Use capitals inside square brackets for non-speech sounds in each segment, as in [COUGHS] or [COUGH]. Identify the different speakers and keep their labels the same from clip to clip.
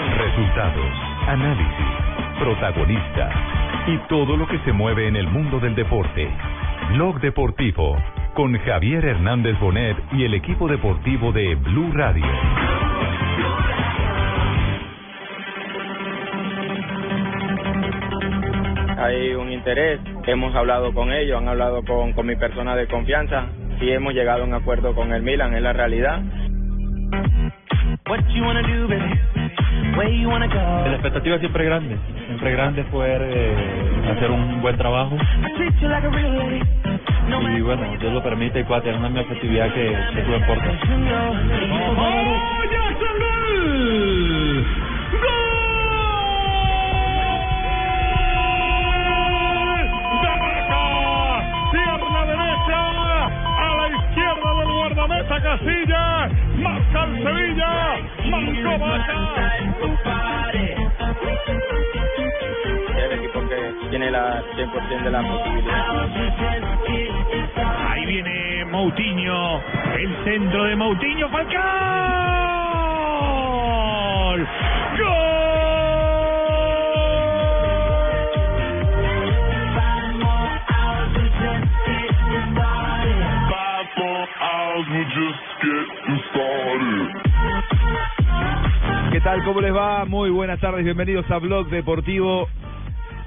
Speaker 1: Resultados, análisis, protagonistas y todo lo que se mueve en el mundo del deporte. Blog Deportivo con Javier Hernández Bonet y el equipo deportivo de Blue Radio.
Speaker 2: Hay un interés, hemos hablado con ellos, han hablado con, con mi persona de confianza, sí hemos llegado a un acuerdo con el Milan, es la realidad.
Speaker 3: La expectativa siempre es grande, siempre es grande poder eh, hacer un buen trabajo. Y bueno, Dios lo permite y pueda tener una objetividad que, que tú importa.
Speaker 4: Oh, Pierna derecha a la izquierda del guardameta Casilla. Marca el Sevilla. Marcó Vaca.
Speaker 2: El equipo que tiene la 100% de la posibilidad.
Speaker 5: Ahí viene Moutinho, el centro de Moutinho, Falcao. ¡Gol!
Speaker 6: ¿Qué tal? ¿Cómo les va? Muy buenas tardes, bienvenidos a Blog Deportivo.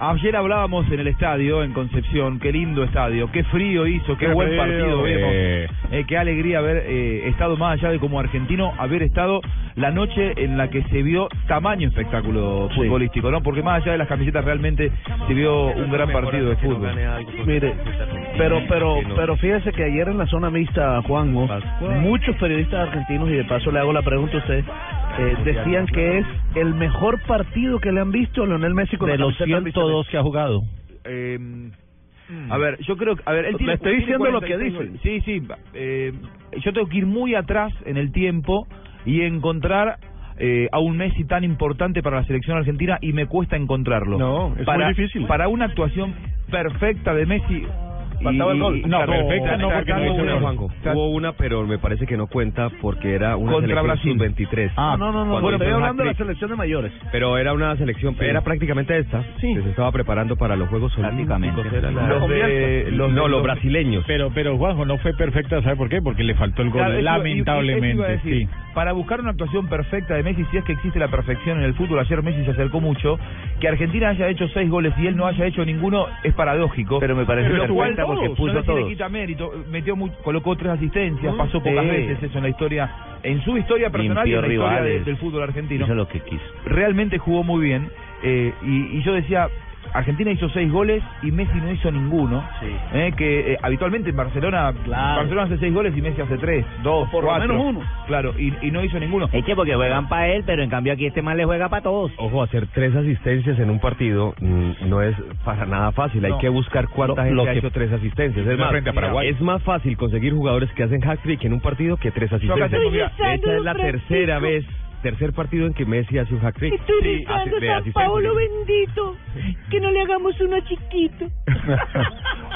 Speaker 6: Ayer hablábamos en el estadio, en Concepción, qué lindo estadio, qué frío hizo, qué,
Speaker 7: Qué
Speaker 6: buen
Speaker 7: frío,
Speaker 6: partido vemos,
Speaker 7: eh.
Speaker 6: Eh, qué alegría haber eh, estado más allá de como argentino, haber estado la noche en la que se vio tamaño espectáculo futbolístico, ¿no? Porque más allá de las camisetas realmente se vio un gran partido de fútbol.
Speaker 8: Mire, pero, pero, pero fíjese que ayer en la zona mixta, Juanjo, muchos periodistas argentinos, y de paso le hago la pregunta a usted, eh, decían que es el mejor partido que le han visto a Leonel Messi con
Speaker 6: De
Speaker 8: la
Speaker 6: los
Speaker 8: camiseta del
Speaker 6: 102
Speaker 8: que ha jugado.
Speaker 6: Eh, a ver, yo creo que. A ver, él
Speaker 8: Le
Speaker 6: tiene,
Speaker 8: estoy
Speaker 6: tiene
Speaker 8: diciendo lo que
Speaker 6: 46
Speaker 8: dicen.
Speaker 6: goles. Sí, sí. eh, yo tengo que ir muy atrás en el tiempo y encontrar. eh, a un Messi tan importante para la selección argentina y me cuesta encontrarlo. No,
Speaker 8: es
Speaker 6: para,
Speaker 8: muy difícil.
Speaker 6: Para una actuación perfecta de Messi.
Speaker 9: Faltaba el gol.
Speaker 6: No,
Speaker 9: perfecta, no, porque no hizo una, Juanjo.
Speaker 6: Sa-
Speaker 9: Hubo una, pero me parece que no cuenta porque era una
Speaker 6: Contra
Speaker 9: selección
Speaker 6: Brasil.
Speaker 9: sub-23.
Speaker 8: Ah, no, no, no,
Speaker 9: Cuando
Speaker 8: no estoy
Speaker 9: hizo el
Speaker 8: hablando de la
Speaker 9: hat-trick.
Speaker 8: selección de mayores.
Speaker 9: Pero era una selección, era prácticamente esta, que se estaba preparando para los Juegos Olímpicos. Era la-
Speaker 7: Los de- los
Speaker 9: no,
Speaker 7: de-
Speaker 9: los brasileños.
Speaker 7: Pero, pero Juanjo no fue perfecta, ¿sabe por qué? Porque le faltó el gol,
Speaker 6: Claro, eso- eso iba a
Speaker 7: lamentablemente.
Speaker 6: decir.
Speaker 7: Sí.
Speaker 6: Para buscar una actuación perfecta de Messi, si es que existe la perfección en el fútbol, ayer Messi se acercó mucho, que Argentina haya hecho seis goles y él no haya hecho ninguno es paradójico. Pero me
Speaker 8: parece
Speaker 6: lo cual
Speaker 8: perfecta porque
Speaker 6: todos,
Speaker 8: puso
Speaker 6: es decir,
Speaker 8: todos.
Speaker 6: le quita mérito, metió mu- colocó tres asistencias, pasó pocas
Speaker 8: Sí.
Speaker 6: veces eso en la historia, en su historia personal y en la
Speaker 10: Ah. Limpió
Speaker 6: historia
Speaker 10: rivales.
Speaker 6: de- del fútbol argentino
Speaker 10: Hizo lo que quiso.
Speaker 6: realmente jugó muy bien. eh, y, y yo decía, Argentina hizo seis goles y Messi no hizo ninguno. eh, que eh, habitualmente en Barcelona, Barcelona hace seis goles y Messi hace tres, dos,
Speaker 8: Por lo
Speaker 6: cuatro.
Speaker 8: menos uno.
Speaker 6: Claro, y, y no hizo ninguno.
Speaker 10: Es que porque juegan para él, pero en cambio aquí este mal le juega para todos.
Speaker 9: Ojo, hacer tres asistencias en un partido mm, no es para nada fácil. Hay
Speaker 10: No.
Speaker 9: que buscar cuánta
Speaker 10: Lo-
Speaker 9: gente
Speaker 10: lo
Speaker 9: ha
Speaker 10: que-
Speaker 9: hecho tres asistencias. Es
Speaker 7: No,
Speaker 9: más,
Speaker 7: frente a Paraguay.
Speaker 9: es más fácil conseguir jugadores que hacen hat-trick en un partido que tres
Speaker 6: Yo acá
Speaker 9: asistencias.
Speaker 6: tengo, mira,
Speaker 9: De hecho, es la tercera vez, tercer partido en que Messi hace un hat-trick.
Speaker 11: Estoy
Speaker 9: Sí, hace-
Speaker 11: rezando,
Speaker 9: de
Speaker 11: San
Speaker 9: asistencia.
Speaker 11: Paolo bendito, que no le hagamos uno chiquito.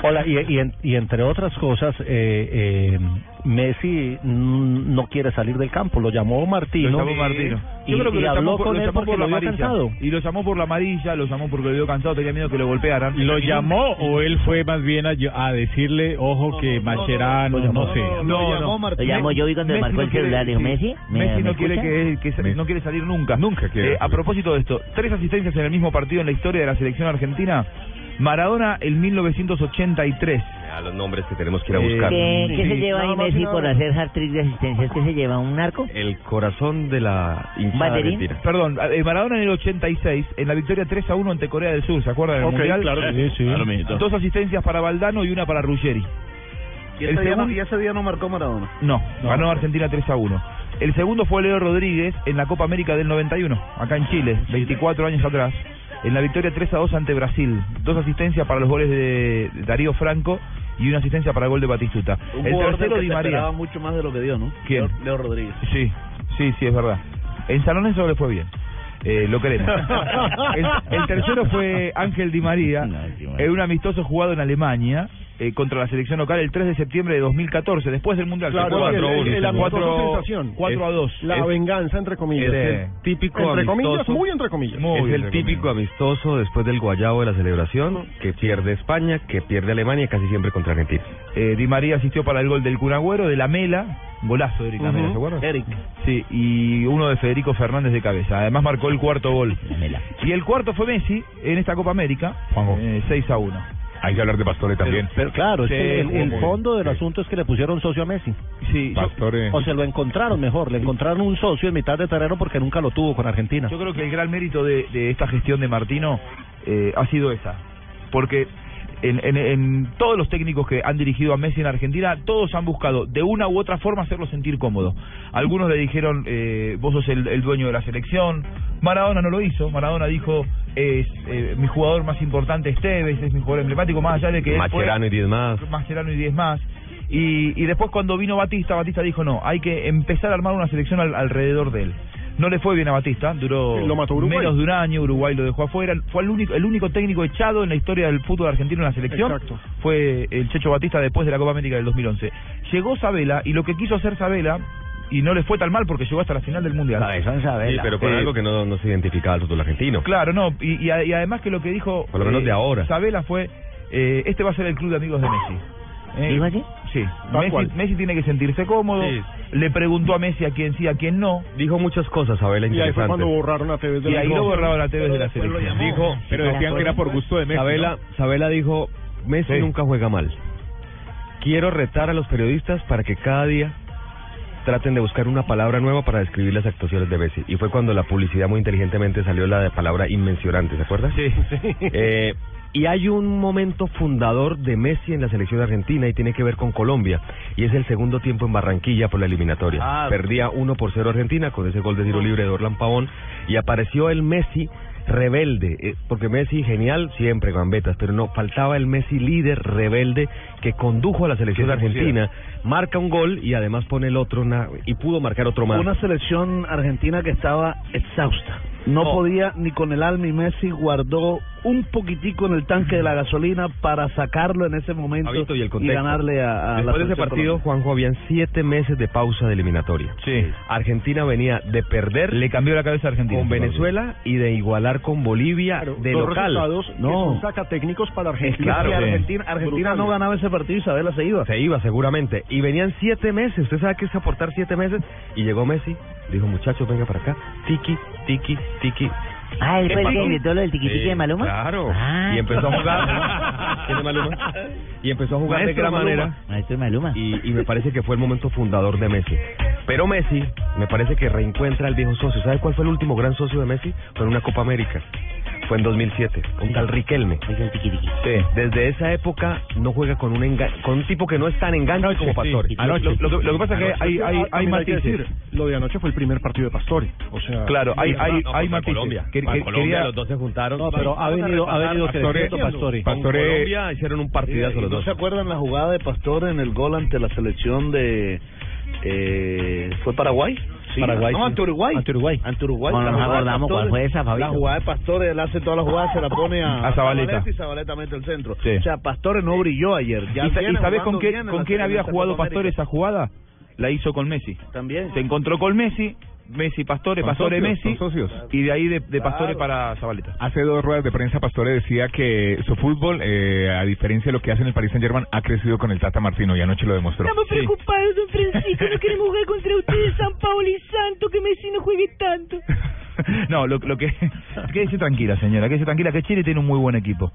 Speaker 8: Hola, y, y, en- y entre otras cosas, eh, eh, Messi mm, no quiere salir del campo. Lo llamó Martino.
Speaker 6: Lo llamó Martino.
Speaker 8: Y,
Speaker 6: Yo creo que
Speaker 8: y
Speaker 6: lo
Speaker 8: habló
Speaker 6: llamó, por-
Speaker 8: con
Speaker 6: lo
Speaker 8: él
Speaker 6: llamó
Speaker 8: porque
Speaker 6: por la
Speaker 8: lo había
Speaker 6: amarilla.
Speaker 8: cansado.
Speaker 6: Y lo llamó por la amarilla, lo llamó porque lo vio cansado, tenía miedo que lo golpearan.
Speaker 7: ¿Lo
Speaker 6: Terminó-
Speaker 7: llamó o él fue más bien a, a decirle, ojo, que Mascherano, no, sé?
Speaker 6: No, no.
Speaker 10: Lo llamo yo y cuando
Speaker 6: Messi
Speaker 10: le marcó
Speaker 6: no
Speaker 10: el
Speaker 6: quiere-
Speaker 10: celular, le dijo,
Speaker 6: sí.
Speaker 10: Messi, ¿me-
Speaker 6: Messi
Speaker 10: me
Speaker 6: no quiere
Speaker 10: escucha?
Speaker 6: que, que sa- no quiere salir nunca. Nunca
Speaker 7: quiere
Speaker 6: a
Speaker 7: salir.
Speaker 6: propósito de esto, tres asistencias en el mismo partido en la historia de la selección argentina. Maradona en 1983.
Speaker 9: Mira los nombres que tenemos que ir a
Speaker 6: Eh,
Speaker 9: buscar.
Speaker 10: ¿Qué, qué se
Speaker 6: Sí,
Speaker 10: lleva
Speaker 6: nada
Speaker 10: ahí
Speaker 6: más y
Speaker 10: Messi
Speaker 6: nada
Speaker 10: por
Speaker 6: menos.
Speaker 10: hacer hat-trick de asistencias? ¿Qué se lleva? ¿Un narco?
Speaker 9: El corazón de la hinchada
Speaker 10: ¿Banderín?
Speaker 9: argentina.
Speaker 6: Perdón, eh, Maradona en el 86, en la victoria 3 a 1 ante Corea del Sur, ¿se acuerdan del
Speaker 8: Ok,
Speaker 6: Mundial?
Speaker 8: claro que
Speaker 7: sí, sí. Claro, mijito.
Speaker 6: Dos asistencias para Valdano y una para Ruggeri.
Speaker 8: Y
Speaker 6: El
Speaker 8: ese, día no,
Speaker 6: segundo-
Speaker 8: y ese día no marcó Maradona.
Speaker 6: No,
Speaker 7: No.
Speaker 6: ganó Argentina 3 a 1. El segundo fue Leo Rodríguez en la Copa América del 91, acá en Chile, 24 años atrás, en la victoria 3 a 2 ante Brasil. Dos asistencias para los goles de Darío Franco y una asistencia para el gol de Batistuta.
Speaker 8: Un
Speaker 6: el
Speaker 8: jugador del
Speaker 6: tercero
Speaker 8: que
Speaker 6: Di
Speaker 8: se esperaba
Speaker 6: María.
Speaker 8: mucho más de lo que dio, ¿no?
Speaker 6: ¿Quién?
Speaker 8: Leo, Leo Rodríguez.
Speaker 6: Sí, sí, sí, es verdad. En San Lorenzo le fue bien. Eh, lo
Speaker 10: [LAUGHS]
Speaker 6: queremos. El, el tercero fue Ángel Di María, eh,
Speaker 10: No, Di María.
Speaker 6: en un amistoso jugado en Alemania, eh, contra la selección local el 3 de septiembre de 2014, después del Mundial.
Speaker 12: Claro,
Speaker 6: Fue
Speaker 12: el-
Speaker 6: cuatro a uno,
Speaker 12: el- el
Speaker 6: sí.
Speaker 12: amistoso
Speaker 6: Cuatro-
Speaker 12: sensación.
Speaker 6: cuatro a
Speaker 12: Es-
Speaker 6: 2.
Speaker 12: La
Speaker 6: Es-
Speaker 12: venganza, entre comillas.
Speaker 9: es el típico
Speaker 12: Entre comillas,
Speaker 9: amistoso.
Speaker 12: muy entre comillas.
Speaker 9: es el típico amistoso después del guayabo de la celebración que pierde España, que pierde Alemania casi siempre contra Argentina.
Speaker 6: Eh, Di María asistió para el gol del Cunagüero, de la Mela, golazo de Eric Lamela, ¿se acuerdan? Sí, y uno de Federico Fernández de cabeza. Además marcó el cuarto gol. Y el cuarto fue Messi en esta Copa América, eh, 6 a 1.
Speaker 3: Hay que hablar de Pastore también.
Speaker 6: Pero- pero claro, es Sí, que el- jugó el muy bien.
Speaker 3: fondo
Speaker 12: del asunto es que le pusieron socio a Messi.
Speaker 6: Sí.
Speaker 3: Pastore.
Speaker 12: O se lo encontraron mejor, le encontraron un socio en mitad de terreno porque nunca lo tuvo con Argentina.
Speaker 6: Yo creo que el gran mérito de, de esta gestión de Martino eh, ha sido esa. Porque en, en- en todos los técnicos que han dirigido a Messi en Argentina, todos han buscado de una u otra forma hacerlo sentir cómodo. Algunos le dijeron, eh, vos sos el, el dueño de la selección. Maradona no lo hizo. Maradona dijo, es eh, mi jugador más importante es Tevez, es mi jugador emblemático, más allá de que... él fue-
Speaker 9: Mascherano y diez más.
Speaker 6: Mascherano y 10 más. Y, y después cuando vino Batista, Batista dijo, no, hay que empezar a armar una selección al- alrededor de él. No le fue bien a Batista, duró
Speaker 12: Lo mató Uruguay.
Speaker 6: menos de un año, Uruguay lo dejó afuera. Fue el único, el único técnico echado en la historia del fútbol argentino en la selección.
Speaker 12: Exacto.
Speaker 6: Fue el Checho Batista después de la Copa América del 2011. Llegó Sabela y lo que quiso hacer Sabela, y no le fue tan mal porque llegó hasta la final del Mundial.
Speaker 9: Sí, pero con
Speaker 6: Eh,
Speaker 9: algo que no, no se identificaba al fútbol argentino.
Speaker 6: Claro, no, y, y a- y además que lo que dijo... eh,
Speaker 9: Por lo menos de ahora.
Speaker 6: Sabela fue, eh, este va a ser el club de amigos de Messi. Eh,
Speaker 13: ¿Digo así?
Speaker 6: Sí,
Speaker 13: Tal
Speaker 6: Messi,
Speaker 13: cual.
Speaker 6: Messi tiene que sentirse cómodo.
Speaker 9: Sí.
Speaker 6: Le preguntó a Messi a quién sí, a quién no.
Speaker 9: Dijo muchas cosas, Abel,
Speaker 6: Y ahí fue
Speaker 9: interesantes.
Speaker 6: cuando
Speaker 12: borraron a TV
Speaker 6: Y ahí lo borraron a TV de la selección.
Speaker 9: Dijo,
Speaker 14: pero decían que era por gusto de Messi.
Speaker 9: Sabela, Sabela dijo, Messi
Speaker 14: Sí.
Speaker 9: nunca juega mal. Quiero retar a los periodistas para que cada día traten de buscar una palabra nueva para describir las actuaciones de Messi. Y fue cuando la publicidad muy inteligentemente salió la de palabra inmencionante, ¿se acuerdas?
Speaker 6: Sí, [LAUGHS]
Speaker 9: Eh, y hay un momento fundador de Messi en la selección argentina y tiene que ver con Colombia. Y es el segundo tiempo en Barranquilla por la eliminatoria.
Speaker 6: Ah.
Speaker 9: Perdía 1 por 0 Argentina con ese gol de tiro libre de Orlan Pavón. Y apareció el Messi rebelde. eh, porque Messi, genial, siempre gambetas. Pero no, faltaba el Messi líder rebelde que condujo a la selección
Speaker 8: Que se
Speaker 9: argentina. Marca un gol y además pone el otro na- y pudo marcar otro más.
Speaker 8: Una selección argentina que estaba exhausta. No, podía ni con el alma y Messi guardó un poquitico en el tanque de la gasolina para sacarlo en ese momento
Speaker 9: Fabito, y el contexto.
Speaker 8: ganarle a, a la
Speaker 9: Después de ese
Speaker 8: selección
Speaker 9: partido, Juanjo, habían siete meses de pausa de eliminatoria.
Speaker 6: Sí.
Speaker 9: Argentina venía de perder.
Speaker 6: Le cambió la cabeza a Argentina.
Speaker 9: Con Venezuela y de igualar con Bolivia de
Speaker 12: Dos
Speaker 9: local.
Speaker 12: resultados que son sacatécnicos para Argentina.
Speaker 9: Claro,
Speaker 12: Y
Speaker 9: sí.
Speaker 12: Argentina, Argentina no ganaba
Speaker 8: ese partido y Sabela se iba.
Speaker 9: Se iba, seguramente. Y venían siete meses. Usted sabe que es aportar siete meses. Y llegó Messi. Dijo, muchachos, venga para acá. Tiki, tiki, tiki.
Speaker 13: Ah, él fue el
Speaker 9: Empató.
Speaker 13: que inventó lo del tiquitiqui
Speaker 9: Sí,
Speaker 13: de Maluma.
Speaker 9: Claro.
Speaker 13: Ah.
Speaker 9: Y empezó
Speaker 13: [LAUGHS]
Speaker 9: a jugar. ¿Quién es Maluma? Y empezó a jugar de
Speaker 13: Maestro
Speaker 9: gran
Speaker 13: Maluma.
Speaker 9: manera.
Speaker 13: Maestro Maluma.
Speaker 9: Y, y me parece que fue el momento fundador de Messi. Pero Messi, me parece que reencuentra al viejo socio. ¿Sabe cuál fue el último gran socio de Messi? Fue en una Copa América. Fue en 2007, un tal Riquelme. Sí. Desde esa época no juega con un enga- con un tipo que no es tan enganche como Pastore.
Speaker 12: Anoche.
Speaker 9: Lo, lo- lo que pasa es que
Speaker 12: Anoche,
Speaker 9: hay,
Speaker 12: ah,
Speaker 9: hay, hay
Speaker 12: también que
Speaker 9: matices.
Speaker 12: decir, lo de anoche fue el primer partido de Pastore. O sea,
Speaker 6: Claro, hay,
Speaker 12: es
Speaker 6: hay,
Speaker 12: verdad.
Speaker 6: hay matices. Que- que- quería-
Speaker 9: se juntaron.
Speaker 12: No, pero ha venido, ha venido creciendo Pastore.
Speaker 9: Con Colombia hicieron un partidazo los
Speaker 8: ¿No
Speaker 9: dos.
Speaker 8: se acuerdan la jugada de Pastor en el gol ante la selección de... Eh, ¿Fue Paraguay? Sí,
Speaker 12: Paraguay,
Speaker 8: No,
Speaker 12: sí.
Speaker 8: ante Uruguay.
Speaker 12: Ante Uruguay.
Speaker 8: Ante Uruguay.
Speaker 13: No, no
Speaker 8: la
Speaker 13: nos
Speaker 8: jugada de
Speaker 13: acordamos cuál
Speaker 8: Pastore.
Speaker 13: fue esa, Fabito.
Speaker 8: La jugada de Pastor, él hace todas las jugadas, se la pone a,
Speaker 6: A Zabaleta.
Speaker 8: Y Zabaleta mete el centro.
Speaker 6: Sí.
Speaker 8: O sea, Pastore no brilló ayer. Ya
Speaker 6: ¿Y, sa-
Speaker 8: viene
Speaker 6: y sabés con,
Speaker 8: jugando
Speaker 6: qué,
Speaker 8: bien en
Speaker 6: con
Speaker 8: la
Speaker 6: quién
Speaker 8: selección
Speaker 6: había
Speaker 8: de
Speaker 6: jugado
Speaker 8: Copa
Speaker 6: Pastor
Speaker 8: América.
Speaker 6: esa jugada? La hizo con Messi.
Speaker 8: También.
Speaker 6: Se encontró con Messi, Messi Pastore,
Speaker 3: Son
Speaker 6: Pastore
Speaker 3: socios,
Speaker 6: Messi.
Speaker 3: son socios.
Speaker 6: Y de ahí de, de Pastore para Zabaleta. [LAUGHS]
Speaker 3: Hace dos ruedas de prensa, Pastore decía que su fútbol, eh, a diferencia de lo que hace en el Paris Saint-Germain, ha crecido con el Tata Martino y anoche lo demostró.
Speaker 4: Estamos preocupados, don Francisco. No queremos jugar contra ustedes, San Paolo y Santo, que Messi no juegue tanto.
Speaker 6: No, lo, lo que. [LAUGHS] Quédese tranquila, señora. Quédese tranquila, que Chile tiene un muy buen equipo.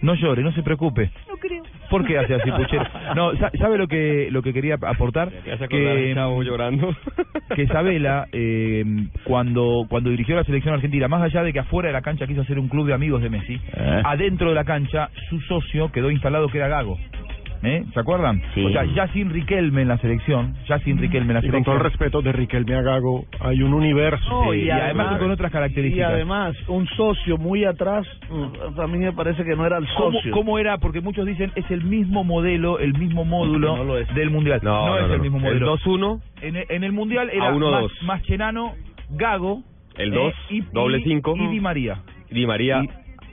Speaker 6: No llore, no se preocupe.
Speaker 4: No creo.
Speaker 6: ¿Por qué hace así, Puchero? No, sa- ¿sabe lo que, lo que quería aportar? Que,
Speaker 9: llorando.
Speaker 6: [LAUGHS] que Isabela, eh, cuando, cuando dirigió la selección argentina, más allá de que afuera de la cancha quiso hacer un club de amigos de Messi, adentro de la cancha su socio quedó instalado que era Gago. ¿Eh? ¿Se acuerdan? O sea, ya sin Riquelme en la selección, ya sin Riquelme en la
Speaker 12: Y con todo
Speaker 6: selección.
Speaker 12: el respeto de Riquelme a Gago, hay un universo.
Speaker 8: No,
Speaker 6: y además con otras
Speaker 8: Y
Speaker 6: características.
Speaker 8: además, un socio muy atrás, mm, a mí me parece que no era el
Speaker 6: ¿Cómo,
Speaker 8: socio.
Speaker 6: cómo era? Porque muchos dicen es el mismo modelo, el mismo módulo
Speaker 8: No lo es.
Speaker 6: del Mundial.
Speaker 9: No, no,
Speaker 6: es
Speaker 9: no,
Speaker 6: el
Speaker 9: no.
Speaker 6: mismo
Speaker 9: El
Speaker 6: modelo.
Speaker 9: 2-1.
Speaker 6: En, el- en el Mundial era
Speaker 9: A 1-2.
Speaker 6: más, Mascherano, Gago,
Speaker 9: El
Speaker 6: eh,
Speaker 9: 2,
Speaker 6: y-
Speaker 9: doble
Speaker 6: y-
Speaker 9: 5.
Speaker 6: y Di María.
Speaker 9: Di María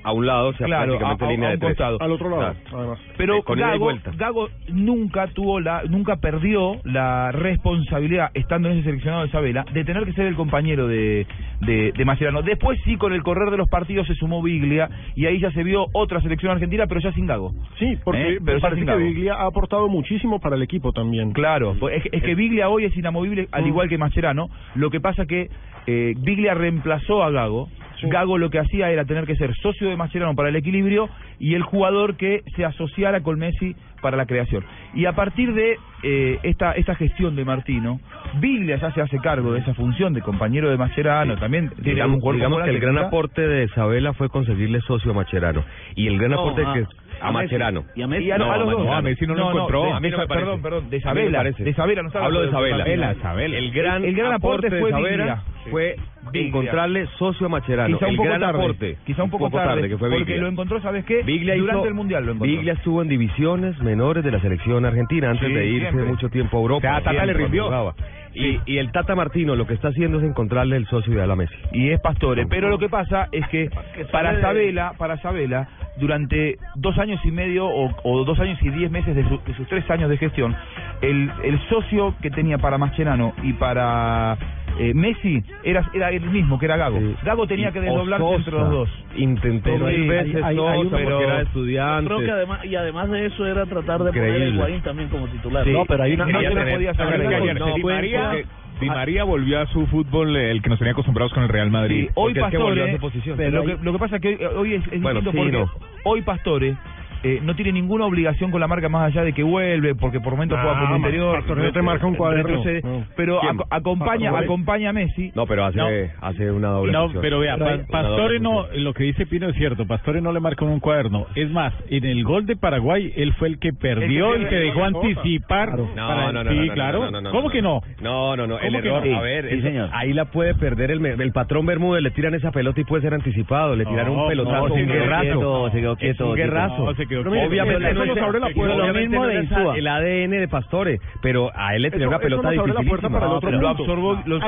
Speaker 9: a un lado, o sea,
Speaker 6: Claro,
Speaker 9: prácticamente
Speaker 6: a- a-
Speaker 9: línea
Speaker 6: a
Speaker 9: de
Speaker 6: un
Speaker 9: tres.
Speaker 6: costado. Al otro lado,
Speaker 9: Ah.
Speaker 6: Pero
Speaker 9: Eh, con ida y
Speaker 6: Gago,
Speaker 9: vuelta.
Speaker 6: Gago nunca tuvo la, nunca perdió la responsabilidad, estando en ese seleccionado de Isabela, de tener que ser el compañero de, de, de Mascherano. Después sí, con el correr de los partidos se sumó Biglia y ahí ya se vio otra selección argentina, pero ya sin Gago.
Speaker 15: Sí, porque
Speaker 6: Eh, pero ya
Speaker 15: me parece
Speaker 6: sin
Speaker 15: que
Speaker 6: Gago.
Speaker 15: Biglia ha aportado muchísimo para el equipo también.
Speaker 6: Claro, pues es, que- es que Biglia hoy es inamovible,
Speaker 9: Mm.
Speaker 6: al igual que Mascherano. Lo que pasa que eh, Biglia reemplazó a Gago. Gago lo que hacía era tener que ser socio de Mascherano para el equilibrio y el jugador que se asociara con Messi para la creación. Y a partir de eh, esta, esta gestión de Martino, Biglia ya se hace cargo de esa función de compañero de Mascherano. También tiene
Speaker 9: Digamos,
Speaker 6: un jugador
Speaker 9: digamos
Speaker 6: como
Speaker 9: que el gran
Speaker 6: Atlanta.
Speaker 9: aporte de Isabela fue conseguirle socio a Macherano. Y el gran
Speaker 6: No,
Speaker 9: aporte
Speaker 6: a-
Speaker 9: que a,
Speaker 6: a Messi.
Speaker 9: Macherano.
Speaker 6: Y a Messi. Y a- a los dos. No, a Messi no lo encontró.
Speaker 9: de-
Speaker 6: A mí no me
Speaker 9: de-
Speaker 6: parece.
Speaker 9: Perdón, perdón, de
Speaker 6: A mí me
Speaker 9: Isabela.
Speaker 6: parece. De Isabela, no estaba
Speaker 9: Hablo de
Speaker 6: hablando de
Speaker 9: Isabela.
Speaker 6: Isabela,
Speaker 9: Isabela. El gran,
Speaker 6: El gran aporte
Speaker 9: de
Speaker 6: fue
Speaker 9: Isabela
Speaker 6: Biglia.
Speaker 9: fue
Speaker 6: Biglia.
Speaker 9: encontrarle socio a Macherano.
Speaker 6: Quizá un
Speaker 9: el
Speaker 6: poco
Speaker 9: gran
Speaker 6: tarde,
Speaker 9: aporte.
Speaker 6: quizá un poco, tarde,
Speaker 9: que fue
Speaker 6: porque
Speaker 9: Biglia.
Speaker 6: lo encontró, ¿sabes qué?
Speaker 9: Biglia
Speaker 6: Durante
Speaker 9: hizo-
Speaker 6: el Mundial lo encontró.
Speaker 9: Biglia estuvo en divisiones menores de la selección argentina antes
Speaker 6: Sí,
Speaker 9: de irse
Speaker 6: siempre.
Speaker 9: mucho tiempo a Europa.
Speaker 6: O sea, a Tata le
Speaker 9: Siempre
Speaker 6: rindió.
Speaker 9: jugaba. Y, y el Tata Martino lo que está haciendo es encontrarle el socio ideal a Messi.
Speaker 6: Y es Pastore, Este, pero lo que pasa es que para Sabela, para Sabela, durante dos años y medio o, o dos años y diez meses de, su- de sus tres años de gestión, el, el socio que tenía para Mascherano y para eh, Messi era, era el mismo, que era Gago. Gago tenía que desdoblarse
Speaker 9: Ososa.
Speaker 6: entre los dos.
Speaker 9: Intentó
Speaker 6: Pero
Speaker 9: mil
Speaker 6: hay-
Speaker 9: veces
Speaker 6: hay- hay
Speaker 9: Sosa
Speaker 6: un-
Speaker 9: porque era
Speaker 12: Yo
Speaker 9: estudiante.
Speaker 12: Creo que además, y además de eso era tratar de poner
Speaker 9: Increíble.
Speaker 12: a Higuaín también como titular.
Speaker 16: Sí.
Speaker 12: No, pero hay una...
Speaker 16: Quería
Speaker 12: no se la
Speaker 16: tener-
Speaker 12: podía sacar.
Speaker 16: Acuérdense que ayer
Speaker 12: No,
Speaker 16: Di
Speaker 12: pues,
Speaker 16: María-
Speaker 12: porque-
Speaker 16: Di María volvió a su fútbol, eh, el que nos tenía acostumbrados con el Real Madrid.
Speaker 6: Sí, hoy
Speaker 16: Porque es que volvió a
Speaker 6: Pastore,
Speaker 16: su posición.
Speaker 6: pero lo, que, lo que pasa es que hoy, hoy es, es
Speaker 16: Bueno,
Speaker 6: distinto
Speaker 16: sí,
Speaker 6: porque
Speaker 16: no.
Speaker 6: hoy Pastore eh, no tiene ninguna obligación con la marca más allá de que vuelve, porque por momentos
Speaker 15: Ah,
Speaker 6: juega como
Speaker 15: ma-
Speaker 6: interior.
Speaker 15: Pastore no te marca un cuaderno.
Speaker 6: retrocede,
Speaker 15: No.
Speaker 6: Pero
Speaker 15: ¿Quién?
Speaker 6: aco- acompaña,
Speaker 15: Pastore.
Speaker 6: acompaña a Messi.
Speaker 9: No, pero hace, hace una doble
Speaker 7: No,
Speaker 9: función.
Speaker 7: pero vea, Pa-
Speaker 9: Una doble
Speaker 7: Pastore no, lo que dice Pino es cierto, Pastore no le marcó en un cuaderno. Es más, en el gol de Paraguay, él fue el que perdió
Speaker 9: pierde
Speaker 7: y se
Speaker 9: el
Speaker 7: dejó
Speaker 9: gol de Copa.
Speaker 7: anticipar.
Speaker 9: No,
Speaker 7: para-
Speaker 9: no, no,
Speaker 7: sí,
Speaker 9: no, no,
Speaker 7: claro.
Speaker 9: no, no, no,
Speaker 7: ¿Cómo que no?
Speaker 9: No, no, no, el
Speaker 7: ¿Cómo que
Speaker 9: error,
Speaker 7: no?
Speaker 9: a ver,
Speaker 7: Sí,
Speaker 9: eso- ahí la puede perder el, me- el patrón Bermúdez, le tiran esa pelota y puede ser anticipado, le tiraron
Speaker 12: No,
Speaker 9: un pelotazo,
Speaker 12: no, se
Speaker 9: un
Speaker 12: quedó
Speaker 9: guerrazo.
Speaker 12: quieto, se quedó
Speaker 9: Es
Speaker 12: quieto,
Speaker 9: un
Speaker 12: Tito.
Speaker 9: guerrazo.
Speaker 12: No, se quedó
Speaker 9: Pero
Speaker 12: quieto.
Speaker 9: obviamente
Speaker 12: Pero eso
Speaker 9: no es
Speaker 12: nos abre la puerta.
Speaker 9: obviamente
Speaker 12: Lo mismo
Speaker 9: no
Speaker 12: de
Speaker 9: es
Speaker 12: Insúa.
Speaker 9: el ADN de Pastore, pero a él le tiraron una pelota dificilísima.
Speaker 15: Lo
Speaker 9: Lo absorbó, lo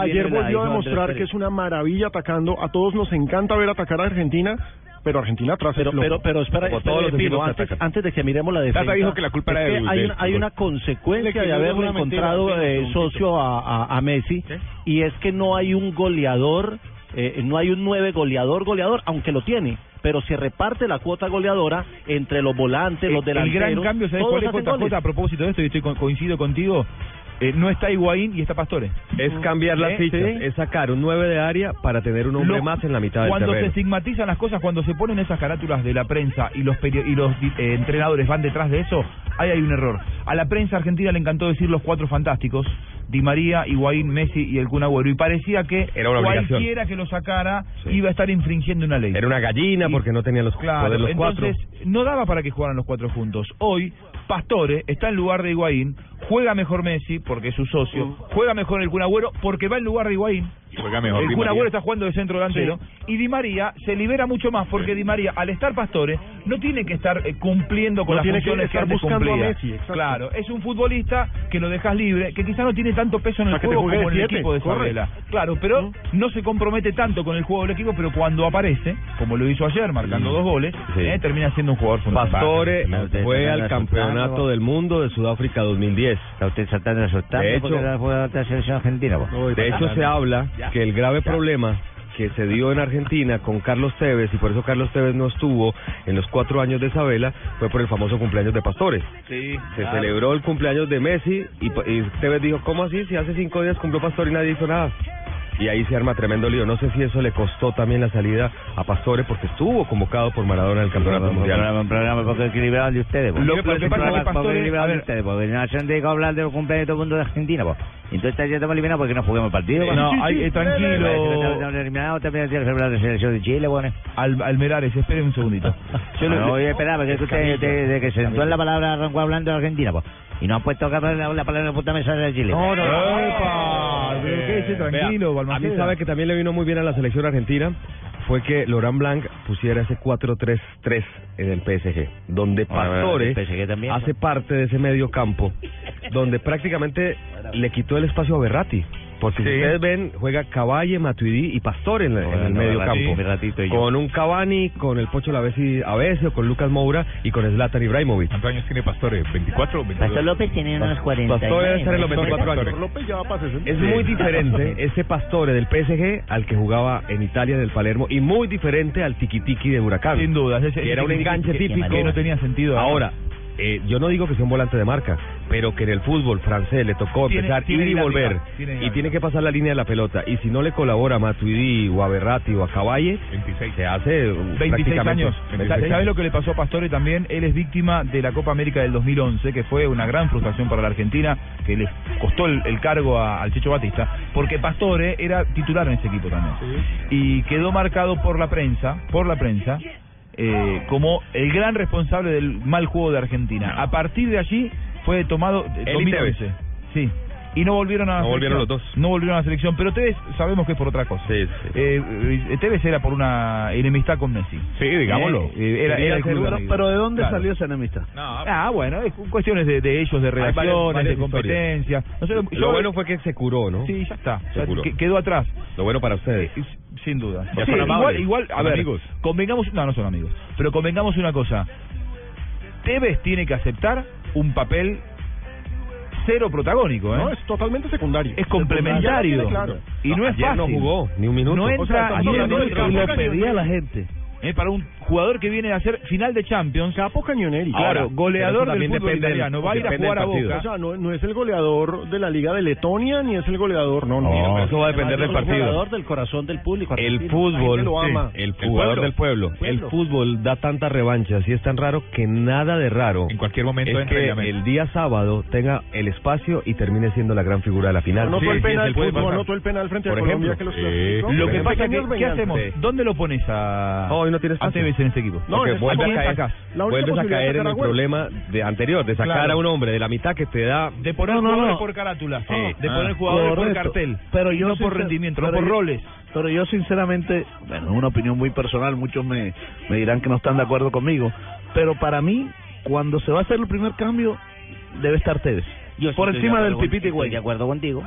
Speaker 15: Ayer volvió a demostrar que es una maravilla atacando. A todos nos encanta ver atacar a Argentina, pero Argentina atrás
Speaker 12: Pero, pero, pero espera, espera, Pino, antes, antes de que miremos la
Speaker 15: Tata
Speaker 12: defensa.
Speaker 15: dijo que la culpa
Speaker 12: es
Speaker 15: era de
Speaker 12: que
Speaker 15: Dudel,
Speaker 12: hay, una, hay
Speaker 15: por
Speaker 12: una
Speaker 15: favor.
Speaker 12: consecuencia
Speaker 15: Le
Speaker 12: de
Speaker 15: quedó
Speaker 12: haberlo
Speaker 15: una mentira,
Speaker 12: encontrado
Speaker 15: Pino,
Speaker 12: eh,
Speaker 15: un poquito.
Speaker 12: socio a, a, a Messi y es que no hay un goleador, eh, no hay un nueve goleador goleador, aunque lo tiene. Pero se reparte la cuota goleadora entre los volantes, los
Speaker 6: El
Speaker 12: delanteros.
Speaker 6: gran cambio, ¿sabes
Speaker 12: todos
Speaker 6: cuál es
Speaker 12: hacen
Speaker 6: JJ?
Speaker 12: goles.
Speaker 6: A propósito de esto, y estoy co- coincido contigo, eh, no está Higuaín y está Pastore.
Speaker 12: Ah.
Speaker 9: Es cambiar
Speaker 6: ¿Eh?
Speaker 9: las fichas,
Speaker 6: Sí.
Speaker 9: es sacar un 9 de área para tener un hombre
Speaker 6: Lo-
Speaker 9: más en la mitad del
Speaker 6: cuando se
Speaker 9: terreno.
Speaker 6: estigmatizan las cosas, cuando se ponen esas carátulas de la prensa y los perio- y los di- eh, entrenadores van detrás de eso, ahí hay un error. A la prensa argentina le encantó decir los cuatro fantásticos, Di María, Higuaín, Messi y el Kun Agüero, y parecía que
Speaker 9: Era una obligación.
Speaker 6: cualquiera que lo sacara iba a estar infringiendo una ley.
Speaker 9: Era una gallina porque no tenía los,
Speaker 6: Claro,
Speaker 9: poder los cuatro.
Speaker 6: entonces no daba para que jugaran los cuatro juntos. Hoy Pastore está en lugar de Higuaín, juega mejor Messi porque es su socio,
Speaker 15: Mm.
Speaker 6: juega mejor el Kun Agüero porque va en lugar de Higuaín.
Speaker 16: Juega mejor
Speaker 6: el
Speaker 16: Di
Speaker 6: Kun
Speaker 16: María.
Speaker 6: Agüero está jugando de centro delantero y Di María se libera mucho más porque Di María al estar Pastore no tiene que estar eh, cumpliendo con
Speaker 15: No
Speaker 6: las
Speaker 15: tiene que
Speaker 6: funciones que,
Speaker 15: estar
Speaker 6: antes
Speaker 15: buscando a
Speaker 6: cumplía.
Speaker 15: Messi, exacto.
Speaker 6: claro, es un futbolista que lo dejas libre, que quizá no tiene tanto peso en el
Speaker 15: Para que te
Speaker 6: juego como
Speaker 15: juegue
Speaker 6: en el
Speaker 15: siete,
Speaker 6: equipo de
Speaker 15: corre. Mm.
Speaker 6: Sabela. Claro, pero no se compromete tanto con el juego del equipo, pero cuando aparece, como lo hizo ayer marcando
Speaker 15: Mm.
Speaker 6: dos goles, eh, termina siendo un jugador fundamental.
Speaker 9: Pastore fue al campeonato
Speaker 6: de
Speaker 9: del mundo de Sudáfrica 2010. De hecho,
Speaker 10: pues.
Speaker 9: de hecho se habla que el grave problema que se dio en Argentina con Carlos Tevez y por eso Carlos Tevez no estuvo en los cuatro años de Isabela fue por el famoso cumpleaños de Pastore.
Speaker 6: Sí,
Speaker 9: Se celebró el cumpleaños de Messi y, pa- y Tevez dijo, ¿cómo así? Si hace cinco días cumplió Pastore y nadie hizo nada. Y ahí se arma tremendo lío. No sé si eso le costó también la salida a Pastore porque estuvo convocado por Maradona en el campeonato mundial.
Speaker 17: Un programa poco equilibrado el de ustedes. pues.
Speaker 9: Lo-
Speaker 17: Un
Speaker 9: lo que pasa es que
Speaker 17: programa poco
Speaker 9: Pastore-
Speaker 17: equilibrado el
Speaker 9: a
Speaker 17: de
Speaker 9: ver.
Speaker 17: ustedes, porque no se han dedicado a hablar de los cumpleaños de todo el mundo de Argentina. pues. Entonces ya estamos eliminados porque no juguemos el partido.
Speaker 6: Sí,
Speaker 17: pues.
Speaker 9: eh,
Speaker 6: sí, sí, sí, sí, sí.
Speaker 17: Estamos eliminados también tiene que hablar de selección de Chile, bueno.
Speaker 6: Al, Almerares, espere un segundito. Yo lo-
Speaker 17: no, oye, espera, porque es que usted,
Speaker 6: Camilla.
Speaker 17: usted- desde que se sentó en la palabra arrancó hablando de Argentina, pues. Y no han puesto acá la, la palabra en la puta mesa de Chile.
Speaker 6: No, no, no. ¡Epa! Pero quédese tranquilo,
Speaker 9: A
Speaker 6: Balmaceda.
Speaker 9: mí sabe que también le vino muy bien a la selección argentina fue que Laurent Blanc pusiera ese 4-3-3 en el PSG, donde Pastore hace parte de ese medio campo, donde prácticamente le quitó el espacio a Berratti. Porque si ustedes ven, juega Caballe, Matuidi y Pastor en, la- en el
Speaker 17: no,
Speaker 9: medio
Speaker 17: Berratti,
Speaker 9: campo.
Speaker 17: Berratti y yo.
Speaker 9: Con un Cavani, con el Pocho Lavesi a veces, con Lucas Moura y con Zlatan Ibrahimovic. ¿Cuántos años tiene Pastore? ¿24 o 22?
Speaker 17: Pastor López tiene unos 40.
Speaker 9: Pastor debe estar en los 24 años.
Speaker 15: Héctor López ya va para 60.
Speaker 9: Es muy
Speaker 6: [LAUGHS]
Speaker 9: diferente ese Pastore del PSG al que jugaba en Italia del Palermo y muy diferente al Tiquitiqui de Huracán.
Speaker 6: Sin duda, ese-
Speaker 9: Que
Speaker 6: ese
Speaker 9: era un
Speaker 6: tiquitiqui
Speaker 9: enganche
Speaker 6: que- que
Speaker 9: típico.
Speaker 6: no tenía sentido.
Speaker 9: Ahora, eh, yo no digo que sea un volante de marca, pero que en el fútbol francés le tocó
Speaker 6: Tiene-
Speaker 9: empezar
Speaker 6: tiene
Speaker 9: ir y
Speaker 6: dinámica,
Speaker 9: volver.
Speaker 6: tiene
Speaker 9: y
Speaker 6: dinámica.
Speaker 9: tiene que pasar la línea de la pelota. Y si no le colabora a Matuidi o a Berratti o a Caballe, se hace eh,
Speaker 6: 26
Speaker 9: prácticamente-
Speaker 6: años. ¿Sabes lo que le pasó a Pastore también? Él es víctima de la Copa América del 2011, que fue una gran frustración para la Argentina, que le costó el, el cargo a- al Chicho Batista, porque Pastore era titular en ese equipo también. Y quedó marcado por la prensa, por la prensa, eh, como el gran responsable del mal juego de Argentina. A partir de allí fue tomado eh,
Speaker 9: Él y
Speaker 6: 2011.
Speaker 9: Tevez.
Speaker 6: Sí. Y no volvieron a la
Speaker 9: No volvieron
Speaker 6: selección.
Speaker 9: los
Speaker 6: No volvieron a la selección, pero Tevez sabemos que es por otra cosa. Eh, eh, Tevez era por una enemistad con Messi.
Speaker 16: Sí, digámoslo.
Speaker 6: Eh, eh, era, era el club
Speaker 18: pero,
Speaker 6: amigo.
Speaker 18: pero ¿de dónde
Speaker 6: Claro.
Speaker 18: salió esa enemistad?
Speaker 6: Ah, bueno, es cu- cuestiones de, de ellos, de
Speaker 9: varias-
Speaker 6: relaciones,
Speaker 9: varias
Speaker 6: de competencia. Nosotros-
Speaker 9: Lo bueno fue que se curó, ¿no?
Speaker 6: Sí, ya está.
Speaker 9: Se
Speaker 6: Ya
Speaker 9: curó.
Speaker 6: que- quedó atrás.
Speaker 9: Lo bueno para ustedes.
Speaker 6: Sin duda.
Speaker 9: Ya
Speaker 6: Sí,
Speaker 9: son
Speaker 6: igual,
Speaker 9: amables,
Speaker 6: igual, a
Speaker 9: son
Speaker 6: ver,
Speaker 9: amigos.
Speaker 6: convengamos, no, no son amigos, pero convengamos una cosa. Tevez tiene que aceptar un papel cero protagónico, ¿eh?
Speaker 15: No, es totalmente secundario.
Speaker 6: es complementario.
Speaker 15: Claro.
Speaker 6: Y no, es
Speaker 9: Ayer
Speaker 6: fácil.
Speaker 9: no jugó ni un minuto.
Speaker 6: No
Speaker 9: O sea,
Speaker 6: entra
Speaker 9: estamos
Speaker 6: ni un
Speaker 9: hablando de
Speaker 6: minuto.
Speaker 9: que lo
Speaker 18: pedía la gente.
Speaker 6: Eh, para un jugador que viene a hacer final de Champions.
Speaker 15: Capo Cañoneri.
Speaker 6: Claro,
Speaker 15: Ahora,
Speaker 6: goleador
Speaker 15: pero eso
Speaker 6: del
Speaker 15: también
Speaker 6: fútbol
Speaker 15: depende del-
Speaker 6: italiano. Va a ir a
Speaker 15: depende
Speaker 6: jugar a
Speaker 15: del partido.
Speaker 6: Boca.
Speaker 15: O sea, no, no es el goleador de la Liga de Letonia, ni es el goleador. No, no.
Speaker 9: No, eso va a depender del
Speaker 12: Un
Speaker 9: partido.
Speaker 12: jugador del corazón del público.
Speaker 9: El
Speaker 12: argentino. La
Speaker 9: fútbol,
Speaker 12: gente lo ama.
Speaker 9: sí, el jugador del pueblo, el
Speaker 12: Pueblo.
Speaker 9: fútbol da tantas revanchas y es tan raro que nada de raro. En
Speaker 16: cualquier momento
Speaker 9: es
Speaker 16: entra
Speaker 9: que
Speaker 16: y la mete.
Speaker 9: el día sábado tenga el espacio y termine siendo la gran figura de la final.
Speaker 15: Anotó el penal,
Speaker 9: puede
Speaker 6: pues,
Speaker 15: Pulpo,
Speaker 9: pasar.
Speaker 15: anotó el penal frente a
Speaker 9: Por
Speaker 15: Colombia
Speaker 9: ejemplo.
Speaker 15: que los
Speaker 9: Sí.
Speaker 15: clasificó.
Speaker 6: Lo
Speaker 9: Pero
Speaker 6: que
Speaker 9: es
Speaker 6: pasa es
Speaker 15: pequeños
Speaker 6: que, ¿qué
Speaker 15: venganzas.
Speaker 6: hacemos?
Speaker 15: Sí.
Speaker 6: ¿Dónde lo pones a,
Speaker 9: Hoy no tiene
Speaker 6: a Tevez en este equipo?
Speaker 15: No,
Speaker 9: Porque
Speaker 15: en este
Speaker 9: vuelve a
Speaker 15: momento
Speaker 9: caer,
Speaker 15: sacas. La única
Speaker 9: vuelves a
Speaker 15: posibilidad es
Speaker 9: caer en
Speaker 15: sacar a
Speaker 9: el
Speaker 15: Güero.
Speaker 9: problema de anterior, de sacar
Speaker 6: Claro.
Speaker 9: a un hombre de la mitad que te da.
Speaker 6: De poner
Speaker 18: No, no,
Speaker 6: jugadores
Speaker 18: no.
Speaker 6: por carátula,
Speaker 9: Sí.
Speaker 6: de
Speaker 9: Ah.
Speaker 6: poner jugadores por
Speaker 18: Correcto.
Speaker 6: cartel,
Speaker 18: Pero yo
Speaker 6: no por
Speaker 18: sincer-
Speaker 6: rendimiento, no
Speaker 18: pero
Speaker 6: por
Speaker 18: yo-
Speaker 6: roles.
Speaker 18: Pero yo sinceramente, bueno, es una opinión muy personal, muchos me, me dirán que no están de acuerdo conmigo, pero para mí, cuando se va a hacer el primer cambio, debe estar Tevez.
Speaker 17: Yo sí
Speaker 18: por
Speaker 17: estoy
Speaker 18: encima
Speaker 17: de
Speaker 18: del
Speaker 17: acuerdo con-
Speaker 18: Pipiti
Speaker 17: estoy
Speaker 18: Güey.
Speaker 17: de acuerdo contigo.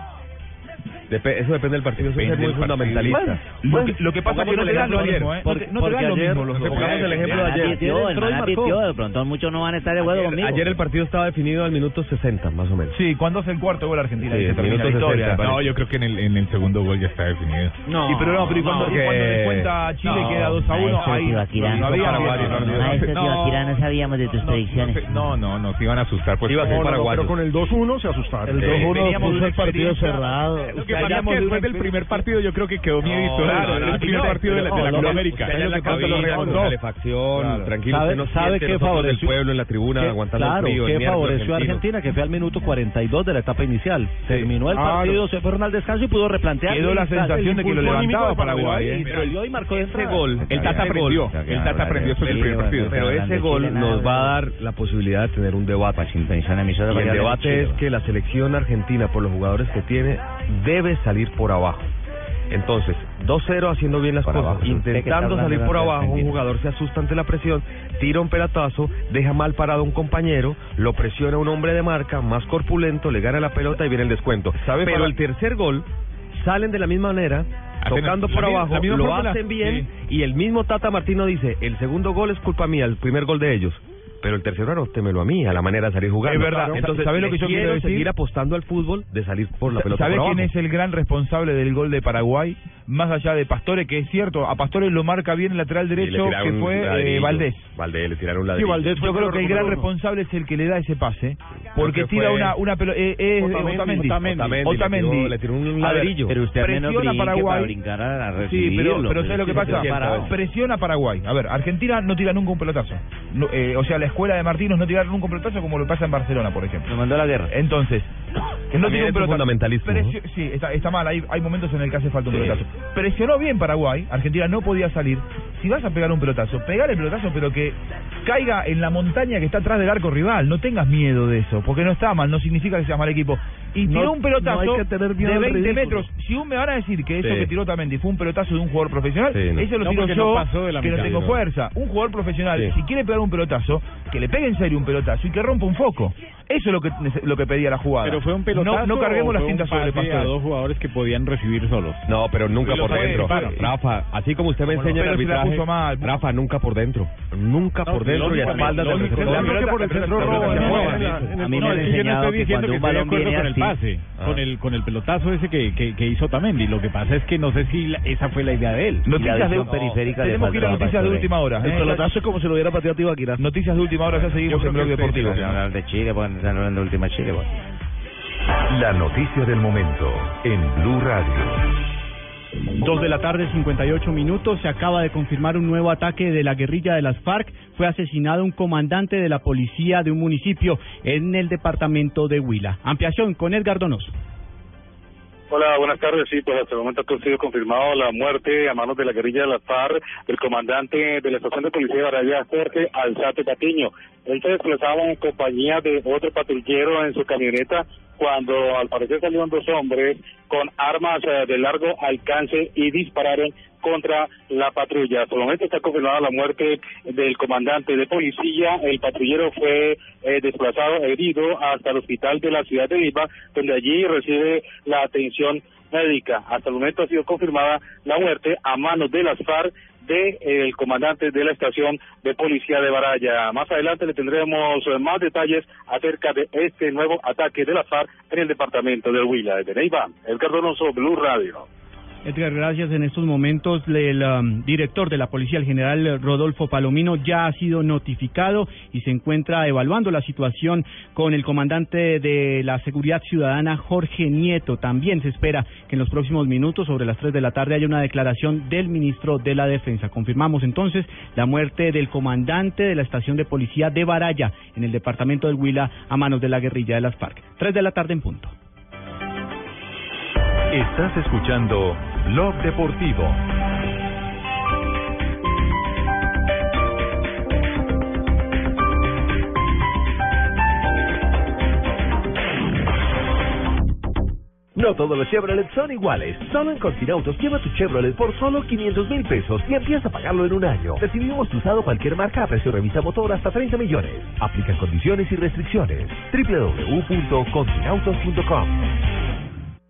Speaker 9: Depe- eso depende del partido, eso es ser
Speaker 16: Depende
Speaker 9: muy
Speaker 16: del partido.
Speaker 9: fundamentalista.
Speaker 16: Bueno,
Speaker 6: Lo que, lo que pasa es que no
Speaker 9: Pongamos
Speaker 6: te
Speaker 9: el
Speaker 6: dan lo
Speaker 9: ejemplo
Speaker 6: mismo,
Speaker 9: ayer.
Speaker 6: ¿eh? No te- no te dan lo mismo los dos.
Speaker 9: Pongamos el ejemplo de
Speaker 17: Nadie
Speaker 9: ayer.
Speaker 17: pitió, el
Speaker 9: Entró y
Speaker 17: maná
Speaker 9: marcó.
Speaker 17: pitió, de pronto muchos no van a estar de acuerdo conmigo.
Speaker 9: Ayer el partido estaba definido al minuto 60, más o menos.
Speaker 6: Sí, cuando hace el cuarto gol Argentina,
Speaker 9: Sí,
Speaker 6: ahí se termina la
Speaker 9: minuto
Speaker 6: historia.
Speaker 9: 60.
Speaker 6: me
Speaker 16: No,
Speaker 6: parece.
Speaker 16: yo creo que en el, en el segundo gol ya está definido.
Speaker 6: Sí, pero no, pero y cuando, y cuando le
Speaker 16: que-
Speaker 6: cuenta a Chile
Speaker 16: no,
Speaker 6: queda 2 a 1,
Speaker 17: Maestro
Speaker 6: ahí
Speaker 17: Tibaquirá,
Speaker 6: no había
Speaker 16: Paraguay,
Speaker 6: no, no, no.
Speaker 17: maestro
Speaker 16: no.
Speaker 17: Tibaquirá, no sabíamos de tus predicciones.
Speaker 16: No, no, nos iban a asustar. Pues,
Speaker 9: Iba a ser
Speaker 16: no, no, no,
Speaker 9: paraguayo.
Speaker 15: Pero con el 2-1 se asustaron.
Speaker 18: El
Speaker 16: Sí.
Speaker 18: 2-1
Speaker 6: Veníamos de
Speaker 18: puso
Speaker 6: una
Speaker 18: el partido
Speaker 6: experiencia-
Speaker 18: cerrado.
Speaker 16: Lo
Speaker 6: O
Speaker 16: que pasa
Speaker 6: sea,
Speaker 16: es
Speaker 6: hablamos
Speaker 16: que
Speaker 6: de
Speaker 16: después
Speaker 6: una
Speaker 16: del primer partido yo creo que quedó miedito
Speaker 6: No,
Speaker 16: el-
Speaker 6: claro,
Speaker 16: el,
Speaker 6: no,
Speaker 16: primer
Speaker 6: no,
Speaker 16: partido de la, de la
Speaker 9: no,
Speaker 16: Copa
Speaker 9: no,
Speaker 16: América.
Speaker 9: usted en la cabina lo regaló,
Speaker 16: No.
Speaker 9: calefacción, tranquilo.
Speaker 12: ¿Sabe-
Speaker 9: usted no
Speaker 12: sabe
Speaker 9: siente
Speaker 12: qué
Speaker 9: nosotros del
Speaker 12: favoreció?
Speaker 9: pueblo en la tribuna
Speaker 12: ¿Qué-
Speaker 9: aguantando
Speaker 12: claro,
Speaker 9: el frío. el
Speaker 12: que
Speaker 9: miércoles
Speaker 12: favoreció a
Speaker 9: argentino.
Speaker 12: Argentina, que fue al minuto 42 de la etapa inicial. Terminó el
Speaker 15: Claro.
Speaker 12: partido, se fueron al descanso y pudo replantear.
Speaker 6: Quedó la
Speaker 12: El
Speaker 6: sensación de que
Speaker 12: impulso
Speaker 6: lo levantaba
Speaker 12: anímico de
Speaker 6: Paraguay,
Speaker 12: Y
Speaker 6: ¿eh?
Speaker 12: salió y marcó de
Speaker 9: Ese
Speaker 12: entrada.
Speaker 9: gol,
Speaker 19: Ah,
Speaker 16: El Tata aprendió. El Tata aprendió eso en el primer partido.
Speaker 9: Pero ese gol nos va a dar la posibilidad de tener un debate. Y el debate es que la selección argentina, por los jugadores que tiene, debe salir por abajo. Entonces, 2-0 haciendo bien las
Speaker 17: Por
Speaker 9: cosas,
Speaker 17: abajo, sí. Usted que está
Speaker 9: intentando
Speaker 17: hablando
Speaker 9: salir
Speaker 17: de
Speaker 9: por
Speaker 17: la
Speaker 9: abajo, un
Speaker 17: Argentina.
Speaker 9: jugador se asusta ante la presión, tira un pelotazo, deja mal parado a un compañero, lo presiona un hombre de marca, más corpulento, le gana la pelota y viene el descuento.
Speaker 6: ¿Sabe
Speaker 9: Pero
Speaker 6: para-
Speaker 9: el tercer gol salen de la misma manera,
Speaker 16: Hacen
Speaker 9: tocando
Speaker 16: la
Speaker 9: por
Speaker 16: misma-
Speaker 9: abajo,
Speaker 16: la misma
Speaker 9: lo
Speaker 16: fórmula.
Speaker 9: hacen bien y el mismo Tata Martino dice, el segundo gol es culpa mía, el primer gol de ellos. Pero el tercero anótemelo a mí, a la manera de salir jugando.
Speaker 6: Es verdad.
Speaker 9: Entonces,
Speaker 6: ¿Sabes lo
Speaker 9: le
Speaker 6: que yo quiero decir?
Speaker 9: seguir apostando al fútbol de salir por la pelota
Speaker 6: ¿Sabe
Speaker 9: por
Speaker 6: quién
Speaker 9: abajo.
Speaker 6: es el gran responsable del gol de Paraguay? Más allá de Pastore, que es cierto, a Pastore lo marca bien el lateral
Speaker 9: Y le
Speaker 6: derecho,
Speaker 9: tiraron
Speaker 6: que
Speaker 9: un
Speaker 6: fue eh,
Speaker 9: ladrillo.
Speaker 6: Valdés.
Speaker 9: Valdés, le tiraron un ladrillo.
Speaker 15: Sí, Valdés fue
Speaker 6: Yo creo que el gran
Speaker 15: recuperó uno.
Speaker 6: responsable es el que le da ese pase, porque
Speaker 9: que
Speaker 6: tira
Speaker 9: fue
Speaker 6: una, una pelota. Eh, eh, Otamendi.
Speaker 15: Otamendi, Otamendi.
Speaker 9: Otamendi, Le tiró, le tiró un
Speaker 6: A ver,
Speaker 9: ladrillo.
Speaker 17: Pero usted al menos
Speaker 6: Presiona
Speaker 17: brinque
Speaker 6: Paraguay.
Speaker 17: para brincar a a
Speaker 6: Sí,
Speaker 17: recibirlo.
Speaker 6: pero, pero ¿sabes lo que
Speaker 17: es
Speaker 6: pasa?
Speaker 17: se paraba.
Speaker 6: Presiona Paraguay. A ver, Argentina no tira nunca un pelotazo. No, eh, o sea, la escuela de Martínez no tira nunca un pelotazo como lo pasa en Barcelona, por ejemplo.
Speaker 17: Lo mandó a la guerra.
Speaker 6: Entonces, que no
Speaker 9: También
Speaker 6: tiene
Speaker 9: es
Speaker 6: un
Speaker 9: un
Speaker 6: pelotazo.
Speaker 9: fundamentalismo,
Speaker 6: Presio- Sí, está, está mal. Hay, hay momentos en el que hace falta un
Speaker 9: Sí.
Speaker 6: pelotazo. Presionó bien Paraguay. Argentina no podía salir. Si vas a pegar un pelotazo, pegar el pelotazo, pero que caiga en la montaña que está atrás del arco rival. No tengas miedo de eso, porque no está mal. No significa que sea mal equipo. Y tiró
Speaker 18: No-
Speaker 6: un pelotazo
Speaker 18: no hay que tener miedo
Speaker 6: de
Speaker 18: al
Speaker 6: 20
Speaker 18: ridículo.
Speaker 6: metros. Si un me van a decir que eso
Speaker 9: Sí.
Speaker 6: que tiró Tamendi fue un pelotazo de un jugador profesional,
Speaker 9: Sí, no.
Speaker 6: eso lo
Speaker 16: No,
Speaker 6: tiro
Speaker 16: porque
Speaker 6: yo,
Speaker 16: no pasó de la
Speaker 6: que no
Speaker 16: mitad,
Speaker 6: tengo
Speaker 16: ¿no?
Speaker 6: fuerza. Un jugador profesional,
Speaker 9: Sí.
Speaker 6: si quiere pegar un pelotazo, que le pegue en serio un pelotazo y que rompa un foco. Eso es lo que, nece- lo que pedía la jugada.
Speaker 7: Pero fue un pelotazo.
Speaker 6: No, no
Speaker 7: o
Speaker 6: carguemos las
Speaker 7: fue un
Speaker 6: tintas sobre
Speaker 7: pase
Speaker 6: Pastore.
Speaker 7: a dos jugadores que podían recibir solos.
Speaker 9: No, pero nunca
Speaker 7: Y lo
Speaker 9: por dentro.
Speaker 7: participaron.
Speaker 9: Rafa, así como usted me
Speaker 7: Como no,
Speaker 9: enseña el
Speaker 7: pero si la
Speaker 9: arbitraje,
Speaker 7: puso
Speaker 9: Rafa, nunca por dentro. Nunca
Speaker 7: No,
Speaker 9: por dentro y a
Speaker 7: lógicamente,
Speaker 9: espaldas del
Speaker 7: lógicamente,
Speaker 9: receptor.
Speaker 7: creo que por el centro
Speaker 20: A mí
Speaker 7: roba, ¿no?
Speaker 20: me han
Speaker 7: es que yo no
Speaker 20: enseñado
Speaker 7: estoy
Speaker 20: que cuando un
Speaker 7: diciendo que estoy de
Speaker 20: balón
Speaker 7: acuerdo
Speaker 20: viene
Speaker 7: con el
Speaker 20: así-
Speaker 7: pase,
Speaker 20: Ah.
Speaker 7: con el con el pelotazo ese que, que, que hizo Tamendi. Lo que pasa es que no sé si la- esa fue la idea de él.
Speaker 6: Noticias de, tenemos que ir a noticias de última hora. ¿eh?
Speaker 17: El pelotazo es como si lo hubiera pateado Tibaquira.
Speaker 6: Noticias de última hora, ya seguimos en Blog Deportivo.
Speaker 20: Están hablando de Chile, pues, están hablando de última Chile, pues.
Speaker 1: La noticia del momento en Blue Radio.
Speaker 18: 2 de la tarde, 58 minutos. Se acaba de confirmar un nuevo ataque de la guerrilla de las FARC. Fue asesinado un comandante de la policía de un municipio en el departamento de Huila. Ampliación con Edgar Donoso.
Speaker 21: Hola, buenas tardes. Sí, pues hasta el momento ha sido confirmado la muerte a manos de la guerrilla de la FARC del comandante de la estación de policía de Baraya, Jorge Alzate Patiño. Él se desplazaba en compañía de otro patrullero en su camioneta cuando al parecer salieron dos hombres con armas eh, de largo alcance y dispararon contra la patrulla. Hasta el momento está confirmada la muerte del comandante de policía. El patrullero fue eh, desplazado, herido, hasta el hospital de la ciudad de Lima, donde allí recibe la atención médica. Hasta el momento ha sido confirmada la muerte a manos de las FARC del comandante de la estación de policía de Baraya. Más adelante le tendremos eh, más detalles acerca de este nuevo ataque de las FARC en el departamento del Huila. Desde Neiva, Edgar Donoso, Blue Radio.
Speaker 18: Edgar, gracias. En estos momentos el um, director de la policía, el general Rodolfo Palomino, ya ha sido notificado y se encuentra evaluando la situación con el comandante de la Seguridad Ciudadana, Jorge Nieto. También se espera que en los próximos minutos, sobre las 3 de la tarde, haya una declaración del ministro de la Defensa. Confirmamos entonces la muerte del comandante de la estación de policía de Baraya, en el departamento del Huila, a manos de la guerrilla de las FARC. 3 de la tarde en punto.
Speaker 1: Estás escuchando Blog Deportivo.
Speaker 19: No todos los Chevrolet son iguales. Solo en Continautos lleva tu Chevrolet por solo 500 mil pesos y empieza a pagarlo en un año. Recibimos tu usado cualquier marca a precio revisa motor hasta 30 millones. Aplican condiciones y restricciones. www.continautos.com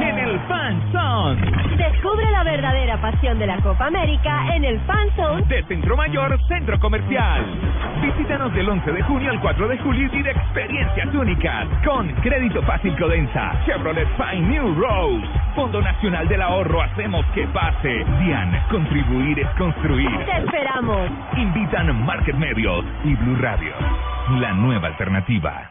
Speaker 3: en el Fan Zone.
Speaker 10: Descubre la verdadera pasión de la Copa América en el Fan Zone
Speaker 3: De Centro Mayor, Centro Comercial. Visítanos del 11 de junio al 4 de julio y de experiencias únicas. Con Crédito Fácil Codensa, Chevrolet Fine New Rose, Fondo Nacional del Ahorro, hacemos que pase. DIAN, contribuir es construir.
Speaker 10: Te esperamos.
Speaker 3: Invitan Market Medios y Blue Radio, la nueva alternativa.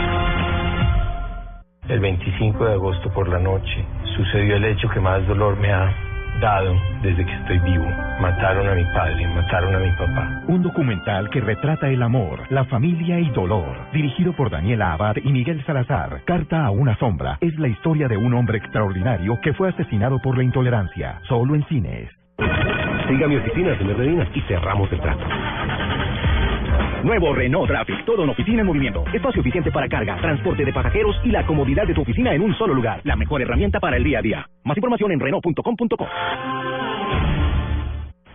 Speaker 22: El 25 de agosto por la noche sucedió el hecho que más dolor me ha dado desde que estoy vivo. Mataron a mi padre, mataron a mi papá.
Speaker 23: Un documental que retrata el amor, la familia y dolor. Dirigido por Daniela Abad y Miguel Salazar, Carta a una sombra es la historia de un hombre extraordinario que fue asesinado por la intolerancia, solo en cines.
Speaker 9: Siga mi oficina, señor Medina, y cerramos el trato.
Speaker 12: Nuevo Renault Traffic, todo en oficina en movimiento. Espacio eficiente para carga, transporte de pasajeros y la comodidad de tu oficina en un solo lugar. La mejor herramienta para el día a día. Más información en Renault.com.co.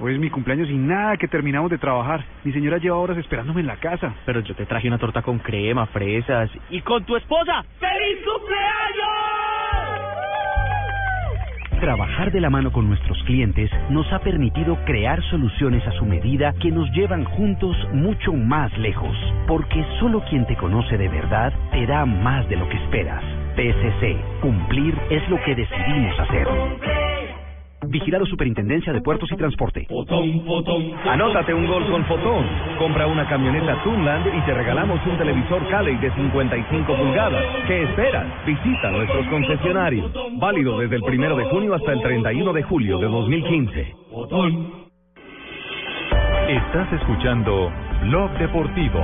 Speaker 24: Hoy es mi cumpleaños y nada que terminamos de trabajar. Mi señora lleva horas esperándome en la casa. Pero yo te traje una torta con crema, fresas.
Speaker 4: y con tu esposa. ¡Feliz cumpleaños!
Speaker 25: Trabajar de la mano con nuestros clientes nos ha permitido crear soluciones a su medida que nos llevan juntos mucho más lejos, porque solo quien te conoce de verdad te da más de lo que esperas. PSC, cumplir es lo que decidimos hacer. Vigilado Superintendencia de Puertos y Transporte.
Speaker 26: Anótate un gol con Fotón. Compra una camioneta Tunland y te regalamos un televisor Cali de 55 pulgadas. ¿Qué esperas? Visita nuestros concesionarios. Válido desde el 1 de junio hasta el 31 de julio de 2015.
Speaker 1: Estás escuchando Blog Deportivo.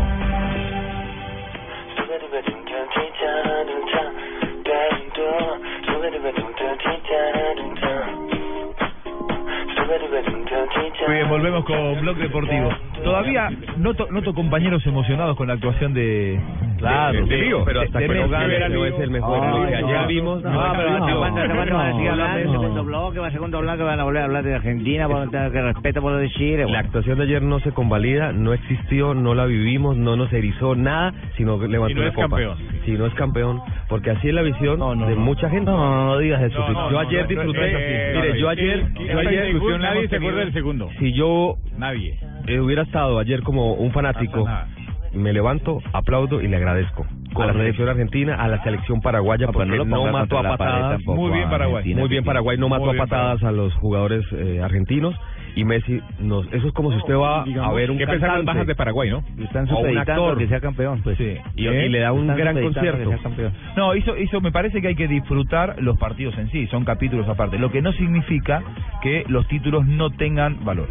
Speaker 6: Muy bien, volvemos con Blog Deportivo. Todavía noto, noto compañeros emocionados con la actuación de...
Speaker 9: Claro,
Speaker 6: de, de Lío.
Speaker 9: pero hasta
Speaker 6: De-
Speaker 9: que
Speaker 6: de
Speaker 9: no
Speaker 6: Messi.
Speaker 9: gane no es el mejor.
Speaker 6: Ay,
Speaker 9: Ayer
Speaker 6: no.
Speaker 9: vimos...
Speaker 17: No, pero no, aguanta, aguanta,
Speaker 9: no,
Speaker 17: van a seguir
Speaker 9: no,
Speaker 17: hablando
Speaker 9: no.
Speaker 17: en segundo bloque, va a segundo bloque, van a volver a hablar de Argentina, van a tener que respeto por lo de Chile.
Speaker 9: La
Speaker 17: bueno.
Speaker 9: actuación de ayer no se convalida, no existió, no la vivimos, no nos erizó nada, sino que levantó
Speaker 17: Si no
Speaker 9: la
Speaker 17: es
Speaker 9: copa.
Speaker 17: campeón.
Speaker 9: Si no es campeón, porque así es la visión de mucha gente. No, no, digas eso.
Speaker 7: No, no,
Speaker 9: yo
Speaker 7: no,
Speaker 9: ayer
Speaker 7: no,
Speaker 9: disfruté,
Speaker 7: no, no, no, no,
Speaker 9: mire,
Speaker 7: no,
Speaker 9: yo
Speaker 7: no,
Speaker 9: ayer,
Speaker 7: no, no,
Speaker 9: yo
Speaker 7: no,
Speaker 9: ayer
Speaker 7: esta discusión nadie se acuerda del segundo.
Speaker 9: Si yo
Speaker 7: Nadie.
Speaker 9: eh, hubiera estado ayer como un fanático,
Speaker 6: Ah, pues
Speaker 9: me levanto, aplaudo y le agradezco. A la selección argentina, a la selección paraguaya, porque
Speaker 6: Ah, pues
Speaker 9: no,
Speaker 6: no lo pongas
Speaker 9: mató a
Speaker 6: contra la pared
Speaker 9: patadas.
Speaker 6: tampoco Muy bien a Paraguay. Argentina,
Speaker 9: Muy bien
Speaker 6: sí.
Speaker 9: Paraguay, no
Speaker 6: Muy
Speaker 9: mató a
Speaker 6: bien
Speaker 9: patadas a los jugadores eh, argentinos. Y Messi, nos, eso es como si usted va a ver un
Speaker 16: ¿Qué pensar las
Speaker 9: cantante
Speaker 16: bajas de Paraguay, no?
Speaker 9: Están O un actor.
Speaker 6: sea campeón, pues. Sí.
Speaker 9: y, y le da un
Speaker 6: Están
Speaker 9: gran
Speaker 6: supeditando que
Speaker 9: concierto.
Speaker 6: sea campeón. No, eso, eso me parece que hay que disfrutar los partidos en sí, son capítulos aparte, lo que no significa que los títulos no tengan valor.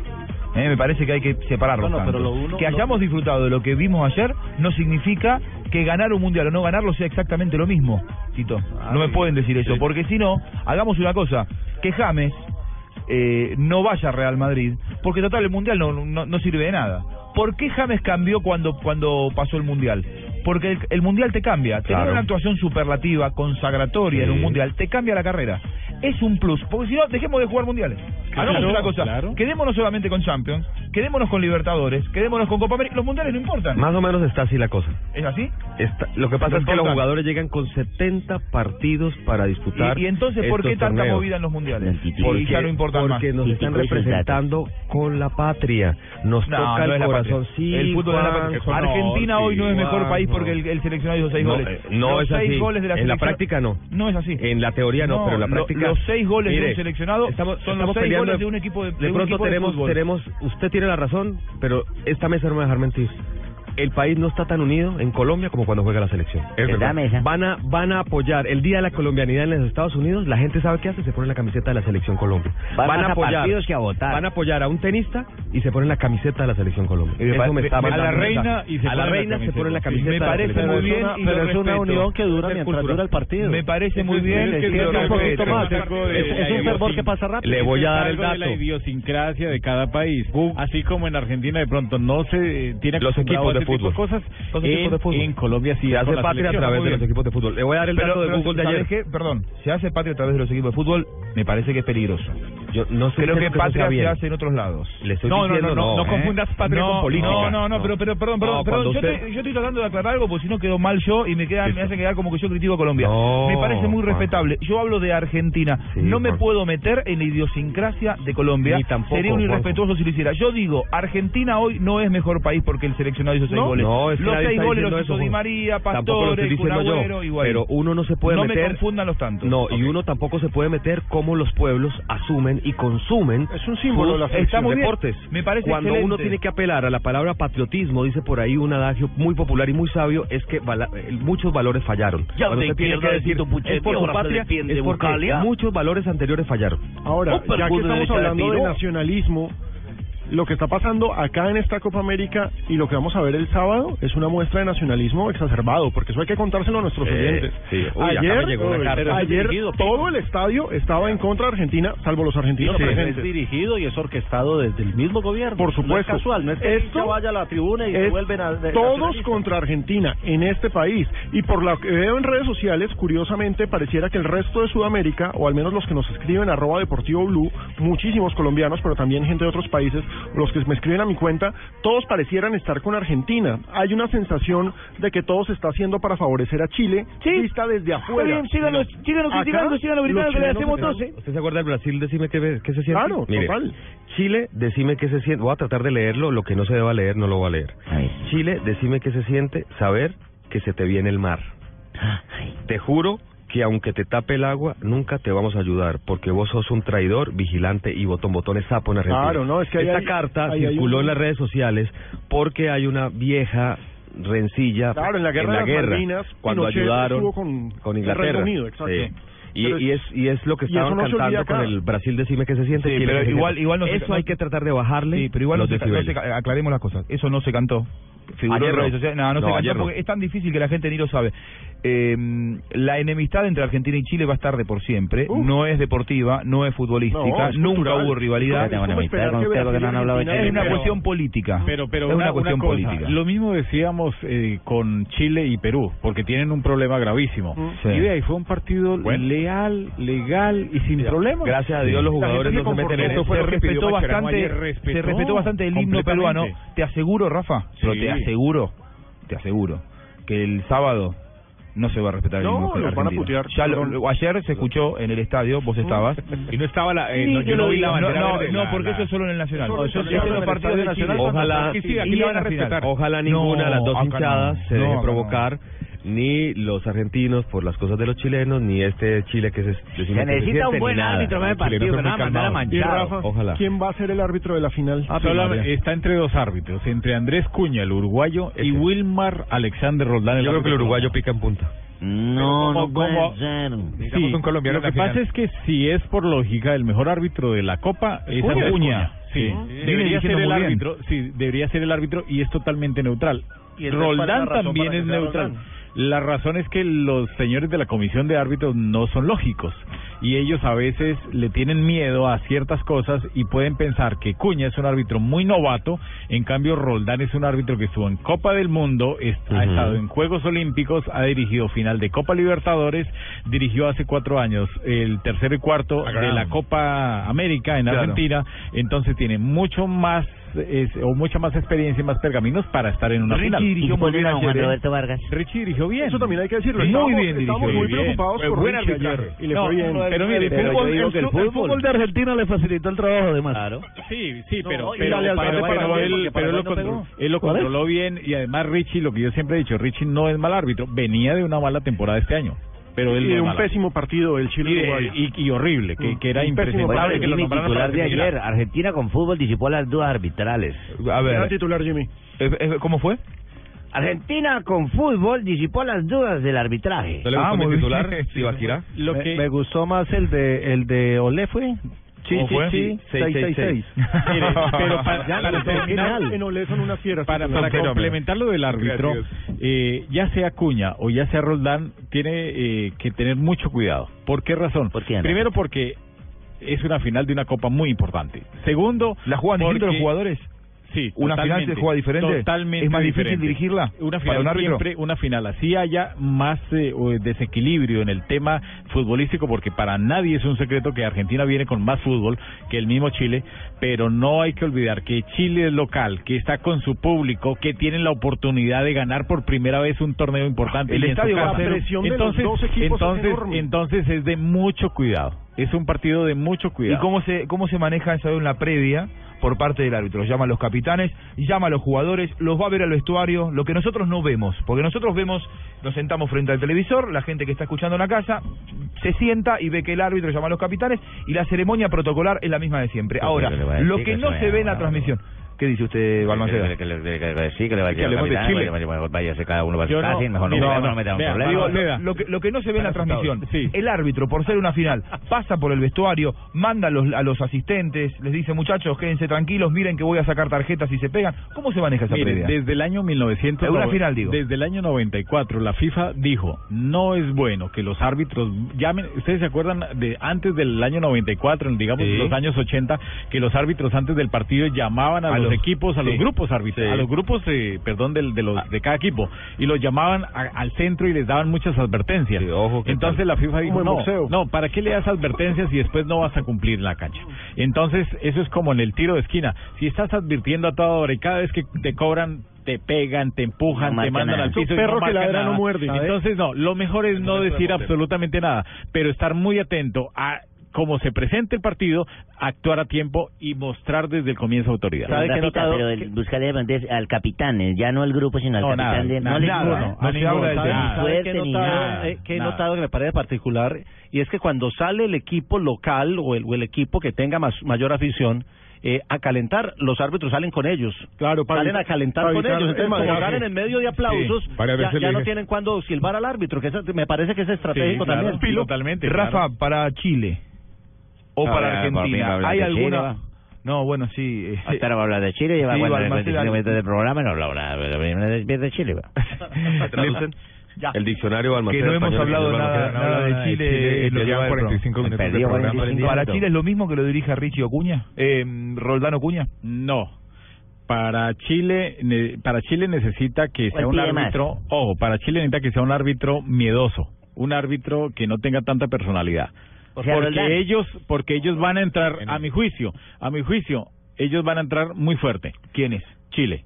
Speaker 6: Eh, me parece que hay que separarlos.
Speaker 12: Bueno,
Speaker 6: tanto.
Speaker 12: pero lo uno-
Speaker 6: que hayamos disfrutado de lo que vimos ayer no significa que ganar un mundial o no ganarlo sea exactamente lo mismo, Tito.
Speaker 9: Ah,
Speaker 6: no me pueden decir eso, porque si no, hagamos una cosa, que James eh, no vaya a Real Madrid, porque total el mundial no, no, no sirve de nada. ¿Por qué James cambió cuando cuando pasó el mundial? Porque el, el mundial te cambia. Tener
Speaker 9: Claro.
Speaker 6: una actuación superlativa, consagratoria en un
Speaker 9: Sí.
Speaker 6: mundial, te cambia la carrera. Es un plus, porque si no, dejemos de jugar mundiales.
Speaker 9: Claro,
Speaker 6: Hagamos una cosa,
Speaker 9: claro.
Speaker 6: quedémonos solamente con Champions, quedémonos con Libertadores, quedémonos con Copa América. Los mundiales no importan.
Speaker 9: Más o menos está así la cosa.
Speaker 6: ¿Es así?
Speaker 9: Está- lo que pasa
Speaker 6: No
Speaker 9: es que los
Speaker 6: importa.
Speaker 9: jugadores llegan con 70 partidos para disputar.
Speaker 6: Y, y entonces, ¿por qué
Speaker 9: estos
Speaker 6: tanta
Speaker 9: torneos?
Speaker 6: movida en los mundiales?
Speaker 9: Porque,
Speaker 6: y ya no importan más.
Speaker 9: porque nos están representando con la patria. Nos
Speaker 6: No,
Speaker 9: toca
Speaker 6: no es
Speaker 9: el
Speaker 6: la
Speaker 9: corazón.
Speaker 6: patria.
Speaker 9: Sí,
Speaker 6: el fútbol es la
Speaker 9: Juan,
Speaker 6: patria.
Speaker 9: Juan,
Speaker 6: Argentina
Speaker 9: sí,
Speaker 6: hoy no es mejor
Speaker 9: Juan,
Speaker 6: país
Speaker 9: no.
Speaker 6: porque el, el seleccionado hizo seis
Speaker 9: No,
Speaker 6: goles.
Speaker 9: eh, no
Speaker 6: Los
Speaker 9: es
Speaker 6: seis
Speaker 9: así.
Speaker 6: goles de la
Speaker 9: en la
Speaker 6: selección-
Speaker 9: práctica no.
Speaker 6: No es así.
Speaker 9: En la teoría no,
Speaker 6: No,
Speaker 9: pero en la
Speaker 6: lo-
Speaker 9: práctica.
Speaker 6: los seis goles de
Speaker 9: Mire,
Speaker 6: un seleccionado
Speaker 9: estamos,
Speaker 6: son los
Speaker 9: estamos
Speaker 6: seis
Speaker 9: peleando
Speaker 6: goles de un equipo de- de
Speaker 9: de
Speaker 6: un
Speaker 9: pronto
Speaker 6: equipo de
Speaker 9: tenemos,
Speaker 6: fútbol.
Speaker 9: tenemos. Usted tiene la razón, pero esta mesa no me va a dejar mentir. El país no está tan unido en Colombia como cuando juega la selección.
Speaker 17: Es verdad, mesa.
Speaker 9: Van a, van a apoyar el día de la colombianidad en los Estados Unidos. La gente sabe qué hace, se pone la camiseta de la selección Colombia.
Speaker 17: Van más a
Speaker 9: apoyar,
Speaker 17: partidos que a votar.
Speaker 9: van a apoyar a un tenista y se ponen la camiseta de la selección Colombia.
Speaker 6: me
Speaker 9: Eso
Speaker 6: pare-
Speaker 9: me está
Speaker 6: me- a
Speaker 9: mandando
Speaker 6: la
Speaker 9: un
Speaker 6: reina
Speaker 9: mensaje.
Speaker 6: y se
Speaker 9: a la
Speaker 6: ponen la
Speaker 9: reina se
Speaker 6: camiseta.
Speaker 9: pone la
Speaker 6: Sí,
Speaker 9: camiseta.
Speaker 6: me
Speaker 9: de la
Speaker 6: parece
Speaker 9: selección.
Speaker 6: muy bien y lo respeto. Es cultura. Me parece muy bien.
Speaker 7: Pues Es que
Speaker 6: lo
Speaker 7: es un poquito
Speaker 6: respeto.
Speaker 7: más, es como de-
Speaker 6: Es un fervor que pasa rápido.
Speaker 7: Le voy a dar el
Speaker 6: Algo de
Speaker 7: dato.
Speaker 6: la
Speaker 7: la idiosincrasia de cada país. Así como en Argentina de pronto no se eh, tiene
Speaker 9: Los equipos de fútbol.
Speaker 7: cosas.
Speaker 9: Los equipos de fútbol.
Speaker 7: En Colombia sí
Speaker 9: Se
Speaker 7: es
Speaker 9: hace
Speaker 7: con la
Speaker 9: patria a
Speaker 7: selección,
Speaker 9: través
Speaker 7: muy
Speaker 9: de los
Speaker 7: bien.
Speaker 9: equipos de fútbol. Le voy a dar el
Speaker 6: Pero-
Speaker 9: dato de
Speaker 6: pero,
Speaker 9: Google de
Speaker 6: ¿sabes
Speaker 9: ayer.
Speaker 6: qué? Perdón, se hace patria a través de los equipos de fútbol, me parece que es peligroso.
Speaker 9: Yo no sé
Speaker 6: Creo
Speaker 9: si
Speaker 6: que
Speaker 9: eso
Speaker 6: patria
Speaker 9: está bien.
Speaker 6: se hace en otros lados.
Speaker 9: Le estoy
Speaker 6: no,
Speaker 9: diciendo
Speaker 6: no, no, no,
Speaker 9: no, ¿eh?
Speaker 6: confundas patria
Speaker 9: No,
Speaker 6: con política.
Speaker 9: no, no, no, pero- pero- perdón, perdón, perdón,
Speaker 6: yo,
Speaker 9: yo
Speaker 6: estoy,
Speaker 9: estoy-
Speaker 6: tratando de aclarar algo porque si no quedó mal yo y me, queda, me hace quedar como que yo critico a Colombia.
Speaker 9: No,
Speaker 6: me parece muy
Speaker 9: Juan.
Speaker 6: respetable. Yo hablo de Argentina.
Speaker 9: Sí,
Speaker 6: no me
Speaker 9: Juan.
Speaker 6: puedo meter en la idiosincrasia de Colombia.
Speaker 9: Ni tampoco,
Speaker 6: Sería un
Speaker 9: Juanjo.
Speaker 6: irrespetuoso si lo hiciera. Yo digo, Argentina hoy no es mejor país porque el seleccionado hizo seis
Speaker 9: No,
Speaker 6: Pues goles.
Speaker 9: no, es que
Speaker 6: los
Speaker 9: nadie
Speaker 6: seis
Speaker 9: está
Speaker 6: goles
Speaker 9: diciendo
Speaker 6: los
Speaker 9: eso,
Speaker 6: hizo Di
Speaker 9: Juan.
Speaker 6: María,
Speaker 9: Tampoco lo estoy
Speaker 6: Pastore, Kun
Speaker 9: diciendo
Speaker 6: Agüero,
Speaker 9: yo,
Speaker 6: Higuaín.
Speaker 9: pero uno no se puede
Speaker 6: No me
Speaker 9: meter.
Speaker 6: confundan los tantos.
Speaker 9: No, y uno tampoco se puede meter cómo los pueblos asumen y consumen
Speaker 15: Es un símbolo
Speaker 9: sus
Speaker 15: la selección.
Speaker 6: Está muy bien.
Speaker 9: deportes.
Speaker 6: Me parece
Speaker 9: Cuando uno
Speaker 6: excelente.
Speaker 9: tiene que apelar a la palabra patriotismo, dice por ahí un adagio muy popular y muy sabio, es que vala- eh, muchos valores fallaron.
Speaker 25: Ya
Speaker 9: Cuando
Speaker 25: te
Speaker 9: usted tiene que
Speaker 25: pierdas,
Speaker 9: decir
Speaker 25: Tito Puchetti,
Speaker 9: es por su
Speaker 25: ahora se
Speaker 9: patria,
Speaker 25: defiende
Speaker 9: es porque
Speaker 25: Bucalia.
Speaker 9: muchos valores anteriores fallaron.
Speaker 15: Ahora,
Speaker 9: Oh, pero
Speaker 15: ya que
Speaker 9: fútbol
Speaker 15: estamos
Speaker 9: derecha de
Speaker 15: hablando de
Speaker 9: tiro.
Speaker 15: nacionalismo, lo que está pasando acá en esta Copa América y lo que vamos a ver el sábado es una muestra de nacionalismo exacerbado, porque eso hay que contárselo a nuestros
Speaker 9: Eh,
Speaker 15: oyentes.
Speaker 9: sí. Uy, acá
Speaker 15: ayer,
Speaker 9: me llegó una
Speaker 15: uy,
Speaker 9: carta.
Speaker 15: pero ayer
Speaker 9: es dirigido,
Speaker 15: todo el estadio estaba en contra de Argentina, salvo los argentinos
Speaker 12: Sí, pero es
Speaker 15: presentes.
Speaker 12: dirigido y es orquestado desde el mismo gobierno.
Speaker 15: Por
Speaker 12: No es
Speaker 15: supuesto.
Speaker 12: casual, no es que el hincha
Speaker 15: Esto
Speaker 12: vaya a la tribuna y se
Speaker 15: es
Speaker 12: vuelven a... de-
Speaker 15: todos
Speaker 12: nacionalistas.
Speaker 15: contra Argentina en este país. Y por lo que veo en redes sociales, curiosamente pareciera que el resto de Sudamérica, o al menos los que nos escriben arroba deportivo blue, muchísimos colombianos, pero también gente de otros países, los que me escriben a mi cuenta, todos parecieran estar con Argentina. Hay una sensación de que todo se está haciendo para favorecer a Chile, vista desde afuera.
Speaker 27: bien, síganlo, síganlo
Speaker 15: Acá,
Speaker 27: criticando, síganlo gritando,
Speaker 15: los
Speaker 27: que le
Speaker 15: chilenos
Speaker 27: hacemos
Speaker 15: están-
Speaker 27: doce.
Speaker 9: ¿Usted se acuerda del Brasil? Decime qué, ve- qué se siente.
Speaker 15: Claro,
Speaker 9: Mire,
Speaker 15: total.
Speaker 9: Chile, decime qué se siente. Voy a tratar de leerlo. Lo que no se deba leer, no lo voy a leer. Chile, decime qué se siente saber que se te viene el mar. Te juro que aunque te tape el agua, nunca te vamos a ayudar, porque vos sos un traidor, vigilante y botón botones sapo en Argentina.
Speaker 15: Claro, no, es que ahí
Speaker 9: Esta
Speaker 15: hay-
Speaker 9: carta
Speaker 15: ahí hay
Speaker 9: circuló
Speaker 15: un-
Speaker 9: en las redes sociales porque hay una vieja rencilla
Speaker 15: Claro, en la guerra de las
Speaker 9: guerra,
Speaker 15: Malvinas,
Speaker 9: cuando
Speaker 15: Pinochet
Speaker 9: ayudaron
Speaker 15: estuvo con-
Speaker 9: con
Speaker 15: el Reino
Speaker 9: Inglaterra.
Speaker 15: Unido, exacto.
Speaker 9: sí. Y, y es y es lo que
Speaker 15: y eso
Speaker 9: estaban
Speaker 15: no se olvida
Speaker 9: cantando
Speaker 15: acá.
Speaker 9: con el Brasil decime que se siente
Speaker 6: Sí,
Speaker 9: Chile
Speaker 6: pero
Speaker 9: que se
Speaker 6: igual,
Speaker 9: siente.
Speaker 6: igual no se-
Speaker 9: eso
Speaker 6: no-
Speaker 9: hay que tratar de bajarle
Speaker 6: Sí, pero igual no
Speaker 9: los
Speaker 6: se, ca- no
Speaker 9: decibeles.
Speaker 6: se ca- aclaremos las cosas. Eso no se cantó. Figuró
Speaker 9: Ayer
Speaker 6: en
Speaker 9: no.
Speaker 6: redes sociales. No, no,
Speaker 9: No,
Speaker 6: se cantó
Speaker 9: ayer no.
Speaker 6: porque es tan difícil que la gente ni lo sabe. Eh, la enemistad entre Argentina y Chile va a estar de por siempre. No es deportiva, no es
Speaker 7: No,
Speaker 6: futbolística,
Speaker 7: es
Speaker 6: nunca
Speaker 7: cultural.
Speaker 6: hubo rivalidad.
Speaker 7: Es como- es como esperar que Brasil y Argentina-
Speaker 6: Es una
Speaker 7: Pero-
Speaker 6: cuestión política.
Speaker 7: Pero, pero
Speaker 6: es
Speaker 7: una,
Speaker 6: una cuestión
Speaker 7: una cosa,
Speaker 6: política.
Speaker 7: Lo mismo decíamos eh, con Chile y Perú, porque tienen un problema gravísimo.
Speaker 6: Sí.
Speaker 7: Y de ahí fue un partido leal, legal y sin problemas.
Speaker 9: gracias a Dios los jugadores no se meten en eso.
Speaker 7: eso.
Speaker 6: se
Speaker 9: fue lo que pidió
Speaker 6: respetó
Speaker 9: Mascherano
Speaker 6: bastante,
Speaker 9: ayer, respetó
Speaker 6: se respetó bastante el himno peruano.
Speaker 9: completamente.
Speaker 6: Te aseguro, Rafa, pero
Speaker 9: Sí.
Speaker 6: te aseguro, te aseguro que el sábado no se va a respetar
Speaker 15: No,
Speaker 6: el himno
Speaker 15: los van a
Speaker 6: argentino.
Speaker 15: putear,
Speaker 6: Ya lo- lo- ayer se escuchó en el estadio, vos estabas.
Speaker 18: Y no estaba la.
Speaker 15: eh, no, yo no vi la bandera
Speaker 6: No,
Speaker 15: verde,
Speaker 6: no,
Speaker 15: la-
Speaker 6: porque
Speaker 15: la-
Speaker 6: eso es solo en el Nacional.
Speaker 15: Eso es
Speaker 6: Eso es
Speaker 15: solo
Speaker 6: en
Speaker 15: en
Speaker 6: los
Speaker 15: el
Speaker 6: partidos de
Speaker 15: Nacional.
Speaker 6: Nacional.
Speaker 9: Ojalá,
Speaker 6: cuando- y en la final.
Speaker 9: ojalá ninguna de las dos
Speaker 6: No, acá no.
Speaker 9: hinchadas se
Speaker 6: No,
Speaker 9: deje
Speaker 6: acá no.
Speaker 9: provocar, ni los argentinos por las cosas de los chilenos, ni este Chile que se, decime que
Speaker 15: necesita
Speaker 9: siente,
Speaker 15: un
Speaker 9: ni
Speaker 15: buen
Speaker 9: nada.
Speaker 15: árbitro en ese
Speaker 9: Los chilenos
Speaker 15: partido,
Speaker 9: son muy
Speaker 15: que nada, mandar a
Speaker 9: calmados.
Speaker 15: manchar. Y Rafa,
Speaker 9: Ojalá.
Speaker 15: ¿Quién va a ser el árbitro de la final?
Speaker 9: Ah, pues,
Speaker 7: Solo está entre dos árbitros, entre Andrés Cuña, el uruguayo, y Wilmar Alexander Roldán. El
Speaker 9: Yo creo que el
Speaker 7: árbitro
Speaker 9: uruguayo pica en punta.
Speaker 7: No,
Speaker 9: no puede
Speaker 7: Sí,
Speaker 9: Digamos un colombiano
Speaker 7: lo
Speaker 9: en
Speaker 7: que
Speaker 9: la
Speaker 7: pasa
Speaker 9: final.
Speaker 7: es que si es por lógica el mejor árbitro de la Copa es
Speaker 9: Cuña.
Speaker 7: Andrés
Speaker 9: Cuña.
Speaker 7: Cuña. Sí.
Speaker 9: Sí. Viene
Speaker 7: Debería ser
Speaker 9: dirigiendo
Speaker 7: el
Speaker 9: muy bien.
Speaker 7: árbitro, sí, debería ser el árbitro y es totalmente neutral.
Speaker 9: Y entonces, ¿cuál es la
Speaker 7: Roldán
Speaker 9: razón
Speaker 7: también
Speaker 9: para
Speaker 7: es
Speaker 9: que sea
Speaker 7: neutral.
Speaker 9: Roldán?
Speaker 7: La razón es que los señores de la comisión de árbitros no son lógicos y ellos a veces le tienen miedo a ciertas cosas y pueden pensar que Cuña es un árbitro muy novato, en cambio Roldán es un árbitro que estuvo en Copa del Mundo, es- ha
Speaker 9: Ujú.
Speaker 7: estado en Juegos Olímpicos, ha dirigido final de Copa Libertadores, dirigió hace cuatro años el tercero y
Speaker 17: Ah,
Speaker 7: cuarto de la Copa América en
Speaker 6: Claro.
Speaker 7: Argentina, entonces tiene mucho más es- o mucha más experiencia y más pergaminos para estar en una
Speaker 17: Richie
Speaker 7: final.
Speaker 17: dirigió Y muy ponen bien a Juan ayer, ¿eh? Roberto
Speaker 7: Vargas. Richie dirigió bien. Eso
Speaker 15: también hay que decirlo.
Speaker 7: muy
Speaker 15: Estábamos-
Speaker 7: bien dirigió.
Speaker 15: estábamos muy preocupados
Speaker 7: Fue
Speaker 15: por
Speaker 7: buen
Speaker 15: Richie
Speaker 7: arbitraje.
Speaker 15: ayer, y le
Speaker 7: No,
Speaker 15: fue bien.
Speaker 7: Pero mire,
Speaker 15: Pero yo
Speaker 7: fútbol-
Speaker 15: digo
Speaker 7: el
Speaker 15: que el
Speaker 7: fútbol- el
Speaker 15: fútbol-
Speaker 7: fútbol
Speaker 18: de Argentina le facilitó el trabajo, además. Claro.
Speaker 7: Sí, sí, pero,
Speaker 18: y
Speaker 7: pero,
Speaker 18: la lealtad
Speaker 7: pero-
Speaker 18: de
Speaker 7: pero
Speaker 18: Paraguay,
Speaker 7: él, pero él
Speaker 18: porque
Speaker 7: lo,
Speaker 18: Paraguay no
Speaker 7: contro-
Speaker 18: pegó.
Speaker 7: él lo
Speaker 18: ¿Cuál es?
Speaker 7: controló bien y además Richie, lo que yo siempre he dicho, Richie no es mal árbitro, venía de una mala temporada este año. Pero él
Speaker 15: Y
Speaker 7: no es
Speaker 15: un
Speaker 7: mal
Speaker 15: pésimo partido el Mm,
Speaker 7: árbitro. Y, de-
Speaker 15: Chile-Uruguay.
Speaker 7: y- y horrible, que, que era impresentable que lo
Speaker 17: mi
Speaker 7: nombraran
Speaker 17: titular
Speaker 7: para
Speaker 17: de
Speaker 7: que
Speaker 17: ayer,
Speaker 7: siguiera.
Speaker 17: Argentina con fútbol disipó las dudas arbitrales.
Speaker 6: A ver. Era
Speaker 15: titular Jimmy.
Speaker 6: ¿Cómo fue?
Speaker 17: Argentina con fútbol disipó las dudas del arbitraje.
Speaker 9: ¿No le gustó mi [LAUGHS] titular? Ibaquirá.
Speaker 18: Lo que... me, gustó más el de el de Olé fue. Sí,
Speaker 9: ¿Cómo
Speaker 18: sí,
Speaker 9: fue?
Speaker 18: sí,
Speaker 9: Sí,
Speaker 18: 666.
Speaker 12: [LAUGHS]
Speaker 9: 666.
Speaker 7: Mire, pero para-
Speaker 15: Ya
Speaker 7: para
Speaker 15: la
Speaker 7: terminar,
Speaker 15: final en Olé son unas fieras.
Speaker 7: para, para complementar lo del árbitro,
Speaker 15: Creativos.
Speaker 7: eh, ya sea Cuña o ya sea Roldán, tiene eh, que tener mucho cuidado. ¿Por qué razón? Primero porque es una final de una copa muy importante. Segundo,
Speaker 6: ¿La juegan distinto
Speaker 7: porque-
Speaker 6: los jugadores?
Speaker 7: Sí,
Speaker 6: ¿Una final
Speaker 7: totalmente,
Speaker 6: se juega diferente?
Speaker 7: Totalmente.
Speaker 6: ¿Es más difícil
Speaker 7: diferente.
Speaker 6: dirigirla para
Speaker 7: Una final
Speaker 6: un árbitro?
Speaker 7: siempre, una final así haya más eh, o desequilibrio en el tema futbolístico, porque para nadie es un secreto que Argentina viene con más fútbol que el mismo Chile, pero no hay que olvidar que Chile es local, que está con su público, que tienen la oportunidad de ganar por primera vez un torneo importante.
Speaker 6: El
Speaker 7: y en su
Speaker 6: estadio va a
Speaker 7: casa.
Speaker 6: ser- La presión de los
Speaker 7: entonces,
Speaker 6: dos equipos es
Speaker 7: entonces,
Speaker 6: enorme.
Speaker 7: entonces es de mucho cuidado. Es un partido de mucho
Speaker 6: ¿Y
Speaker 7: cuidado.
Speaker 6: cómo se, cómo se maneja eso en la previa por parte del árbitro? Llama a los capitanes, llama a los jugadores, los va a ver al vestuario, lo que nosotros no vemos, porque nosotros vemos, nos sentamos frente al televisor, la gente que está escuchando en la casa se sienta y ve que el árbitro llama a los capitanes y la ceremonia protocolar es la misma de siempre.
Speaker 17: Sí,
Speaker 6: Ahora,
Speaker 17: pero le voy a decir
Speaker 6: lo
Speaker 17: que
Speaker 6: que no
Speaker 17: se
Speaker 6: se ve en
Speaker 17: vaya,
Speaker 6: la transmisión, ¿qué dice usted, Balmaceda?
Speaker 17: Que le- que le- que le- Sí, que le va a
Speaker 6: Que
Speaker 17: llevar
Speaker 6: hablemos de
Speaker 17: capitán,
Speaker 6: Chile.
Speaker 17: que le vaya- vaya a ser cada uno para su
Speaker 6: Yo
Speaker 17: casa y mejor no
Speaker 6: mira,
Speaker 17: metamos- no metamos
Speaker 6: vea,
Speaker 17: problemas.
Speaker 6: digo, lo, lo que, lo que no se ve en la
Speaker 17: Están
Speaker 6: transmisión, el árbitro, por ser una final, pasa por el vestuario, manda a los, a los asistentes, les dice, muchachos, quédense tranquilos, miren que voy a sacar tarjetas y se pegan. ¿Cómo se maneja esa
Speaker 7: Mire,
Speaker 6: previa?
Speaker 7: desde el año 1900
Speaker 6: Una final, digo.
Speaker 7: desde el año 94 la FIFA dijo no es bueno que los árbitros llamen ustedes se acuerdan de antes del año 94 digamos
Speaker 6: Sí.
Speaker 7: los años 80 que los árbitros antes del partido llamaban a,
Speaker 6: A los
Speaker 7: los equipos, a los grupos árbitros, a los grupos, eh, perdón, del- de,
Speaker 6: Ah.
Speaker 7: los, de cada equipo. Y los llamaban a- al centro y les daban muchas advertencias. Entonces la FIFA dijo,
Speaker 15: Como en
Speaker 7: no,
Speaker 15: boxeo.
Speaker 7: no, ¿para qué le das advertencias y después no vas a cumplir en la cancha? Entonces eso es como en el tiro de esquina. Si estás advirtiendo a toda hora y cada vez que te cobran te pegan, te empujan,
Speaker 15: No
Speaker 7: te
Speaker 15: marca
Speaker 7: mandan
Speaker 15: nada.
Speaker 7: al
Speaker 15: Es un
Speaker 7: piso. y
Speaker 15: perro que
Speaker 7: marca
Speaker 15: ladra,
Speaker 7: nada.
Speaker 15: no muerde.
Speaker 7: Entonces, no, lo mejor es no decir absolutamente nada, pero estar muy atento a cómo se presente el partido, actuar a tiempo y mostrar desde el comienzo autoridad.
Speaker 17: ¿Sabe que pero el, buscarle mandés al capitán, eh, ya no al grupo, sino al
Speaker 7: No,
Speaker 17: capitán.
Speaker 7: nada,
Speaker 17: de,
Speaker 7: nada,
Speaker 17: no le
Speaker 10: ¿eh?
Speaker 7: nada,
Speaker 17: ninguno,
Speaker 7: no
Speaker 17: no
Speaker 7: se
Speaker 17: ninguno,
Speaker 7: habla de
Speaker 17: ¿sabe?
Speaker 7: nada.
Speaker 17: Ni fuerte
Speaker 12: ¿Sabe qué he
Speaker 17: ni
Speaker 12: notado,
Speaker 17: nada.
Speaker 12: eh, qué he
Speaker 17: Nada.
Speaker 12: notado que me parece particular? Y es que cuando sale el equipo local o el, o el equipo que tenga más, mayor afición, eh, a calentar, los árbitros salen con ellos. Claro,
Speaker 15: para
Speaker 12: Salen
Speaker 15: evi-
Speaker 12: a calentar
Speaker 15: para
Speaker 12: con
Speaker 15: evitar
Speaker 12: ellos. Entonces,
Speaker 15: el
Speaker 12: como
Speaker 15: masaje.
Speaker 12: ganan en medio de aplausos,
Speaker 15: Sí, varias
Speaker 12: ya,
Speaker 15: veces
Speaker 12: ya
Speaker 15: le
Speaker 12: no
Speaker 15: dije.
Speaker 12: tienen cuando silbar al árbitro, que eso- me parece que es estratégico
Speaker 6: claro,
Speaker 12: también.
Speaker 6: Pilo, Rafa, para Chile o
Speaker 12: Ah,
Speaker 6: para
Speaker 17: por mí va a
Speaker 6: Argentina,
Speaker 17: hablar
Speaker 6: ¿hay
Speaker 17: de
Speaker 6: alguna?
Speaker 17: Chile,
Speaker 6: No, bueno, sí. eh, [LAUGHS]
Speaker 17: Hasta ahora va a hablar de Chile, lleva
Speaker 6: Sí,
Speaker 17: cuando
Speaker 6: va, más de la-
Speaker 17: minutos de programa, no habla nada, pero primero de- de Chile. va.
Speaker 9: Traducen. El diccionario
Speaker 6: Que
Speaker 9: Balmaceda
Speaker 6: no hemos
Speaker 9: español,
Speaker 6: hablado
Speaker 9: español,
Speaker 6: nada,
Speaker 9: Balmaceda, no
Speaker 6: nada
Speaker 9: habla
Speaker 6: de Chile. en lo
Speaker 9: ya
Speaker 6: que va
Speaker 9: llevan
Speaker 6: del
Speaker 9: 45
Speaker 6: programa.
Speaker 9: minutos de programa.
Speaker 6: ¿Para Chile es lo mismo que lo dirija Richie Ocuña? Eh, ¿Roldán Ocuña?
Speaker 7: No. Para Chile, ne- para Chile necesita que sea
Speaker 6: ¿Cuál
Speaker 7: un
Speaker 6: pide más?
Speaker 7: árbitro, ojo, para Chile necesita que sea un árbitro miedoso, un árbitro que no tenga tanta personalidad.
Speaker 17: O sea, Roldán.
Speaker 7: porque ellos, porque ellos van a entrar, a mi juicio, a mi juicio, ellos van a entrar muy fuerte. ¿Quiénes? Chile.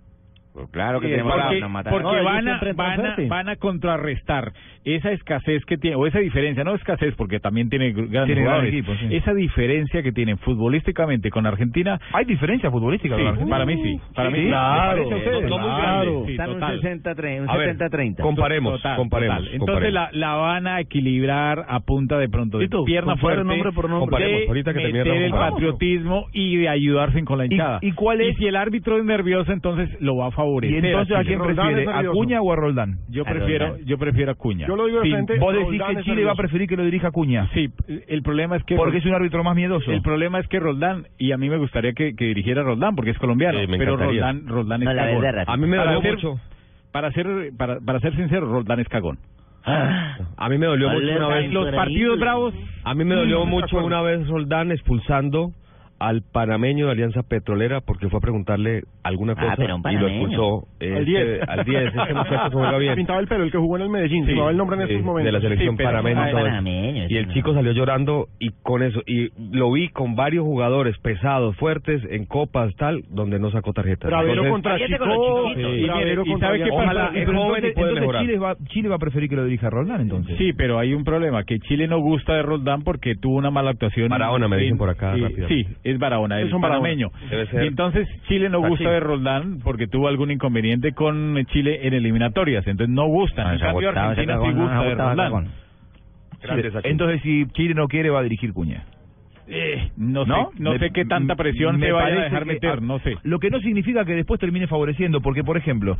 Speaker 17: Claro que
Speaker 7: Sí,
Speaker 17: tenemos
Speaker 7: porque,
Speaker 17: nos mataron.
Speaker 7: porque
Speaker 17: No, ellos
Speaker 7: van, a,
Speaker 17: siempre entran
Speaker 7: van, a,
Speaker 17: fuerte.
Speaker 7: van a contrarrestar esa escasez que tiene, o esa diferencia, no escasez porque también tiene gr- grandes
Speaker 6: Tiene gran
Speaker 7: jugadores,
Speaker 6: equipo, sí.
Speaker 7: esa diferencia que tienen futbolísticamente con Argentina.
Speaker 6: Hay diferencia futbolística
Speaker 7: Sí,
Speaker 6: con Argentina.
Speaker 7: para mí sí, para
Speaker 6: Sí,
Speaker 7: mí sí.
Speaker 6: claro,
Speaker 7: ¿Les parece a ustedes?
Speaker 6: son muy
Speaker 7: Claro.
Speaker 6: grandes, sí,
Speaker 7: Están un
Speaker 6: total.
Speaker 17: 60-30, un
Speaker 7: A ver,
Speaker 17: 70-30.
Speaker 9: comparemos,
Speaker 7: Total,
Speaker 9: comparemos,
Speaker 7: total. Entonces
Speaker 9: comparemos.
Speaker 7: la, la van a equilibrar a punta de pronto de pierna
Speaker 9: compare
Speaker 7: fuerte,
Speaker 9: nombre por nombre. Comparemos,
Speaker 7: de
Speaker 9: ahorita que termine
Speaker 7: meter
Speaker 9: la
Speaker 7: el
Speaker 9: comparamos.
Speaker 7: patriotismo y de ayudarse con la hinchada.
Speaker 6: ¿Y cuál es?
Speaker 7: si el árbitro es nervioso, entonces lo va a
Speaker 6: ¿Y
Speaker 7: favorecer.
Speaker 6: entonces a
Speaker 7: Chile.
Speaker 6: quién prefiere? ¿A Acuña o a Roldán?
Speaker 7: Yo prefiero, yo prefiero a Cuña.
Speaker 6: Yo lo digo de frente, vos decís
Speaker 7: Roldán
Speaker 6: que
Speaker 7: es
Speaker 6: Chile va a
Speaker 7: nervioso.
Speaker 6: preferir que lo dirija Acuña.
Speaker 7: Sí, el problema es que...
Speaker 6: Porque es un árbitro más miedoso.
Speaker 7: El problema es que Roldán, y a mí me gustaría que, que dirigiera Roldán, porque es colombiano,
Speaker 6: Sí, me
Speaker 7: pero
Speaker 6: encantaría.
Speaker 7: Roldán, Roldán es
Speaker 6: No, la
Speaker 7: cagón.
Speaker 6: verdad, Rafa. A mí me
Speaker 7: Para
Speaker 6: dolió
Speaker 7: ser-
Speaker 6: mucho.
Speaker 7: Para ser, para, para ser sincero, Roldán es cagón.
Speaker 9: A mí me dolió mucho una vez.
Speaker 7: Los partidos bravos...
Speaker 9: A mí me dolió mucho una vez Roldán expulsando al panameño de Alianza Petrolera porque fue a preguntarle alguna cosa
Speaker 15: Ah, pero un
Speaker 9: y lo
Speaker 15: panameño.
Speaker 9: expulsó eh,
Speaker 15: Al 10.
Speaker 9: este, al 10.
Speaker 15: [LAUGHS]
Speaker 9: Este muchacho que juega bien.
Speaker 15: Pintaba el pelo, el que jugó en el Medellín.
Speaker 9: Sí,
Speaker 15: se me va el nombre en estos
Speaker 9: eh,
Speaker 15: momentos.
Speaker 9: de la selección panameña. todo eso. y el chico salió llorando y con eso y lo vi con varios jugadores pesados, fuertes en copas tal, donde no sacó tarjeta. Entonces- Sí. Ojalá es joven y puede mejorar.
Speaker 6: Chile va, Chile va a preferir que lo dirija Roldán, entonces.
Speaker 7: Sí, pero hay un problema, que Chile no gusta de Roldán porque tuvo una mala actuación.
Speaker 9: Barahona, me
Speaker 7: en-
Speaker 9: dicen por acá,
Speaker 7: Sí,
Speaker 9: rápidamente.
Speaker 7: sí, es Barahona,
Speaker 9: Sí,
Speaker 7: es
Speaker 9: son
Speaker 7: un
Speaker 9: Barahona.
Speaker 7: panameño.
Speaker 9: Debe ser
Speaker 7: Y entonces Chile no
Speaker 9: Brasil.
Speaker 7: gusta de Roldán porque tuvo algún inconveniente con Chile en eliminatorias, entonces no gustan. en
Speaker 6: se ha
Speaker 7: cambio,
Speaker 6: agotado, se
Speaker 7: Argentina
Speaker 6: ha
Speaker 7: sí
Speaker 6: agotado,
Speaker 7: gusta
Speaker 6: se ha
Speaker 7: de
Speaker 6: agotado,
Speaker 7: Roldán.
Speaker 6: cagón. Sí, Entonces, si Chile no quiere, va a dirigir Cuña.
Speaker 7: Eh, no,
Speaker 6: ¿No?
Speaker 7: sé, no
Speaker 6: Me-
Speaker 7: sé qué tanta presión
Speaker 6: me
Speaker 7: se vaya a
Speaker 6: parece
Speaker 7: dejar
Speaker 6: que-
Speaker 7: meter, no sé.
Speaker 6: Lo que no significa que después termine favoreciendo, porque, por ejemplo,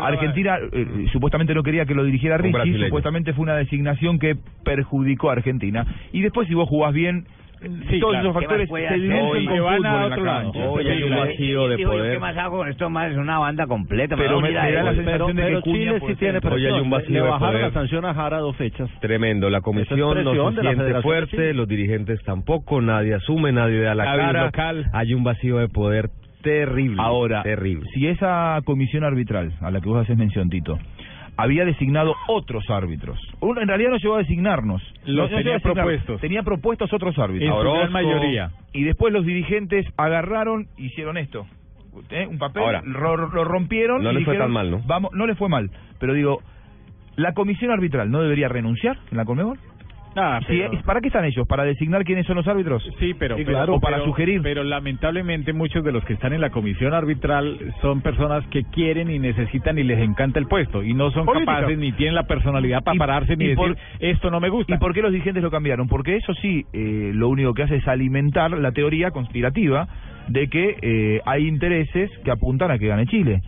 Speaker 6: Argentina eh, supuestamente no quería que lo dirigiera
Speaker 9: Un
Speaker 6: Richie,
Speaker 9: brasileño.
Speaker 6: supuestamente fue una designación que perjudicó a Argentina. Y después, si vos jugás bien, todos
Speaker 17: claro.
Speaker 6: esos factores
Speaker 17: ¿Qué más puede
Speaker 6: se
Speaker 17: hacer?
Speaker 6: diluyen
Speaker 17: Hoy
Speaker 6: con
Speaker 17: se van
Speaker 6: fútbol
Speaker 17: a
Speaker 6: en la
Speaker 17: otro lado.
Speaker 6: cancha.
Speaker 17: Hoy hay un vacío de poder. hago con esto más? Es una banda completa.
Speaker 6: Pero me- me da la
Speaker 12: Pero,
Speaker 6: sensación de
Speaker 12: pero
Speaker 6: que Cuña
Speaker 12: Chile
Speaker 6: puede
Speaker 12: sí
Speaker 6: ser.
Speaker 12: tiene
Speaker 9: Hoy hay
Speaker 12: presión.
Speaker 9: un vacío
Speaker 12: Le
Speaker 9: de
Speaker 12: bajaron
Speaker 9: poder.
Speaker 12: la sanción a Jara a dos fechas.
Speaker 9: Tremendo, la comisión no
Speaker 12: presión
Speaker 9: se
Speaker 12: de la
Speaker 9: siente
Speaker 12: Federación
Speaker 9: fuerte, los dirigentes tampoco, nadie asume, nadie da la
Speaker 6: Nadie
Speaker 9: cara.
Speaker 6: local.
Speaker 9: Hay un vacío de poder terrible.
Speaker 6: Ahora,
Speaker 9: terrible.
Speaker 6: si esa comisión arbitral a la que vos haces mención, Tito, había designado otros árbitros. Uno, en realidad no llegó a designarnos.
Speaker 7: Los
Speaker 6: No- no
Speaker 7: tenía
Speaker 6: llegó a designar.
Speaker 7: propuestos.
Speaker 6: Tenía propuestos otros árbitros.
Speaker 7: En su gran Orozco. mayoría.
Speaker 6: Y después los dirigentes agarraron, hicieron esto. ¿Eh? Un papel,
Speaker 9: Ahora.
Speaker 6: lo, lo rompieron.
Speaker 9: No
Speaker 6: y
Speaker 9: les fue
Speaker 6: dijeron,
Speaker 9: tan mal, ¿no?
Speaker 6: Vamos, no les fue mal. Pero digo, ¿la comisión arbitral no debería renunciar en la Conmebol?
Speaker 7: Ah,
Speaker 6: Si
Speaker 7: pero-
Speaker 6: es- ¿Para qué están ellos? ¿Para designar quiénes son los árbitros?
Speaker 7: Sí, pero,
Speaker 6: Sí,
Speaker 7: pero-
Speaker 6: claro,
Speaker 7: o
Speaker 6: para
Speaker 7: pero-
Speaker 6: sugerir.
Speaker 7: Pero lamentablemente muchos de los que están en la comisión arbitral son personas que quieren y necesitan y les encanta el puesto y no son
Speaker 6: Política.
Speaker 7: capaces ni tienen la personalidad para pararse ni
Speaker 6: y
Speaker 7: decir
Speaker 6: por-
Speaker 7: esto no me gusta.
Speaker 6: ¿Y por qué los dirigentes lo cambiaron? Porque eso sí, eh, lo único que hace es alimentar la teoría conspirativa de que eh, hay intereses que apuntan a que gane Chile.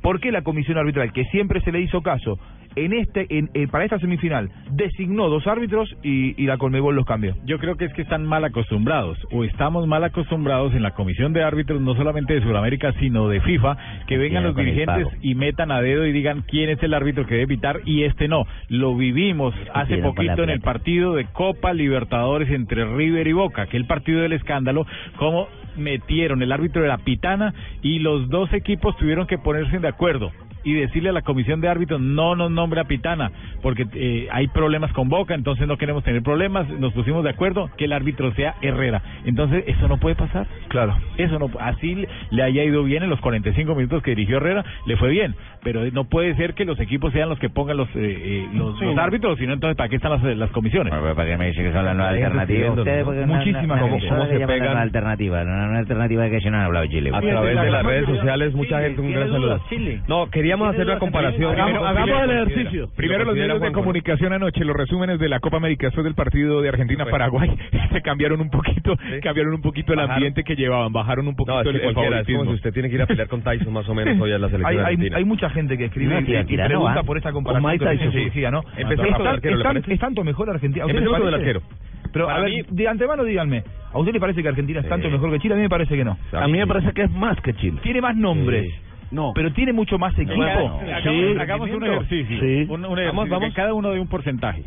Speaker 6: ¿Por qué la comisión arbitral, que siempre se le hizo caso, en este, en, eh, para esta semifinal designó dos árbitros y, y la Colmebol los cambió?
Speaker 7: Yo creo que es que están mal acostumbrados, o estamos mal acostumbrados en la comisión de árbitros, no solamente de Sudamérica, sino de FIFA, que vengan
Speaker 9: Tiene
Speaker 7: los
Speaker 9: con el
Speaker 7: dirigentes
Speaker 9: pago.
Speaker 7: y metan a dedo y digan quién es el árbitro que debe evitar y este no. Lo vivimos hace
Speaker 9: con la
Speaker 7: poquito en el partido de Copa Libertadores entre River y Boca, aquel partido del escándalo, como metieron el árbitro de la pitana y los dos equipos tuvieron que ponerse de acuerdo y decirle a la comisión de árbitros no nos nombre a pitana porque eh, hay problemas con Boca, entonces no queremos tener problemas, nos pusimos de acuerdo que el árbitro sea Herrera. Entonces, eso no puede pasar. Claro. Eso no así le haya ido bien en los 45 minutos que dirigió Herrera, le fue bien, pero no puede ser que los equipos sean los que pongan los eh, eh, los,
Speaker 6: Sí.
Speaker 7: los árbitros, sino entonces para qué están las, las comisiones.
Speaker 17: ¿Para qué me dice que son las nuevas
Speaker 7: Ahí
Speaker 17: alternativas?
Speaker 7: recibiendo,
Speaker 17: Ustedes,
Speaker 7: ¿no?
Speaker 17: porque no-
Speaker 7: Muchísimas
Speaker 17: no- no-
Speaker 7: cómo-
Speaker 17: no
Speaker 7: cómo
Speaker 17: le
Speaker 7: se
Speaker 17: llaman las
Speaker 7: pegan.
Speaker 17: nuevas alternativas, no, no, una alternativa de que si no han hablado de Chile.
Speaker 9: A través de las redes sociales, mucha gente, un gran saludo. No, queríamos hacer una comparación.
Speaker 16: Primero los medios de comunicación anoche, los resúmenes de la Copa América después del partido de Argentina-Paraguay, [LAUGHS] se cambiaron un poquito, cambiaron un poquito el ambiente que llevaban, bajaron un poquito
Speaker 9: No, es
Speaker 16: el,
Speaker 9: que
Speaker 16: el
Speaker 9: cualquiera, es como
Speaker 16: favoritismo.
Speaker 9: si usted tiene que ir a pelear con Tyson más o menos hoy a la selección
Speaker 6: Mm. Hay, hay-
Speaker 9: argentina.
Speaker 6: hay mucha gente que escribe
Speaker 9: No,
Speaker 6: y-
Speaker 9: tira,
Speaker 6: y
Speaker 9: tira, no,
Speaker 6: pregunta
Speaker 9: ¿ah?
Speaker 6: por esa
Speaker 9: Con
Speaker 6: comparación
Speaker 9: Mike
Speaker 6: que
Speaker 9: Tyson.
Speaker 6: sí, sí, ¿no?
Speaker 9: Empecemos
Speaker 6: Es
Speaker 9: con el
Speaker 6: tan-
Speaker 9: arquero, ¿le
Speaker 6: es tan-
Speaker 9: parece?
Speaker 6: es tanto mejor Argentina. ¿A usted le
Speaker 9: Empecemos con el
Speaker 6: parece? Pero a
Speaker 9: Para
Speaker 6: ver,
Speaker 9: mí-
Speaker 6: de antemano díganme, ¿a usted le parece que Argentina es tanto mejor que Chile? A mí me parece que no.
Speaker 8: A mí me parece que es más que Chile.
Speaker 6: Tiene más nombres.
Speaker 8: No.
Speaker 6: Pero tiene mucho más equipo.
Speaker 7: Hagamos,
Speaker 6: Sí.
Speaker 7: hagamos un ejercicio.
Speaker 6: Sí.
Speaker 7: Un, un ejercicio
Speaker 6: Vamos, vamos.
Speaker 7: que cada uno de un porcentaje.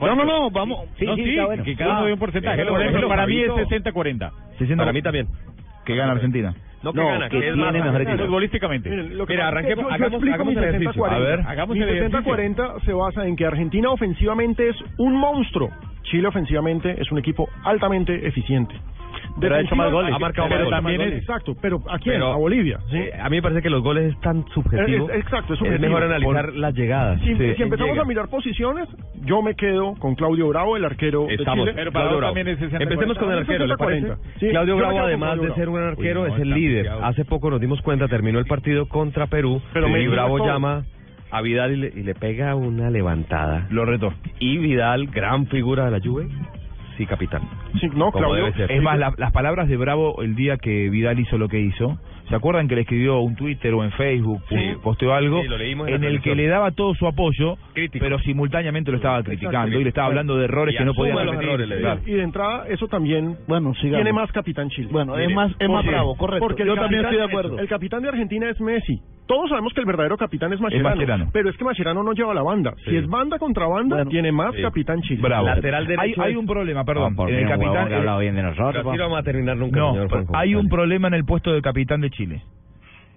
Speaker 6: No, no, no,
Speaker 7: vamos.
Speaker 6: Sí,
Speaker 7: no,
Speaker 6: sí,
Speaker 7: sí,
Speaker 6: está bueno.
Speaker 7: que cada uno de un porcentaje.
Speaker 6: Déjelo,
Speaker 7: Por ejemplo,
Speaker 6: déjelo,
Speaker 7: para mí es
Speaker 6: Fabito.
Speaker 7: 60-40.
Speaker 6: Para mí
Speaker 9: también.
Speaker 6: Que gana Argentina.
Speaker 9: No, que gana, que es más
Speaker 7: futbolísticamente.
Speaker 9: Mira, arranquemos, hagamos,
Speaker 15: explico
Speaker 9: hagamos
Speaker 15: mi
Speaker 9: el ejercicio.
Speaker 15: 60-40.
Speaker 9: A ver,
Speaker 15: mi 60-40 se basa en que Argentina ofensivamente es un monstruo. Chile ofensivamente es un equipo altamente eficiente.
Speaker 9: Pero ha hecho más
Speaker 15: Defensiva-
Speaker 9: goles. Ha marcado
Speaker 15: pero
Speaker 9: más goles.
Speaker 15: también es- Exacto, pero ¿a quién? a Bolivia. ¿sí?
Speaker 9: Eh, A mí me parece que los goles es tan subjetivo.
Speaker 15: Es- es- exacto, es
Speaker 9: Es
Speaker 15: subjetivo.
Speaker 9: mejor analizar
Speaker 15: Por-
Speaker 9: las llegadas.
Speaker 15: Si,
Speaker 9: Sí.
Speaker 15: si empezamos
Speaker 9: Llega.
Speaker 15: a mirar posiciones, yo me quedo con Claudio Bravo, el arquero
Speaker 9: Estamos.
Speaker 15: de Chile.
Speaker 9: Claudio Bravo. Empecemos con el arquero, ¿le parece?
Speaker 15: 60-40. Sí, yo
Speaker 9: Claudio
Speaker 15: me
Speaker 9: Bravo,
Speaker 15: quedo con
Speaker 9: además
Speaker 15: Claudio
Speaker 9: de
Speaker 15: Bravo.
Speaker 9: ser un gran arquero,
Speaker 15: Uy, no,
Speaker 9: es el
Speaker 15: está
Speaker 9: líder.
Speaker 15: pillado.
Speaker 9: Hace poco nos dimos cuenta, terminó el partido contra Perú.
Speaker 15: Pero
Speaker 9: y
Speaker 15: Medellín
Speaker 9: Bravo
Speaker 15: marcó.
Speaker 9: llama a Vidal y le, y le pega una levantada.
Speaker 6: Lo retó.
Speaker 9: Y Vidal, gran figura de la Juve, sí capitán.
Speaker 15: Sí,
Speaker 9: Como
Speaker 15: no,
Speaker 6: Claudio,
Speaker 9: debe ser.
Speaker 6: Es más, la- las palabras de Bravo el día que Vidal hizo lo que hizo, ¿se acuerdan que le escribió un Twitter o en Facebook, o posteó algo,
Speaker 9: Sí, lo leímos en
Speaker 6: en,
Speaker 9: la
Speaker 6: el que
Speaker 9: televisión.
Speaker 6: le daba todo su apoyo, pero simultáneamente lo estaba criticando y le estaba hablando de errores que no podía repetir. Claro.
Speaker 15: Y de entrada, eso también
Speaker 8: bueno,
Speaker 15: tiene más capitán Chile.
Speaker 8: Bueno, es más- es más
Speaker 15: Porque-
Speaker 8: bravo, correcto.
Speaker 15: Porque el
Speaker 8: Yo también
Speaker 15: capitán-
Speaker 8: estoy de acuerdo.
Speaker 15: El capitán de Argentina es Messi. Todos sabemos que el verdadero capitán es Mascherano,
Speaker 6: Mascherano.
Speaker 15: pero es que Mascherano no lleva la banda.
Speaker 6: Sí.
Speaker 15: Si es banda contra banda, tiene más
Speaker 6: Sí.
Speaker 15: capitán Chile.
Speaker 6: Bravo. hay, hay un problema, perdón.
Speaker 17: Ah, por
Speaker 6: en
Speaker 17: mí,
Speaker 6: el
Speaker 17: un
Speaker 6: capitán.
Speaker 17: huevón que ha hablado bien de nosotros, Pero así
Speaker 9: no vamos a terminar nunca,
Speaker 6: No,
Speaker 9: señor Juanjo.
Speaker 6: hay un problema en el puesto de capitán de Chile.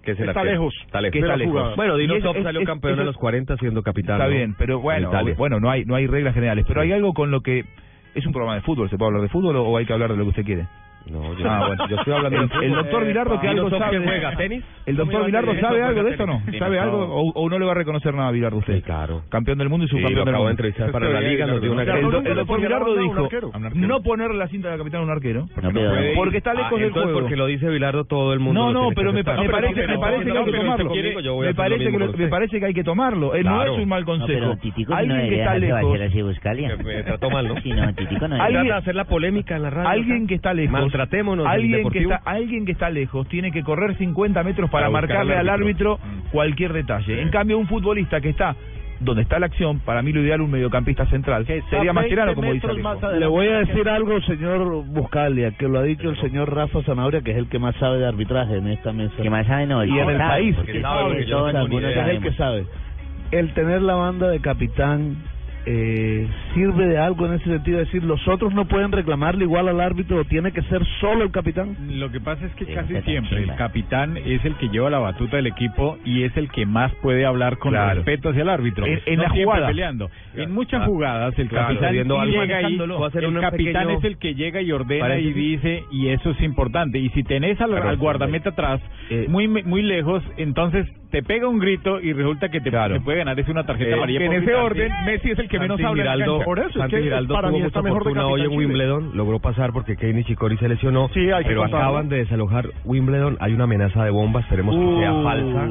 Speaker 9: Que es el
Speaker 6: Está
Speaker 9: arquero.
Speaker 6: lejos.
Speaker 9: Está lejos.
Speaker 6: Que está lejos.
Speaker 9: Bueno,
Speaker 6: Y
Speaker 9: Dino
Speaker 6: es-
Speaker 9: Top
Speaker 6: es-
Speaker 9: salió
Speaker 6: es-
Speaker 9: campeón
Speaker 6: eso-
Speaker 9: a los 40 siendo capitán.
Speaker 6: Está
Speaker 9: ¿no?
Speaker 6: bien, pero bueno,
Speaker 9: En Italia.
Speaker 6: bueno, no hay no hay reglas generales, pero hay algo con lo que es un programa de fútbol, se puede hablar de fútbol o hay que hablar de lo que usted quiere.
Speaker 9: No,
Speaker 6: yo- yo estoy hablando de
Speaker 9: el,
Speaker 6: fútbol.
Speaker 9: el doctor Vilardo que
Speaker 6: Eh,
Speaker 9: algo
Speaker 6: Dino Top
Speaker 9: sabe.
Speaker 6: que juega, ¿tenis? El doctor Bilardo sabe algo de esto o no? ¿Sabe algo o, o no le va a reconocer nada a Bilardo usted? claro. Campeón del mundo y
Speaker 9: Sí, lo
Speaker 6: subcampeón del
Speaker 9: acabo
Speaker 6: mundo.
Speaker 9: de entrevistar para la liga, nos dio una-
Speaker 6: El, do-
Speaker 9: Nunca
Speaker 6: el
Speaker 9: le
Speaker 6: doctor
Speaker 9: pondrá
Speaker 6: Bilardo
Speaker 9: banda a un
Speaker 6: dijo
Speaker 9: arquero. A un arquero.
Speaker 6: no ponerle la cinta de capitán a un arquero
Speaker 9: puede ir.
Speaker 6: porque está lejos
Speaker 9: Ah,
Speaker 6: del
Speaker 9: entonces
Speaker 6: juego.
Speaker 9: porque lo dice Bilardo todo el mundo.
Speaker 6: No,
Speaker 9: lo
Speaker 6: no,
Speaker 9: tiene
Speaker 6: pero
Speaker 9: que
Speaker 6: me,
Speaker 9: aceptar. No,
Speaker 6: me
Speaker 9: pero
Speaker 6: parece,
Speaker 9: no,
Speaker 6: me
Speaker 9: pero no,
Speaker 6: parece que hay que
Speaker 9: pero usted
Speaker 6: tomarlo.
Speaker 9: conmigo, yo voy a
Speaker 6: Me
Speaker 9: hacer lo
Speaker 6: parece que
Speaker 9: mismo
Speaker 6: lo-
Speaker 9: con usted.
Speaker 6: me parece que hay que tomarlo. Eh,
Speaker 9: Claro.
Speaker 6: No es un mal consejo.
Speaker 17: pero Titico no
Speaker 6: Alguien que
Speaker 17: debería
Speaker 6: está
Speaker 17: dejarse
Speaker 6: lejos.
Speaker 17: vaciar así Buscalia.
Speaker 9: Me trató mal, ¿no?
Speaker 17: Pues Sí, no, Titico no
Speaker 6: Alguien-
Speaker 17: debería.
Speaker 9: hacer la polémica en la radio.
Speaker 6: Alguien que está lejos.
Speaker 9: Maltratémonos en
Speaker 6: Alguien que,
Speaker 9: Deportivo.
Speaker 6: está, alguien que está lejos tiene que correr 50 metros para,
Speaker 9: Para buscar
Speaker 6: marcarle
Speaker 9: al
Speaker 6: al
Speaker 9: árbitro. Mm.
Speaker 6: árbitro cualquier detalle. En cambio, un futbolista que está donde está la acción, para mí lo ideal un mediocampista central. Sería Mascherano, como dice Alejo.
Speaker 8: Le voy a decir algo, señor Buscalia, que lo ha dicho el señor Rafa Zanahoria, que es el que más sabe de arbitraje en esta mesa. Que
Speaker 17: más sabe, no, el
Speaker 8: y
Speaker 17: que
Speaker 8: en el
Speaker 17: sabe,
Speaker 8: país.
Speaker 17: porque
Speaker 8: que
Speaker 17: sabe,
Speaker 8: sabe,
Speaker 17: porque todos
Speaker 8: que sabe,
Speaker 17: algunos
Speaker 8: que es el que
Speaker 17: sabemos.
Speaker 8: sabe. El tener la banda de capitán eh, sirve de algo en ese sentido, es decir, los otros no pueden reclamarle igual al árbitro, tiene que ser solo el capitán.
Speaker 7: Lo que pasa es que
Speaker 8: que
Speaker 7: casi
Speaker 8: te
Speaker 7: siempre
Speaker 8: chila.
Speaker 7: el capitán es el que lleva la batuta del equipo y es el que más puede hablar con
Speaker 6: Claro.
Speaker 7: respeto hacia el árbitro.
Speaker 6: En- en
Speaker 7: No
Speaker 6: la
Speaker 7: siempre
Speaker 6: jugada.
Speaker 7: peleando.
Speaker 6: Claro,
Speaker 7: en muchas
Speaker 3: Ah.
Speaker 6: claro.
Speaker 7: jugadas el
Speaker 6: Claro,
Speaker 7: capitán
Speaker 6: viendo
Speaker 7: sí
Speaker 6: algo,
Speaker 7: llega ahí.
Speaker 6: manejándolo. Voy a hacer
Speaker 7: El
Speaker 6: un
Speaker 7: capitán
Speaker 6: pequeño
Speaker 7: es el que llega y ordena y
Speaker 6: paréntesis.
Speaker 7: dice y eso es importante. Y si tenés al, al guardameta atrás muy muy lejos, entonces te pega un grito y resulta que te, te puede ganar es una tarjeta
Speaker 16: Eh,
Speaker 7: amarilla.
Speaker 16: que en
Speaker 7: por
Speaker 16: ese
Speaker 7: gritarte.
Speaker 16: orden, Messi es el que menos
Speaker 9: Santi
Speaker 16: habla. en la
Speaker 9: Giraldo,
Speaker 16: cancha.
Speaker 9: Santi Giraldo tuvo mucha fortuna hoy en Wimbledon, logró pasar porque Kane Chicori se lesionó,
Speaker 15: hay que
Speaker 9: pero
Speaker 15: contarlo.
Speaker 9: acaban de desalojar Wimbledon, hay una amenaza de bomba, esperemos que sea
Speaker 15: Uh.
Speaker 9: falsa.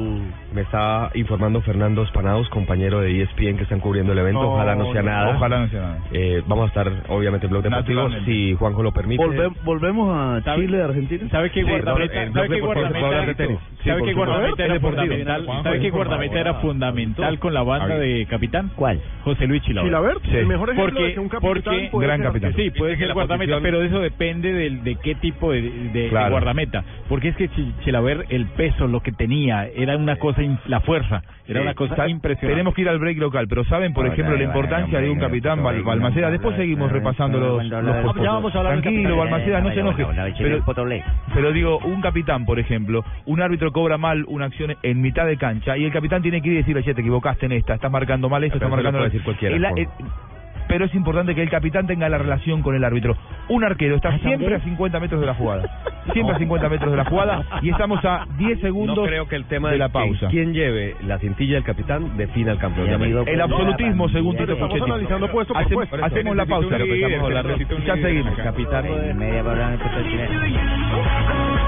Speaker 9: Me está informando Fernando Espanados, compañero de E ESPN que están cubriendo el evento, ojalá no sea nada.
Speaker 6: Ojalá no sea nada.
Speaker 9: Eh, vamos a estar obviamente en Blog Deportivo
Speaker 6: Naturalmente.
Speaker 9: si Juanjo lo permite.
Speaker 8: Volve- volvemos a Chile, Argentina. eh,
Speaker 7: ¿Sabe qué
Speaker 9: Sí,
Speaker 7: guardameta?
Speaker 9: el
Speaker 7: ¿Sabe
Speaker 9: doble
Speaker 7: qué
Speaker 9: por favor,
Speaker 7: guardameta?
Speaker 9: hablar de
Speaker 7: era-
Speaker 9: tenis. Sí,
Speaker 7: ¿Sabe
Speaker 9: por
Speaker 7: qué
Speaker 9: supuesto.
Speaker 7: guardameta era
Speaker 9: Es deportivo.
Speaker 7: fundamental?
Speaker 9: Juanjo,
Speaker 7: ¿Sabe
Speaker 9: es por
Speaker 7: qué
Speaker 9: favor.
Speaker 7: guardameta era fundamental con la banda de capitán?
Speaker 17: ¿Cuál?
Speaker 7: José Luis Chilabert.
Speaker 15: Chilabert, el mejor ejemplo
Speaker 7: porque,
Speaker 15: de que un capitán
Speaker 7: porque-
Speaker 15: puede Gran ser
Speaker 6: capitán.
Speaker 7: Sí, puede
Speaker 6: Dice que
Speaker 7: ser
Speaker 6: la
Speaker 7: guardameta,
Speaker 6: posición-
Speaker 7: pero eso depende del, de qué tipo de, de- de
Speaker 6: Claro.
Speaker 7: guardameta. Porque es que Chi- Chilaver, el peso, lo que tenía, era una cosa in- la fuerza. Era una cosa
Speaker 6: Sa-
Speaker 7: impresionante.
Speaker 6: Tenemos que ir al break local, pero saben, por ejemplo, la importancia de un capitán Bal- Balmaceda. Después seguimos repasando los. los
Speaker 10: Ah, ya vamos a hablar del
Speaker 6: Tranquilo,
Speaker 10: capitán.
Speaker 6: Balmaceda, no se
Speaker 10: Bueno,
Speaker 6: enoje.
Speaker 10: bueno, bueno,
Speaker 6: Pero-
Speaker 10: el potolé.
Speaker 6: Pero digo, un capitán, por ejemplo, un árbitro cobra mal una acción en mitad de cancha y el capitán tiene que ir y decirle, che, te equivocaste en esta, estás marcando mal esto,
Speaker 9: Pero
Speaker 6: estás
Speaker 9: eso lo
Speaker 6: marcando
Speaker 9: puede
Speaker 6: mal.
Speaker 9: decir cualquiera,
Speaker 6: El a-
Speaker 9: Juan.
Speaker 6: eh, pero es importante que el capitán tenga la relación con el árbitro. Un arquero
Speaker 9: ¿Ah,
Speaker 6: está siempre a 50 metros de la jugada. Siempre a 50 metros de la jugada y estamos a 10 segundos
Speaker 9: Oh. No creo que el tema
Speaker 6: de la
Speaker 9: que
Speaker 6: pausa.
Speaker 9: Quién lleve la cintilla del capitán define al campeón.
Speaker 6: Mi
Speaker 9: de
Speaker 6: amigo, pues,
Speaker 9: América.
Speaker 6: el absolutismo, según Tito
Speaker 9: Estamos
Speaker 6: Puchetti.
Speaker 9: analizando puesto por
Speaker 6: Hace-
Speaker 9: puesto.
Speaker 6: Hacemos la pausa,
Speaker 9: Necesito un líder,
Speaker 6: empezamos a hablar.
Speaker 9: necesito un
Speaker 6: Ya
Speaker 9: líder
Speaker 6: seguimos.
Speaker 9: acá.
Speaker 6: Capitán.
Speaker 10: En media palabra, en potolé chileno.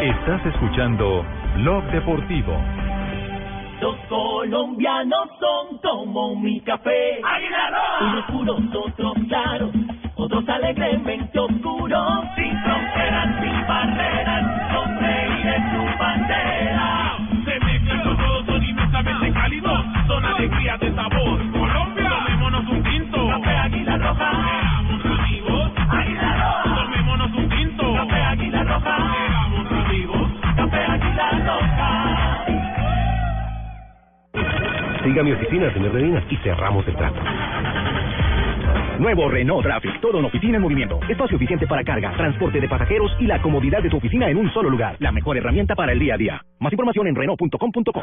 Speaker 1: Estás escuchando Blog Deportivo.
Speaker 4: Los colombianos son como mi café. Unos puros, otros claros, otros alegremente oscuros. Sin fronteras, sin barreras, son reyes su bandera. Se mezclan con todos, son inmensamente cálidos, son alegría de sabor. Colombia, tomémonos un tinto. Café Águila Roja. Seamos amigos. Águila Roja. Tomémonos un tinto. Café Águila Roja. Seamos amigos. Café Águila Roja.
Speaker 28: Siga mi oficina, señor Medina, y cerramos el trato.
Speaker 29: Nuevo Renault Traffic, todo en oficina en movimiento. Espacio eficiente para carga, transporte de pasajeros y la comodidad de tu oficina en un solo lugar. La mejor herramienta para el día a día. Más información en Renault.com.co.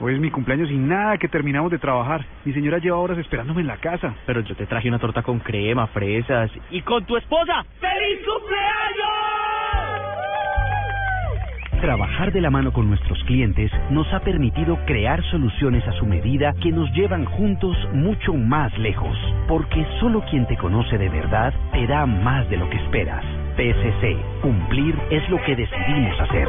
Speaker 30: Hoy es mi cumpleaños y nada que terminamos de trabajar. Mi señora lleva horas esperándome en la casa. Pero yo te traje una torta con crema, fresas.
Speaker 4: y con tu esposa. ¡Feliz cumpleaños!
Speaker 25: Trabajar de la mano con nuestros clientes nos ha permitido crear soluciones a su medida que nos llevan juntos mucho más lejos, porque solo quien te conoce de verdad te da más de lo que esperas. PSC, cumplir es lo que decidimos hacer.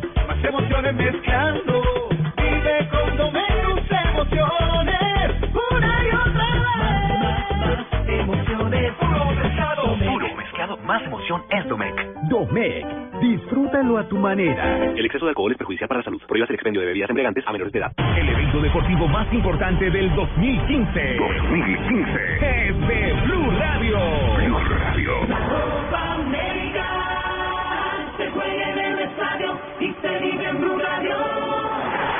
Speaker 4: más emociones mezclando. Vive con Domenus emociones, una y otra vez. Más, más, más emociones, puro pescado.
Speaker 31: Puro mezclado, más emoción es Domec. Domec, disfrútalo a tu manera. El exceso de alcohol es perjudicial para la salud. Prohíbas el expendio de bebidas embriagantes a menores de edad.
Speaker 3: El evento deportivo más importante del 2015. 2015. Es de Blue Radio. Blue Radio.
Speaker 4: Copa América se juega en el estadio y se vive en Blue Radio.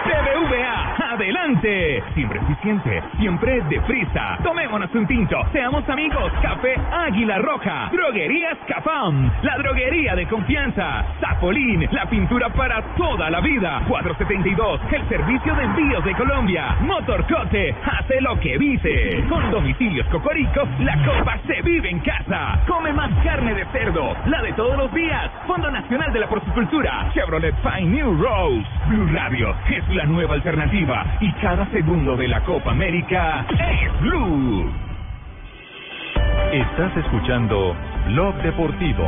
Speaker 3: BBVA, adelante. Siempre eficiente, siempre deprisa. Tomémonos un tinto, seamos amigos. Café Águila Roja, Droguerías Cafam, la droguería de confianza. Zapolín, la pintura para toda la vida. 472, el servicio de envíos de Colombia. Motorcote, hace lo que dice. Con domicilios Cocorico, la copa se vive en casa. Come más carne de cerdo, la de todos los días. Fondo Nacional de la Porcicultura, Chevrolet Fine New Rose. Blue Radio es la nueva alternativa y cada segundo de la Copa América es Blue.
Speaker 1: Estás escuchando Blog Deportivo.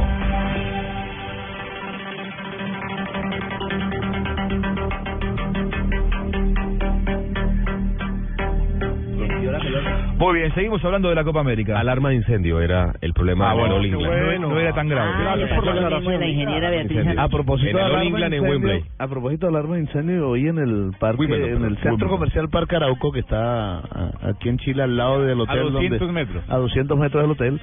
Speaker 6: Muy bien, seguimos hablando de la Copa América.
Speaker 9: Alarma de incendio era el problema
Speaker 6: Ah,
Speaker 9: de
Speaker 6: bueno,
Speaker 9: All
Speaker 6: qué
Speaker 9: England.
Speaker 6: bueno. No era tan grave.
Speaker 17: Ah,
Speaker 6: Gracias por la aclaración.
Speaker 10: la ingeniera Beatriz
Speaker 9: Incendio.
Speaker 10: Santos.
Speaker 9: A propósito de
Speaker 8: de
Speaker 9: All
Speaker 8: alarma
Speaker 9: England
Speaker 8: de
Speaker 9: en
Speaker 8: incendio,
Speaker 9: Wembley.
Speaker 8: A propósito de alarma de incendio, hoy en el parque,
Speaker 9: Wimbledon,
Speaker 8: en el
Speaker 9: perdón,
Speaker 8: centro
Speaker 9: Wimbledon.
Speaker 8: comercial Parque Arauco, que está a- aquí en Chile, al lado del hotel.
Speaker 9: 200
Speaker 8: donde-
Speaker 9: metros.
Speaker 8: A 200 metros del hotel.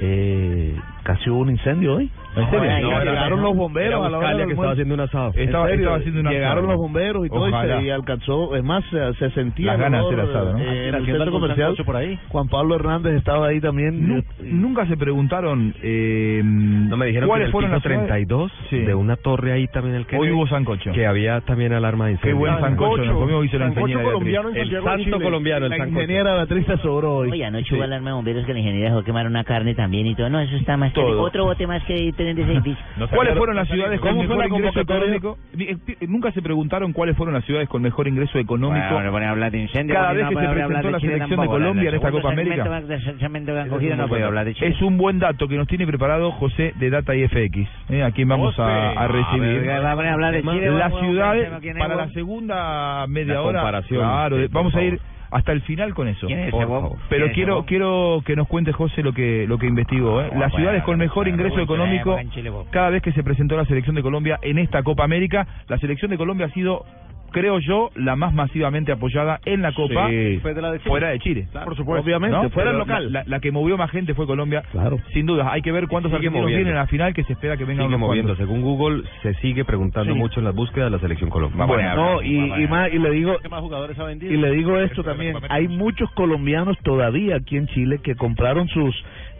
Speaker 8: Eh, Casi hubo un incendio hoy.
Speaker 6: ¿En serio?
Speaker 8: Ay,
Speaker 6: No, era-
Speaker 8: llegaron
Speaker 6: no,
Speaker 8: los bomberos
Speaker 6: era
Speaker 8: a la hora
Speaker 6: Buscalia
Speaker 8: del
Speaker 6: que estaba
Speaker 8: almuerzo.
Speaker 6: haciendo un asado.
Speaker 8: ¿En
Speaker 6: Estaba-
Speaker 8: serio?
Speaker 6: estaba haciendo un
Speaker 8: Llegaron
Speaker 6: asado.
Speaker 8: los bomberos y todo y
Speaker 6: Ojalá.
Speaker 8: se y alcanzó, es más, se, se sentía
Speaker 6: Las
Speaker 8: el
Speaker 6: ganas de
Speaker 8: olor,
Speaker 6: hacer asado, ¿no?
Speaker 8: eh, en el
Speaker 6: Haciendo
Speaker 8: centro
Speaker 6: algún
Speaker 8: comercial.
Speaker 6: sancocho por ahí.
Speaker 8: Juan Pablo Hernández estaba ahí también.
Speaker 6: Nunca se preguntaron eh, no
Speaker 9: me dijeron que
Speaker 6: cuáles
Speaker 9: en el
Speaker 6: fueron
Speaker 9: piso
Speaker 6: las ciudades?
Speaker 9: 32 de una torre ahí también el que
Speaker 6: Hoy hubo sancocho.
Speaker 9: que había también alarma de incendio.
Speaker 6: Qué buen Ah, sancocho, nos comimos y se lo enseñé a Beatriz.
Speaker 9: el santo colombiano, el sancocho.
Speaker 8: Beatriz sobró hoy.
Speaker 17: Oye, anoche
Speaker 9: Sí.
Speaker 17: hubo alarma de bomberos que la ingeniera dejó quemar una carne también y todo. No, eso está más...
Speaker 6: Todo.
Speaker 17: Otro bote más que tener de ese edificio.
Speaker 6: ¿Cuáles fueron las ciudades con
Speaker 17: ¿Cómo fue
Speaker 6: mejor
Speaker 17: la
Speaker 6: ingreso
Speaker 17: convocatoria?
Speaker 6: económico? Ni- eh, Nunca se preguntaron cuáles fueron las ciudades con mejor ingreso económico.
Speaker 17: Bueno, no pueden hablar de incendio,
Speaker 6: Cada
Speaker 17: porque
Speaker 6: vez
Speaker 17: no
Speaker 6: que se
Speaker 17: pueden hablar
Speaker 6: presentó
Speaker 17: de
Speaker 6: la
Speaker 17: Chile
Speaker 6: selección de
Speaker 17: tampoco,
Speaker 6: Colombia en esta
Speaker 17: segundo
Speaker 6: Copa América.
Speaker 17: segmento más desechamiento que han
Speaker 6: Ese
Speaker 17: cogido,
Speaker 6: es
Speaker 17: no
Speaker 6: un
Speaker 17: puedo
Speaker 6: buen
Speaker 17: hablar de
Speaker 6: dato.
Speaker 17: Chile.
Speaker 6: Es un buen dato que nos tiene preparado José de Data IFX. ¿eh? A quien vamos
Speaker 17: José.
Speaker 6: a, a recibir.
Speaker 17: Ah, pero vamos a hablar de Chile,
Speaker 6: Las
Speaker 17: vamos a
Speaker 6: ciudades,
Speaker 17: pensar quién es,
Speaker 6: para la
Speaker 17: vamos.
Speaker 6: segunda
Speaker 9: La
Speaker 6: media hora.
Speaker 9: comparación.
Speaker 6: Claro,
Speaker 9: Sí,
Speaker 6: de-
Speaker 9: por
Speaker 6: vamos a
Speaker 9: favor.
Speaker 6: ir hasta el final con eso.
Speaker 9: ¿Quién es ese
Speaker 6: Por
Speaker 9: Bob?
Speaker 6: favor.
Speaker 9: ¿Quién
Speaker 6: Pero
Speaker 9: es ese
Speaker 6: quiero
Speaker 9: Bob?
Speaker 6: quiero que nos cuente José lo que lo que investigó. ¿eh?
Speaker 9: Ah,
Speaker 6: Las
Speaker 9: bueno,
Speaker 6: ciudades con mejor
Speaker 9: bueno,
Speaker 6: ingreso
Speaker 9: bueno,
Speaker 6: económico
Speaker 9: bueno, en Chile, Bob.
Speaker 6: cada vez que se presentó la selección de Colombia en esta Copa América. La selección de Colombia ha sido creo yo, la más masivamente apoyada en la Copa
Speaker 8: Sí.
Speaker 6: Fue de la de Chile. fuera de Chile.
Speaker 8: Por supuesto. Obviamente, fuera
Speaker 6: Pero
Speaker 8: el local.
Speaker 6: La, la- la que movió más gente fue Colombia. Sin duda, hay que ver cuántos
Speaker 9: Sigue
Speaker 6: argentinos
Speaker 9: moviendo.
Speaker 6: vienen a la final que se espera que vengan
Speaker 9: Sigue
Speaker 6: unos
Speaker 9: moviendo,
Speaker 6: cuantos.
Speaker 9: según Google se sigue preguntando
Speaker 6: Sí.
Speaker 9: mucho en las búsquedas de la selección colombiana.
Speaker 8: Bueno, no, y, y más, y le digo,
Speaker 12: ¿Qué más jugadores ha vendido?
Speaker 8: y le digo esto también, hay muchos colombianos todavía aquí en Chile que compraron sus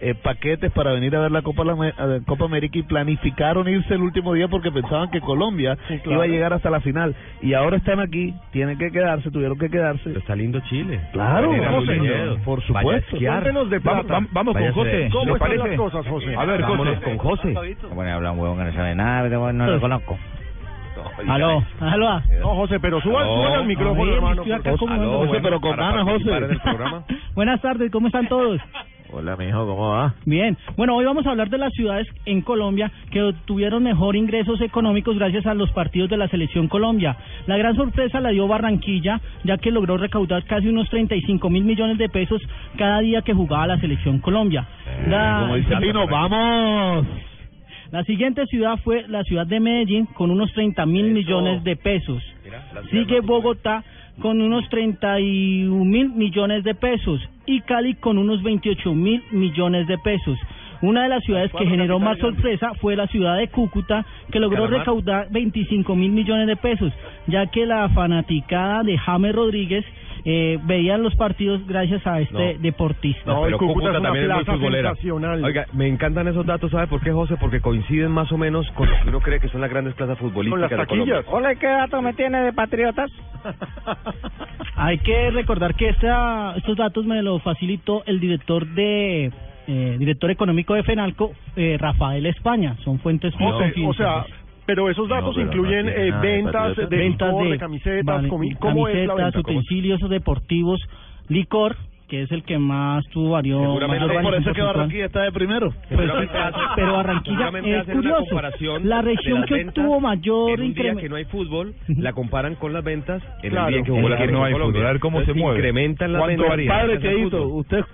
Speaker 8: eh, paquetes para venir a ver la Copa, Lame- a ver, Copa América y planificaron irse el último día porque pensaban que Colombia
Speaker 9: claro.
Speaker 8: iba a llegar hasta la final y ahora están aquí, tienen que quedarse, tuvieron que quedarse.
Speaker 9: está lindo Chile.
Speaker 8: Claro,
Speaker 9: Venir a
Speaker 8: José,
Speaker 9: Buñuelos.
Speaker 8: por
Speaker 9: Vaya a
Speaker 8: supuesto.
Speaker 9: esquiar.
Speaker 8: Cuéntenos de
Speaker 9: Vamos-
Speaker 8: plata.
Speaker 9: vam- Vamos con
Speaker 8: Váyase.
Speaker 9: José.
Speaker 8: ¿Cómo
Speaker 9: ¿Le
Speaker 8: están
Speaker 9: parece?
Speaker 8: las cosas, José?
Speaker 9: A ver,
Speaker 8: Vámonos
Speaker 9: José.
Speaker 8: con
Speaker 9: José.
Speaker 17: Bueno, hablan huevón que no sabe nada, pero no lo conozco. Pues, Aló, aló.
Speaker 15: No, José, pero suba,
Speaker 17: Aló.
Speaker 15: suba el micrófono,
Speaker 17: Oye,
Speaker 15: hermano.
Speaker 17: estoy acá
Speaker 15: por
Speaker 17: como-
Speaker 15: favor.
Speaker 17: Aló, José, bueno, pero con para ganas, participar José. en el
Speaker 32: [LAUGHS]
Speaker 17: programa.
Speaker 32: Buenas tardes, ¿cómo están todos?
Speaker 10: Hola, mijo, ¿cómo va?
Speaker 32: Bien. Bueno, hoy vamos a hablar de las ciudades en Colombia que tuvieron mejor ingresos económicos gracias a los partidos de la selección Colombia. La gran sorpresa la dio Barranquilla, ya que logró recaudar casi unos 35 mil millones de pesos cada día que jugaba la selección Colombia. La-
Speaker 8: Como dice Pino, vamos.
Speaker 32: La siguiente ciudad fue la ciudad de Medellín con unos 30 mil millones de pesos. Sigue Bogotá con unos 31 mil millones de pesos y Cali con unos 28 mil millones de pesos. Una de las ciudades que
Speaker 8: cuatro
Speaker 32: generó más
Speaker 8: capitales
Speaker 32: sorpresa fue la ciudad de Cúcuta, que logró
Speaker 8: Calamar.
Speaker 32: recaudar 25 mil millones de pesos, ya que la fanaticada de James Rodríguez eh, veían los partidos gracias a este
Speaker 9: No.
Speaker 32: deportista.
Speaker 9: No, pero Cúcuta,
Speaker 32: una
Speaker 9: también es muy
Speaker 32: plaza
Speaker 9: futbolera.
Speaker 32: sensacional.
Speaker 9: Oiga, me encantan esos datos, ¿sabe por qué, José? Porque coinciden más o menos con lo que uno cree que son las grandes plazas futbolísticas de Colombia.
Speaker 32: Hola, ¿qué dato me tiene de patriotas? Hay que recordar que esta, estos datos me los facilitó el director de eh, director económico de Fenalco, eh, Rafael España. Son fuentes muy
Speaker 15: José, eh, o sea,
Speaker 32: confidenciales.
Speaker 15: pero esos datos
Speaker 32: pero no
Speaker 15: incluyen
Speaker 32: tiene
Speaker 15: eh,
Speaker 6: Ah,
Speaker 32: nada de
Speaker 15: ventas de,
Speaker 32: patriotas.
Speaker 15: licor, de,
Speaker 32: de
Speaker 15: camisetas,
Speaker 32: vale,
Speaker 15: comi- ¿cómo es
Speaker 32: camisetas,
Speaker 15: la venta? ¿Cómo es?
Speaker 32: utensilios deportivos, licor, que es el que más tuvo varió.
Speaker 8: Seguramente
Speaker 32: mayor
Speaker 8: por
Speaker 32: variación
Speaker 8: eso es que
Speaker 32: porcentual.
Speaker 8: Barranquilla está de primero.
Speaker 32: Pues sí, pero Barranquilla
Speaker 9: seguramente
Speaker 32: es
Speaker 9: hacen una
Speaker 32: curioso.
Speaker 9: comparación
Speaker 32: La
Speaker 9: de
Speaker 32: región
Speaker 9: las
Speaker 32: que
Speaker 9: ventas
Speaker 32: tuvo
Speaker 9: en
Speaker 32: mayor
Speaker 9: un día
Speaker 32: incremento.
Speaker 9: que no hay fútbol, la comparan con las ventas en
Speaker 32: Claro,
Speaker 9: el día en que
Speaker 6: en
Speaker 9: jugó
Speaker 6: el
Speaker 9: la
Speaker 6: que no
Speaker 9: selección
Speaker 6: hay
Speaker 9: Colombia.
Speaker 6: fútbol. A ver cómo
Speaker 9: Entonces,
Speaker 6: se mueve.
Speaker 9: Incrementan las
Speaker 8: Cuando
Speaker 9: ventas.
Speaker 8: padre
Speaker 9: gracias al
Speaker 8: Cheito,
Speaker 9: fútbol.
Speaker 8: usted es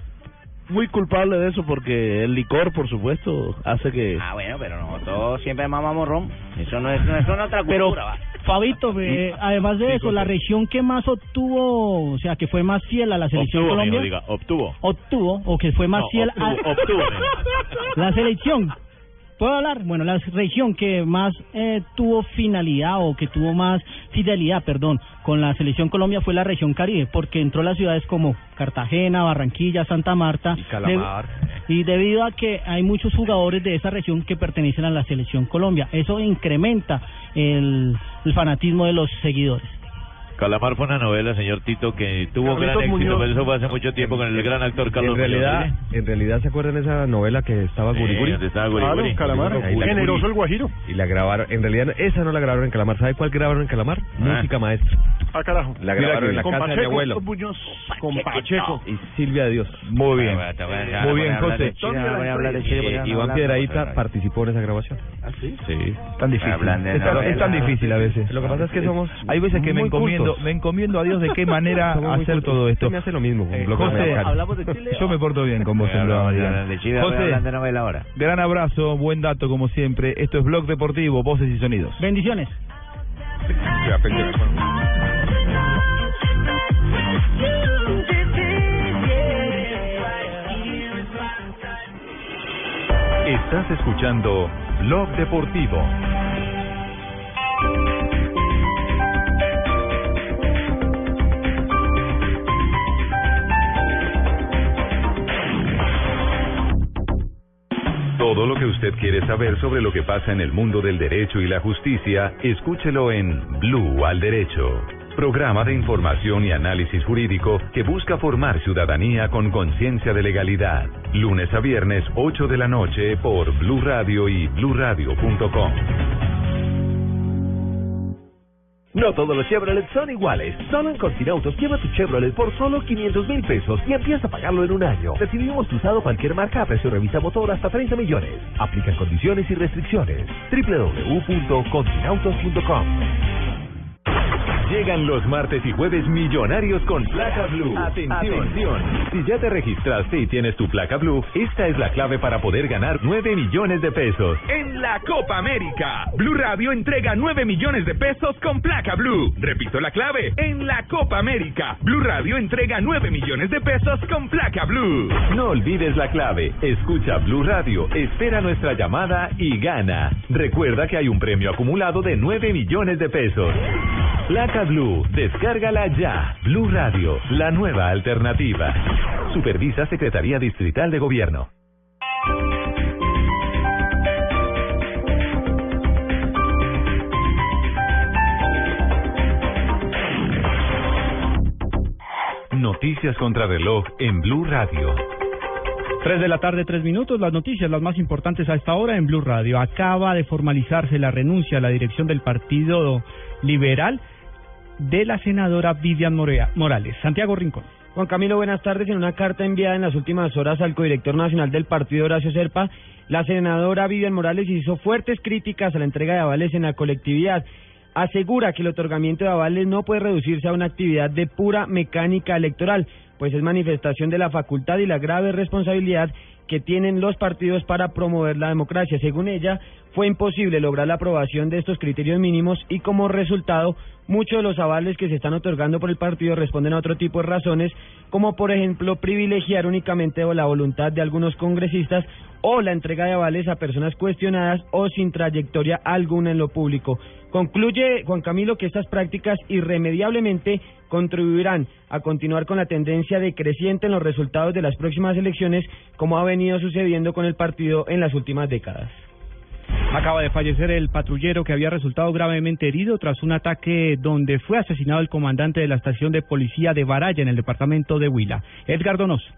Speaker 8: muy culpable de eso porque el licor, por supuesto, hace que...
Speaker 17: Ah, bueno, pero nosotros siempre mamamos ron. Eso no es, no es otra
Speaker 32: Pero,
Speaker 17: cultura, va.
Speaker 32: Fabito, eh, además de eso, la región que más obtuvo, o sea, que fue más fiel a la selección
Speaker 2: Obtuvo, mijo,
Speaker 32: Colombia,
Speaker 2: diga, obtuvo.
Speaker 32: obtuvo, o que fue más
Speaker 2: No,
Speaker 32: fiel
Speaker 2: obtuvo,
Speaker 32: a
Speaker 2: obtuvo,
Speaker 32: la selección. ¿Puedo hablar? Bueno, la región que más eh, tuvo finalidad o que tuvo más fidelidad, perdón, con la selección Colombia fue la región Caribe, porque entró las ciudades como Cartagena, Barranquilla, Santa Marta. de-
Speaker 9: Calamar.
Speaker 32: y debido a que hay muchos jugadores de esa región que pertenecen a la selección Colombia, eso incrementa el, el fanatismo de los seguidores.
Speaker 10: Calamar fue una novela, señor Tito, que tuvo
Speaker 9: Carlitos
Speaker 10: gran éxito,
Speaker 9: Muñoz.
Speaker 10: pero eso fue hace mucho tiempo con el gran actor Carlos
Speaker 9: en realidad,
Speaker 10: Muñoz.
Speaker 9: en realidad se acuerdan de esa novela que estaba
Speaker 10: Sí,
Speaker 9: Guriguri.
Speaker 10: donde estaba Guriguri. Claro, Calamar.
Speaker 15: Generoso
Speaker 9: el
Speaker 15: guajiro.
Speaker 9: Y la grabaron, en realidad esa no la grabaron en Calamar, ¿sabe cuál grabaron en Calamar? Música maestra.
Speaker 15: Ah, carajo.
Speaker 9: La
Speaker 15: Mira
Speaker 9: grabaron
Speaker 15: que-
Speaker 9: en la
Speaker 15: con
Speaker 9: casa de mi
Speaker 15: Pacheco,
Speaker 9: abuelo.
Speaker 15: Con, Muñoz, con Pacheco.
Speaker 9: Y Silvia de Dios. Muy bien. Muy bien, José. Eh, Iván Piedraíta participó en esa grabación. ¿Ah, sí? Sí.
Speaker 6: Tan difícil. Es tan- es tan difícil a veces.
Speaker 9: Lo que pasa es que somos.
Speaker 6: Hay veces que me
Speaker 9: muy
Speaker 6: encomiendo,
Speaker 9: cultos.
Speaker 6: me encomiendo a Dios de qué
Speaker 9: [LAUGHS]
Speaker 6: manera
Speaker 9: Somos muy
Speaker 6: hacer
Speaker 9: cultos.
Speaker 6: todo esto.
Speaker 9: Usted me hace lo mismo.
Speaker 6: Eh,
Speaker 9: lo que me
Speaker 6: José,
Speaker 9: hace.
Speaker 6: yo me porto bien con vos en
Speaker 10: Hablamos
Speaker 6: Blog
Speaker 10: de
Speaker 6: Adrián.
Speaker 10: de Chile,
Speaker 6: José,
Speaker 10: hablan de novela ahora.
Speaker 6: gran abrazo, buen dato como siempre. Esto es Blog Deportivo, voces y sonidos.
Speaker 32: Bendiciones.
Speaker 1: Es Estás escuchando Blog Deportivo. Todo lo que usted quiere saber sobre lo que pasa en el mundo del derecho y la justicia, escúchelo en Blue al Derecho. Programa de información y análisis jurídico que busca formar ciudadanía con conciencia de legalidad. Lunes a viernes, 8 de la noche, por Blue Radio y bluradio.com.
Speaker 33: No todos los Chevrolet son iguales. Solo en Continautos lleva tu Chevrolet por solo 500 mil pesos y empieza a pagarlo en un año. Recibimos tu usado cualquier marca a precio revista motor hasta 30 millones. Aplican condiciones y restricciones. www.continautos.com
Speaker 1: Llegan los martes y jueves millonarios con placa blue. Atención. Si ya te registraste y tienes tu placa blue, esta es la clave para poder ganar 9 millones de pesos.
Speaker 3: En la Copa América, Blue Radio entrega 9 millones de pesos con placa Blue. Repito la clave. En la Copa América, Blue Radio entrega 9 millones de pesos con placa Blue.
Speaker 1: No olvides la clave. Escucha Blue Radio, espera nuestra llamada y gana. Recuerda que hay un premio acumulado de 9 millones de pesos. Placa Blue, descárgala ya. Blue Radio, la nueva alternativa. Supervisa Secretaría Distrital de Gobierno. Noticias contra reloj en Blue Radio.
Speaker 18: 3 de la tarde, 3 minutos. Las noticias, las más importantes a esta hora en Blue Radio. Acaba de formalizarse la renuncia a la dirección del Partido Liberal de la senadora Vivian Morea- Morales. Santiago Rincón.
Speaker 2: Juan Camilo, buenas tardes. En una carta enviada en las últimas horas al codirector nacional del partido, Horacio Serpa, la senadora Vivian Morales hizo fuertes críticas a la entrega de avales en la colectividad. Asegura que el otorgamiento de avales no puede reducirse a una actividad de pura mecánica electoral, pues es manifestación de la facultad y la grave responsabilidad que tienen los partidos para promover la democracia. Según ella, fue imposible lograr la aprobación de estos criterios mínimos y como resultado, muchos de los avales que se están otorgando por el partido responden a otro tipo de razones, como por ejemplo privilegiar únicamente o la voluntad de algunos congresistas o la entrega de avales a personas cuestionadas o sin trayectoria alguna en lo público. Concluye Juan Camilo que estas prácticas irremediablemente contribuirán a continuar con la tendencia decreciente en los resultados de las próximas elecciones, como ha venido sucediendo con el partido en las últimas décadas.
Speaker 18: Acaba de fallecer el patrullero que había resultado gravemente herido tras un ataque donde fue asesinado el comandante de la estación de policía de Baraya en el departamento de Huila, Edgar Donoso.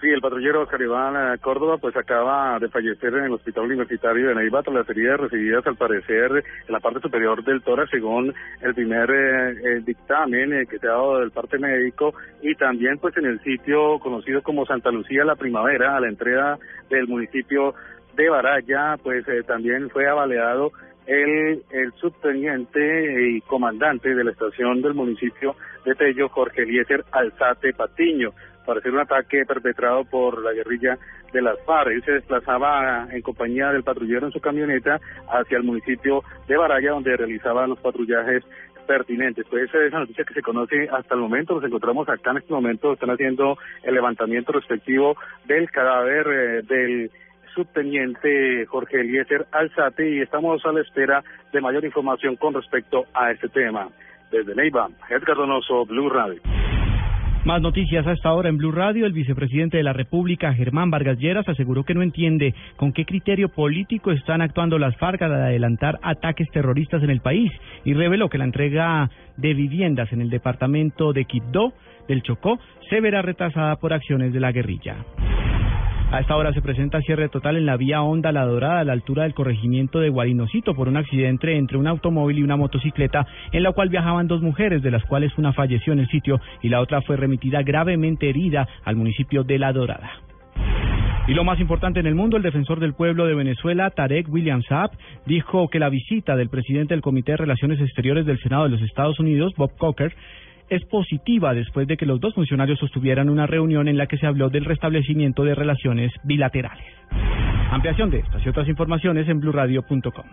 Speaker 21: Sí, el patrullero Oscar Iván eh, Córdoba pues acaba de fallecer en el hospital universitario de Neiva tras las heridas recibidas al parecer en la parte superior del tórax según el primer eh, eh, dictamen eh, que se ha dado del parte médico y también pues en el sitio conocido como Santa Lucía la Primavera a la entrada del municipio de Baraya pues eh, también fue avaleado el, el subteniente y comandante de la estación del municipio de Tello, Jorge Eliezer Alzate Patiño para hacer un ataque perpetrado por la guerrilla de las FARC. Él se desplazaba en compañía del patrullero en su camioneta hacia el municipio de Baraya, donde realizaba los patrullajes pertinentes. Pues esa es la noticia que se conoce hasta el momento. Nos encontramos acá en este momento, están haciendo el levantamiento respectivo del cadáver eh, del subteniente Jorge Eliezer Alzate y estamos a la espera de mayor información con respecto a este tema. Desde Neiva, Edgar Donoso, Blue Radio.
Speaker 18: Más noticias a esta hora en Blue Radio. El vicepresidente de la República, Germán Vargas Lleras, aseguró que no entiende con qué criterio político están actuando las FARC al adelantar ataques terroristas en el país y reveló que la entrega de viviendas en el departamento de Quibdó, del Chocó, se verá retrasada por acciones de la guerrilla. A esta hora se presenta cierre total en la vía Honda La Dorada a la altura del corregimiento de Guarinocito por un accidente entre un automóvil y una motocicleta en la cual viajaban dos mujeres, de las cuales una falleció en el sitio y la otra fue remitida gravemente herida al municipio de La Dorada. Y lo más importante en el mundo, el defensor del pueblo de Venezuela, Tarek William Saab, dijo que la visita del presidente del Comité de Relaciones Exteriores del Senado de los Estados Unidos, Bob Cocker, es positiva después de que los dos funcionarios sostuvieran una reunión en la que se habló del restablecimiento de relaciones bilaterales. Ampliación de estas y otras informaciones en blurradio.com.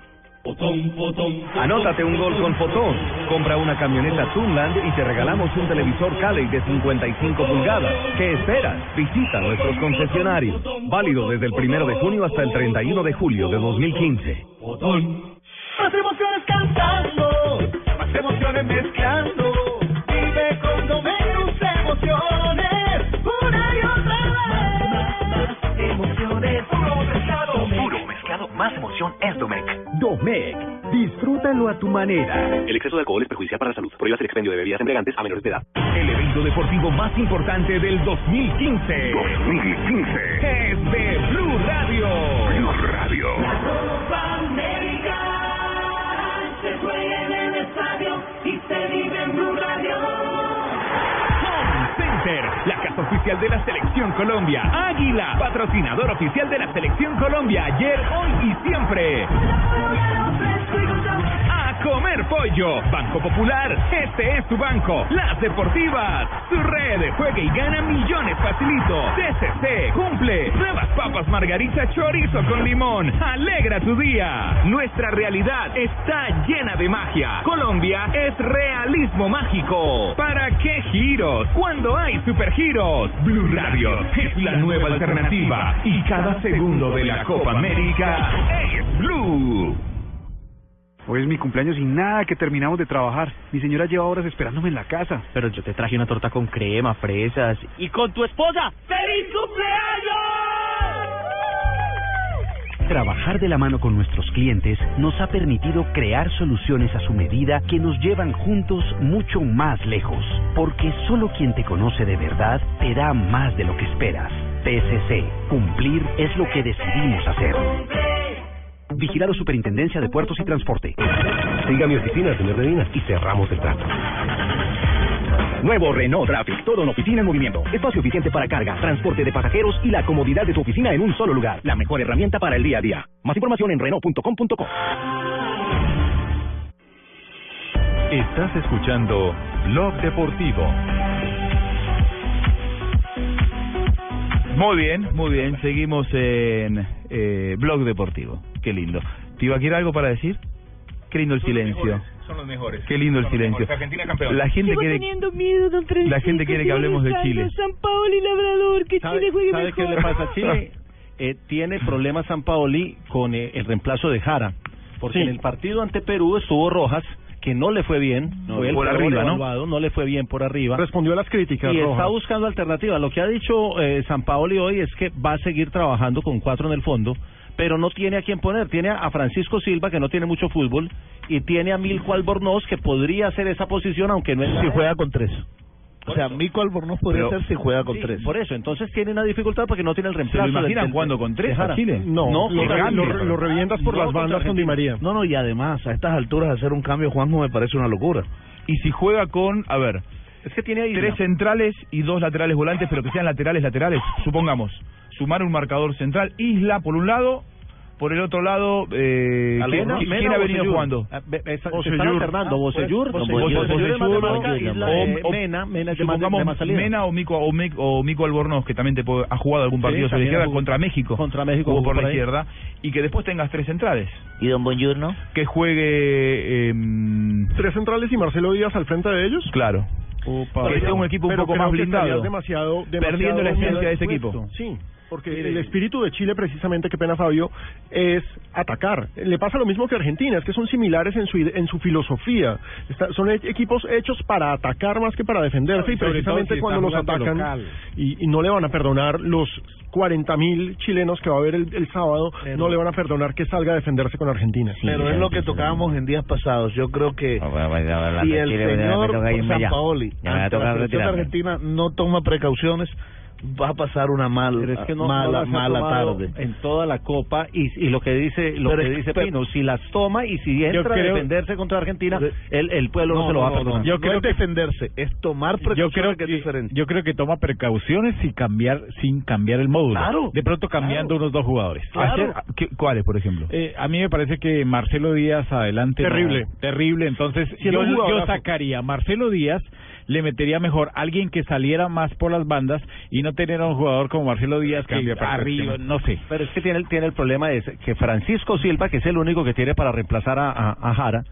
Speaker 26: Anótate un gol con Fotón. Compra una camioneta Tunland y te regalamos un televisor Cali de 55 pulgadas. ¿Qué esperas? Visita nuestros concesionarios. Válido desde el 1 de junio hasta el 31 de julio de 2015.
Speaker 27: Más emociones cantando, más emociones mezclando. Vive con Domenus emociones, una y otra vez. Más emociones, puro pescado.
Speaker 4: Puro mezclado, más emoción es Domec.
Speaker 33: Domec, disfrútalo a tu manera.
Speaker 4: El exceso de alcohol es perjudicial para la salud. Prohíbas el expendio de bebidas embriagantes a menores de edad.
Speaker 3: El evento deportivo más importante del 2015. 2015. Es de Blue Radio. Blue Radio.
Speaker 27: Copa América se juega en el estadio y se vive en Blue Radio.
Speaker 3: Center, la casa oficial de la Selección Colombia. Águila, patrocinador oficial de la Selección Colombia. Ayer, hoy y siempre. A comer pollo. Banco Popular, este es tu banco. Las Deportivas, su red. Juega y gana millones facilito. TCC, cumple. Nuevas papas margarita chorizo con limón. Alegra tu día. Nuestra realidad está llena de magia. Colombia es realismo mágico. ¿Para qué giros? Cuando hay supergiros. Blue Radio es la nueva alternativa. Y cada segundo de la Copa América es Blue.
Speaker 34: Hoy es mi cumpleaños y nada que terminamos de trabajar. Mi señora lleva horas esperándome en la casa.
Speaker 2: Pero yo te traje una torta con crema, fresas.
Speaker 12: Y con tu esposa.
Speaker 27: ¡Feliz cumpleaños!
Speaker 25: Trabajar de la mano con nuestros clientes nos ha permitido crear soluciones a su medida que nos llevan juntos mucho más lejos, porque solo quien te conoce de verdad te da más de lo que esperas. TSC, cumplir es lo que decidimos hacer. Vigilado Superintendencia de Puertos y Transporte.
Speaker 4: Siga mi oficina, señor Medina, y cerramos el trato. Nuevo Renault Traffic, todo en oficina en movimiento. Espacio eficiente para carga, transporte de pasajeros y la comodidad de tu oficina en un solo lugar. La mejor herramienta para el día a día. Más información en Renault.com.co.
Speaker 1: Estás escuchando Blog Deportivo.
Speaker 6: Muy bien, muy bien. Seguimos en eh, Blog Deportivo. Qué lindo. ¿Te iba a algo para decir? Qué lindo el silencio.
Speaker 3: Son los mejores.
Speaker 6: Qué lindo el silencio. La gente quiere...
Speaker 7: miedo, don
Speaker 6: La gente quiere que hablemos de Chile.
Speaker 7: San Paolo y Labrador, que
Speaker 12: ¿Sabe, sabe qué le pasa a
Speaker 6: [LAUGHS]
Speaker 12: Chile? Eh, tiene problemas San Paoli con eh, el reemplazo de Jara. Porque en el partido ante Perú estuvo Rojas, que no le fue bien.
Speaker 15: No,
Speaker 12: fue el
Speaker 15: por
Speaker 12: peor
Speaker 15: arriba, ¿no?
Speaker 12: evaluado, ¿no? le fue bien por arriba.
Speaker 15: Respondió a las críticas,
Speaker 12: Y está
Speaker 15: Rojas.
Speaker 12: buscando alternativas. Lo que ha dicho eh, San Paoli hoy es que va a seguir trabajando con cuatro en el fondo, pero no tiene a quién poner. Tiene a Francisco Silva, que no tiene mucho fútbol, y tiene a Milko Albornoz, que podría hacer esa posición, aunque no es...
Speaker 8: Si juega con tres. O sea, Mico Albornoz podría
Speaker 12: Pero-
Speaker 8: ser si juega con
Speaker 12: Sí,
Speaker 8: tres.
Speaker 12: Por eso, entonces tiene una dificultad porque no tiene el reemplazo. del-
Speaker 8: imaginan
Speaker 12: del-
Speaker 8: jugando con tres
Speaker 12: de Jara?
Speaker 8: a Chile?
Speaker 12: No,
Speaker 8: No,
Speaker 12: que
Speaker 8: lo re-
Speaker 12: cambie.
Speaker 8: lo re- lo revientas por las bandas con Di
Speaker 6: María.
Speaker 8: No, no, y además, a estas alturas hacer un cambio, Juanjo, me parece una locura.
Speaker 6: Y si juega con, a ver, es que tiene tres centrales y dos laterales volantes, pero que sean laterales laterales, supongamos. Sumar un marcador central, Isla por un lado, por el otro lado, eh, ¿quién,
Speaker 12: Mena,
Speaker 6: quién
Speaker 12: Mena
Speaker 6: ha
Speaker 12: o
Speaker 6: venido
Speaker 12: Bocellur.
Speaker 6: jugando?
Speaker 12: Ah, be- be- se- se
Speaker 6: Bocellur.
Speaker 12: están alternando.
Speaker 6: Ah,
Speaker 12: Bocellur,
Speaker 6: pues,
Speaker 12: Bocellur,
Speaker 6: Bocellur,
Speaker 12: Bocellur es más de marca,
Speaker 6: Bocellur,
Speaker 12: Isla,
Speaker 6: o-
Speaker 12: eh,
Speaker 6: o-
Speaker 12: Mena, Mena es de más-
Speaker 6: supongamos
Speaker 12: de más salida.
Speaker 6: Mena o Mico, o, Mic- o Mico Albornoz, que también te puede- ha jugado algún
Speaker 12: Sí,
Speaker 6: partido sobre la
Speaker 12: también
Speaker 6: izquierda
Speaker 12: jugó-
Speaker 6: contra México.
Speaker 12: contra México
Speaker 6: Jugó
Speaker 12: jugó
Speaker 6: por la
Speaker 12: por ahí.
Speaker 6: izquierda. Y que después tengas tres centrales.
Speaker 7: ¿Y Don Bonjour, no?
Speaker 6: Que juegue... em,
Speaker 15: Tres centrales y Marcelo Díaz al frente de ellos.
Speaker 6: Claro. que sea un equipo un
Speaker 15: Pero
Speaker 6: poco
Speaker 15: creo
Speaker 6: más
Speaker 15: que estarías
Speaker 6: blindado.
Speaker 15: demasiado- demasiado
Speaker 6: perdiendo la esencia de ese
Speaker 15: expuesto.
Speaker 6: equipo.
Speaker 15: Sí, porque el espíritu de Chile, precisamente, qué pena Fabio, es atacar. Le pasa lo mismo que Argentina, es que son similares en su, ide- en su filosofía. Está- son e- equipos hechos para atacar más que para defenderse,
Speaker 3: No,
Speaker 15: y
Speaker 3: y sobre
Speaker 15: precisamente
Speaker 3: todo si
Speaker 15: cuando
Speaker 3: están
Speaker 15: los
Speaker 3: jugando
Speaker 15: atacan
Speaker 3: local.
Speaker 15: y, y no le van a perdonar los 40.000 chilenos que va a haber el, el sábado, no le van a perdonar que salga a defenderse con Argentina.
Speaker 8: Pero es lo que tocábamos en días pasados. Yo creo que si
Speaker 7: de
Speaker 8: el
Speaker 7: Chile, bueno, ya me
Speaker 8: señor
Speaker 7: toca irme ya.
Speaker 8: Sampaoli
Speaker 7: Ya me va a
Speaker 8: ante
Speaker 7: tocar
Speaker 8: la selección de
Speaker 7: retirarme.
Speaker 8: Argentina no toma precauciones, va a pasar una mal,
Speaker 12: Pero es que no- no
Speaker 8: mala,
Speaker 12: las ha
Speaker 8: mala
Speaker 12: tomado
Speaker 8: tarde.
Speaker 12: En toda la copa y, y lo que dice lo
Speaker 8: Pero
Speaker 12: que
Speaker 8: es-
Speaker 12: dice
Speaker 8: pero-
Speaker 12: Pino, si las toma y si
Speaker 8: Yo
Speaker 12: entra a
Speaker 8: creo-
Speaker 12: defenderse contra Argentina, el, el pueblo no,
Speaker 8: No,
Speaker 12: se lo va a
Speaker 8: no, no,
Speaker 12: perdonar.
Speaker 8: no. Yo No creo es que- defenderse, es tomar
Speaker 16: yo
Speaker 8: precauciones
Speaker 16: creo que, Yo creo que toma precauciones sin cambiar, sin cambiar el módulo.
Speaker 8: Claro.
Speaker 16: de pronto cambiando unos dos jugadores. ah,
Speaker 6: Ayer, ah, ¿qué- ¿Cuáles, por ejemplo?
Speaker 16: Eh, a mí me parece que Marcelo Díaz adelante. no,
Speaker 6: Terrible.
Speaker 16: terrible. Entonces,
Speaker 6: Si era
Speaker 16: yo,
Speaker 6: un jugadorazo.
Speaker 16: yo sacaría a Marcelo Díaz, le metería mejor a alguien que saliera más por las bandas y no no tener a un jugador como Marcelo Díaz que
Speaker 12: Cambia
Speaker 16: arriba,
Speaker 12: percepción.
Speaker 16: no sé.
Speaker 12: Pero es que tiene, el- tiene el problema es que Francisco Silva, que es el único que tiene para reemplazar a, a- a Jara,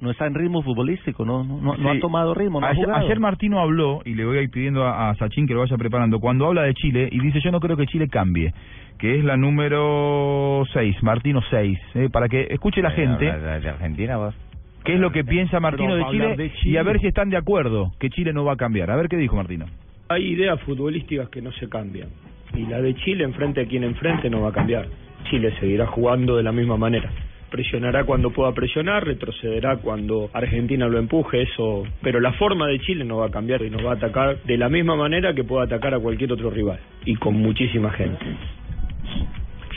Speaker 12: no está en ritmo futbolístico, no, no, no, no
Speaker 6: Sí.
Speaker 12: ha tomado ritmo, no ha
Speaker 6: ayer,
Speaker 12: jugado.
Speaker 6: ayer Martino habló, y le voy a ir pidiendo a, a Sachin que lo vaya preparando, cuando habla de Chile y dice yo no creo que Chile cambie, que es la número 6, Martino 6, para que escuche la gente
Speaker 10: De Argentina, vos.
Speaker 6: qué es lo que piensa Martino
Speaker 10: Pero
Speaker 6: de
Speaker 10: va a
Speaker 6: Chile,
Speaker 10: hablar de
Speaker 6: y a
Speaker 10: Chile.
Speaker 6: ver si están de acuerdo que Chile no va a cambiar. A ver qué dijo Martino.
Speaker 35: Hay ideas futbolísticas que no se cambian. Y la de Chile, enfrente a quien enfrente, no va a cambiar. Chile seguirá jugando de la misma manera. Presionará cuando pueda presionar, retrocederá cuando Argentina lo empuje, eso. Pero la forma de Chile no va a cambiar y nos va a atacar de la misma manera que pueda atacar a cualquier otro rival. Y con muchísima gente.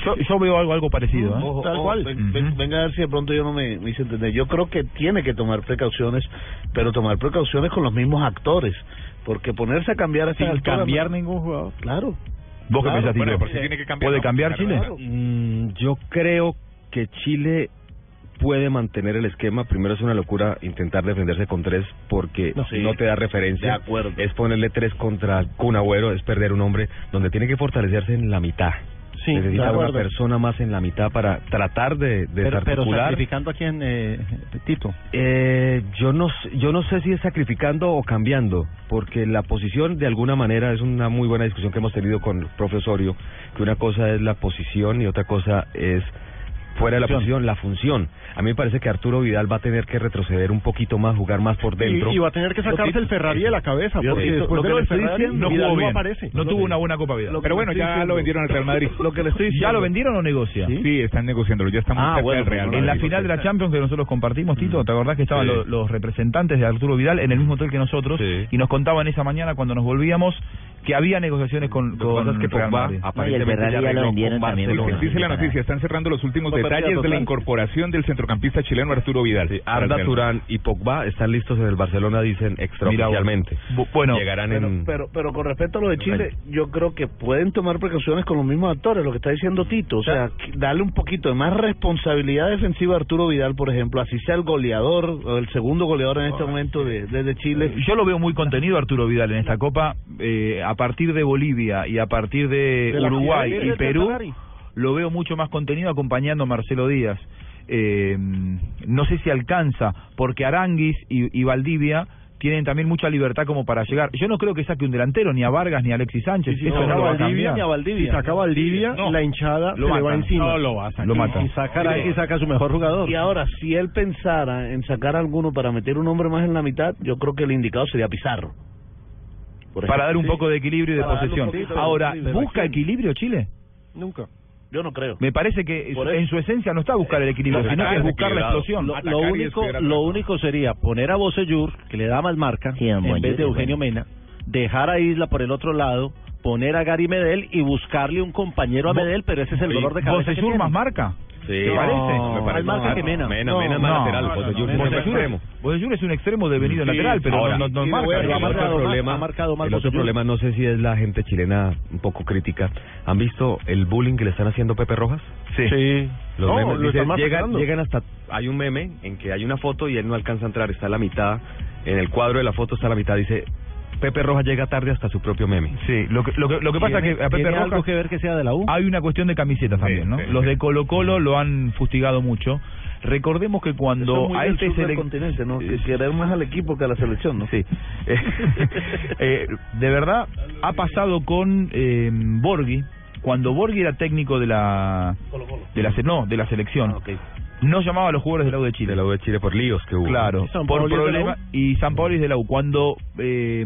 Speaker 6: Yo, yo veo algo algo parecido. ¿eh?
Speaker 8: Tal cual. Ven- ven- Venga a ver si de pronto yo no me, me hice entender. Yo creo que tiene que tomar precauciones, pero tomar precauciones con los mismos actores. Porque ponerse a cambiar a
Speaker 16: Sin
Speaker 8: estas alturas-
Speaker 16: cambiar ningún jugador.
Speaker 8: Claro.
Speaker 6: ¿Vos
Speaker 8: Claro,
Speaker 6: qué pensás,
Speaker 8: bueno,
Speaker 6: Tito?
Speaker 8: por si tiene que cambiar,
Speaker 6: ¿Puede
Speaker 8: no,
Speaker 6: cambiar
Speaker 8: claro,
Speaker 6: Chile?
Speaker 8: claro.
Speaker 9: Mm, yo creo que Chile puede mantener el esquema. Primero es una locura intentar defenderse con tres porque no,
Speaker 8: No, sí.
Speaker 9: te da referencia.
Speaker 8: De acuerdo.
Speaker 9: Es ponerle tres contra Kun Agüero, es perder un hombre donde tiene que fortalecerse en la mitad.
Speaker 12: Sí, de
Speaker 9: Necesita una
Speaker 12: acuerdo.
Speaker 9: persona más en la mitad para tratar de, de
Speaker 12: pero, pero
Speaker 9: desarticular.
Speaker 12: sacrificando a quien, eh, Tito.
Speaker 9: Eh, yo no s- yo no sé si es sacrificando o cambiando, porque la posición de alguna manera es una muy buena discusión que hemos tenido con el profe Osorio, que una cosa es la posición y otra cosa es fuera de la posición la función. A mí me parece que Arturo Vidal va a tener que retroceder un poquito más, jugar más por dentro.
Speaker 15: Y, y va a tener que sacarse el Ferrari de la cabeza,
Speaker 9: Yo-
Speaker 15: porque
Speaker 9: lo- lo
Speaker 15: después de
Speaker 9: que
Speaker 15: lo
Speaker 9: le
Speaker 15: del
Speaker 9: estoy
Speaker 15: Ferrari,
Speaker 9: diciendo,
Speaker 15: no,
Speaker 9: Vidal
Speaker 15: no
Speaker 9: bien.
Speaker 15: aparece.
Speaker 6: No tuvo una buena Copa Vidal.
Speaker 15: Lo que
Speaker 6: Pero
Speaker 15: le
Speaker 6: bueno,
Speaker 15: estoy
Speaker 6: ya
Speaker 15: diciendo.
Speaker 6: lo vendieron al Real
Speaker 15: [LAUGHS]
Speaker 6: Madrid.
Speaker 15: Lo que le estoy
Speaker 6: Ya
Speaker 15: diciendo.
Speaker 6: lo vendieron o negocia.
Speaker 16: ¿Sí? están negociándolo, ya estamos
Speaker 6: Ah,
Speaker 16: cerca
Speaker 6: bueno,
Speaker 16: del Real
Speaker 6: En
Speaker 16: Madrid.
Speaker 6: la final de la Champions que nosotros compartimos, Tito, ¿te acordás que estaban
Speaker 16: Mm. Sí.
Speaker 6: los, los representantes de Arturo Vidal en el mismo hotel que nosotros? Y nos contaban esa mañana cuando nos volvíamos que había negociaciones con,
Speaker 16: que
Speaker 6: con
Speaker 16: pasa es que
Speaker 6: Real
Speaker 16: Pogba
Speaker 6: Madrid.
Speaker 16: aparentemente No, y el Ferrari ya ya lo arregló vendieron con también Barcelona. por
Speaker 3: Dice la
Speaker 16: Barcelona.
Speaker 3: noticia, están cerrando los últimos
Speaker 16: Fue pérdida
Speaker 3: detalles de la
Speaker 16: total.
Speaker 3: incorporación del centrocampista chileno Arturo Vidal.
Speaker 9: Arda Turán y Pogba están listos en el Barcelona, dicen extraoficialmente.
Speaker 6: Bueno,
Speaker 9: llegarán
Speaker 8: pero,
Speaker 9: en
Speaker 8: pero, pero con respecto a lo de Chile, yo creo que pueden tomar precauciones con los mismos actores, lo que está diciendo Tito. O sea, que- darle un poquito de más responsabilidad defensiva a Arturo Vidal, por ejemplo, así sea el goleador, o el segundo goleador en este momento de, desde Chile.
Speaker 6: Yo lo veo muy contenido Arturo Vidal en esta Copa, eh, a partir de Bolivia y a partir de,
Speaker 8: De la
Speaker 6: Eh, Uruguay
Speaker 8: final
Speaker 6: y
Speaker 8: del
Speaker 6: Perú,
Speaker 8: Ferrari.
Speaker 6: lo veo mucho más contenido acompañando a Marcelo Díaz. Eh, no sé si alcanza, porque Aranguis y, y Valdivia tienen también mucha libertad como para llegar. Yo no creo que saque un delantero, ni a Vargas, ni a Alexis Sánchez.
Speaker 15: Si
Speaker 6: Eso
Speaker 15: saca
Speaker 6: no lo va a
Speaker 15: Valdivia,
Speaker 6: cambiar.
Speaker 15: si saca a Valdivia, la hinchada
Speaker 6: Lo
Speaker 15: se le va
Speaker 6: matan.
Speaker 15: encima.
Speaker 6: No, lo va a sacar. Lo matan.
Speaker 15: Y saca, y saca a su mejor jugador.
Speaker 8: Y ahora, si él pensara en sacar alguno para meter un hombre más en la mitad, yo creo que el indicado sería Pizarro. Por
Speaker 6: Para
Speaker 8: ejemplo.
Speaker 6: dar un
Speaker 8: Sí.
Speaker 6: poco de equilibrio y de
Speaker 8: Para darle un
Speaker 6: posesión.
Speaker 8: poquito de
Speaker 6: Ahora,
Speaker 8: equilibrio.
Speaker 6: ¿busca equilibrio Chile?
Speaker 8: Nunca. Yo no creo.
Speaker 6: Me parece que
Speaker 8: Por
Speaker 6: en su esencia no está buscar el equilibrio, sino que es buscar la explosión.
Speaker 12: Lo, lo único, lo único sería poner a Bocellur, que le da más marca, en
Speaker 6: Bocellur
Speaker 12: vez
Speaker 6: es
Speaker 12: de Eugenio Mena, dejar a Isla por el otro lado, poner a Gary Medel y buscarle un compañero a
Speaker 6: Bo-
Speaker 12: Medel, pero ese es el dolor de cabeza. que
Speaker 6: Bocellur
Speaker 12: tiene.
Speaker 6: más marca.
Speaker 12: Sí.
Speaker 6: ¿Te parece?
Speaker 12: No,
Speaker 6: Me parece
Speaker 12: más marca que Mena.
Speaker 9: Mena, Mena es más lateral, Bocellur es
Speaker 6: Bocellur
Speaker 9: extremo.
Speaker 6: Bocellur es un extremo devenido en
Speaker 9: Sí,
Speaker 6: lateral, pero
Speaker 9: ahora,
Speaker 6: no, no, no
Speaker 9: y
Speaker 6: marca.
Speaker 9: luego el
Speaker 6: Pero
Speaker 9: otro problema- el otro problema, no sé si es la gente chilena un poco crítica. ¿Han visto el bullying que le están haciendo a Pepe Rojas?
Speaker 6: Sí.
Speaker 9: Los
Speaker 6: No,
Speaker 9: memes
Speaker 6: lo están
Speaker 9: dicen, llegan,
Speaker 6: masacrando.
Speaker 9: llegan hasta... Hay un meme en que hay una foto y él no alcanza a entrar, está a la mitad. En el cuadro de la foto está a la mitad, dice... Pepe Rojas llega tarde hasta su propio meme.
Speaker 6: Sí, lo que, lo que, lo que pasa es que a Pepe Rojas
Speaker 12: que ver que sea de la U.
Speaker 6: hay una cuestión de camisetas también, ¿no? Los de Colo Colo lo han fustigado mucho. Recordemos que
Speaker 8: Eso es
Speaker 6: cuando
Speaker 8: muy
Speaker 6: a
Speaker 8: del
Speaker 6: este
Speaker 8: sur del
Speaker 6: selec-
Speaker 8: continente, ¿no? Que querer más al equipo que a la selección, ¿no?
Speaker 6: Sí.
Speaker 8: [LAUGHS]
Speaker 6: [LAUGHS] Eh, de verdad, ha pasado con eh, Borghi. Cuando Borghi era técnico de la, de la se- no, de la selección, no llamaba a los jugadores de la U de Chile.
Speaker 9: Ah, De la U de Chile por líos que hubo.
Speaker 6: Claro, por problema y San Paolo es de la U. Cuando eh,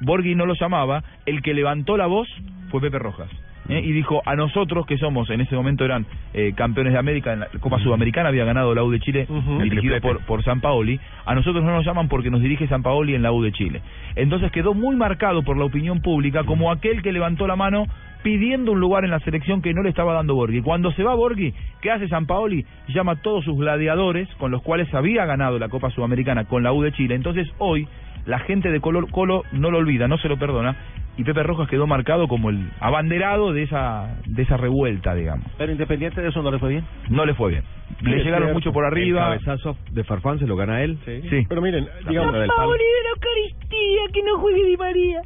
Speaker 6: Borghi no lo llamaba, el que levantó la voz fue Pepe Rojas. ¿eh? Y dijo, a nosotros que somos, en ese momento eran eh, campeones de América, en la Copa Sudamericana había ganado la U de Chile, dirigido por, por San Paoli, a nosotros no nos llaman porque nos dirige San Paoli en la U de Chile. Entonces quedó muy marcado por la opinión pública como aquel que levantó la mano pidiendo un lugar en la selección que no le estaba dando Borghi. Cuando se va Borghi, ¿qué hace San Paoli? Llama a todos sus gladiadores con los cuales había ganado la Copa Sudamericana con la U de Chile. Entonces hoy la gente de Colo Colo no lo olvida, no se lo perdona. y Pepe Rojas quedó marcado como el abanderado de esa de esa revuelta, digamos.
Speaker 12: Pero independiente de eso, ¿no le fue bien?
Speaker 6: No le fue bien. Le
Speaker 12: Es
Speaker 6: llegaron
Speaker 12: cierto.
Speaker 6: mucho por arriba.
Speaker 9: El cabezazo de Farfán se lo gana él.
Speaker 6: Sí.
Speaker 15: Pero miren,
Speaker 9: La
Speaker 15: digamos,
Speaker 9: pelota del palo.
Speaker 7: la Eucaristía, que no juegue
Speaker 6: [LAUGHS]
Speaker 7: Di María.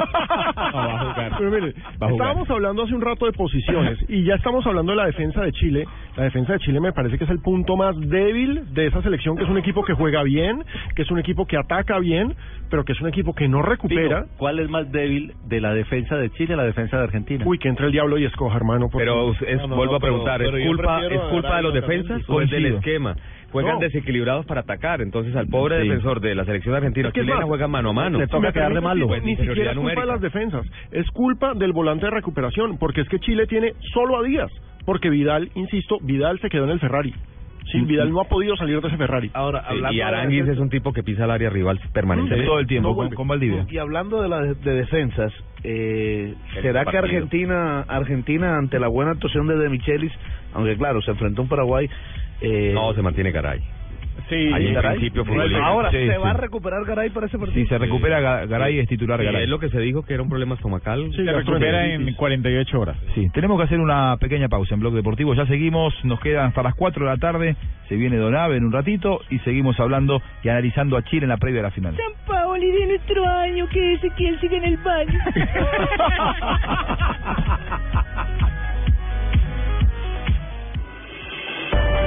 Speaker 15: va a [LAUGHS] jugar. Pero mire,
Speaker 9: jugar.
Speaker 15: estábamos hablando hace un rato de posiciones y ya estamos hablando de la defensa de Chile. La defensa de Chile me parece que es el punto más débil de esa selección, que es un equipo que juega bien, que es un equipo que ataca bien, pero que es un equipo que no recupera.
Speaker 12: Tino, ¿Cuál es más débil de la defensa de Chile a la defensa de Argentina?
Speaker 15: Uy, que entre el diablo y escoja, hermano. por
Speaker 9: Pero
Speaker 15: favor.
Speaker 9: Pues, es- vuelvo a preguntar, ¿es culpa, ¿es culpa de los defensas o es del
Speaker 15: Coincido.
Speaker 9: esquema? Juegan
Speaker 15: No.
Speaker 9: desequilibrados para atacar, entonces al pobre
Speaker 15: Sí.
Speaker 9: defensor de la selección argentina
Speaker 15: Es que es
Speaker 9: chilena
Speaker 15: más,
Speaker 9: juega mano a mano.
Speaker 15: me parece que
Speaker 9: Ni
Speaker 15: Pues, Ni siquiera es culpa de las defensas, es culpa del volante de recuperación, porque es que Chile tiene solo a Díaz, porque Vidal, insisto, Vidal se quedó en el Ferrari. Sí, Vidal no ha podido salir de ese Ferrari. Ahora,
Speaker 9: Y Aranguis es un tipo que pisa el área rival permanentemente.
Speaker 6: Todo el tiempo, con-
Speaker 9: vuelve.
Speaker 6: con Valdivia.
Speaker 8: Y hablando de, la de, de defensas, eh,
Speaker 9: El
Speaker 8: ¿será que
Speaker 9: partido.
Speaker 8: Argentina, Argentina ante la buena actuación de De Michelis, aunque claro, se enfrentó a un Paraguay... Eh,
Speaker 9: No, se mantiene Garay.
Speaker 8: Sí,
Speaker 9: Hay un
Speaker 8: Garay.
Speaker 9: principio futbolístico.
Speaker 8: Ahora,
Speaker 9: Sí,
Speaker 8: ¿se
Speaker 9: sí.
Speaker 8: va a recuperar Garay para ese partido?
Speaker 9: Si se recupera Ga- Garay es titular
Speaker 8: Sí,
Speaker 9: Garay.
Speaker 8: es
Speaker 9: lo que se dijo que era un problema estomacal.
Speaker 16: Se recupera en 48 horas.
Speaker 6: Sí, tenemos que hacer una pequeña pausa en Blog Deportivo. Ya seguimos, nos quedan hasta las 4 de la tarde. Se viene Donave en un ratito y seguimos hablando y analizando a Chile en la previa de la final.
Speaker 27: San Paoli de nuestro año, que ese que él sigue en el
Speaker 6: [LAUGHS]
Speaker 7: [LAUGHS]
Speaker 27: baño.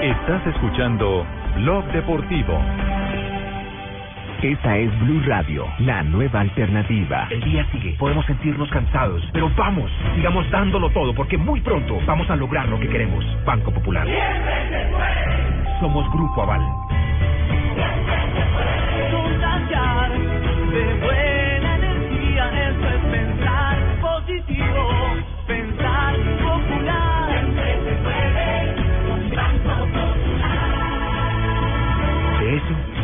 Speaker 1: Estás escuchando Blog Deportivo.
Speaker 17: Esta es Blue Radio, la nueva alternativa. El día sigue, podemos sentirnos cansados, pero vamos, sigamos dándolo todo porque muy pronto vamos a lograr lo que queremos. Banco Popular. Somos Grupo Aval.
Speaker 27: Contagiar de buena energía, eso es pensar positivo, pensar popular. Siempre se puede, Banco
Speaker 17: De eso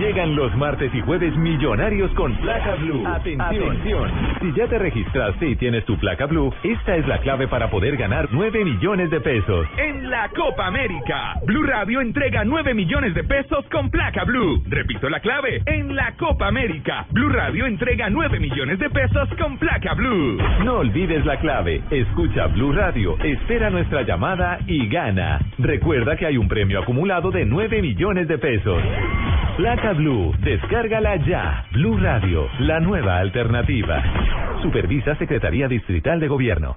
Speaker 1: Llegan los martes y jueves millonarios con placa blue. Atención. Si ya te registraste y tienes tu placa blue, esta es la clave para poder ganar 9 millones de pesos.
Speaker 3: En la Copa América, Blue Radio entrega 9 millones de pesos con placa Blue. Repito la clave. En la Copa América, Blue Radio entrega 9 millones de pesos con placa Blue.
Speaker 1: No olvides la clave. Escucha Blue Radio, espera nuestra llamada y gana. Recuerda que hay un premio acumulado de 9 millones de pesos. Placa Blue, descárgala ya. Blue Radio, la nueva alternativa. Supervisa Secretaría Distrital de Gobierno.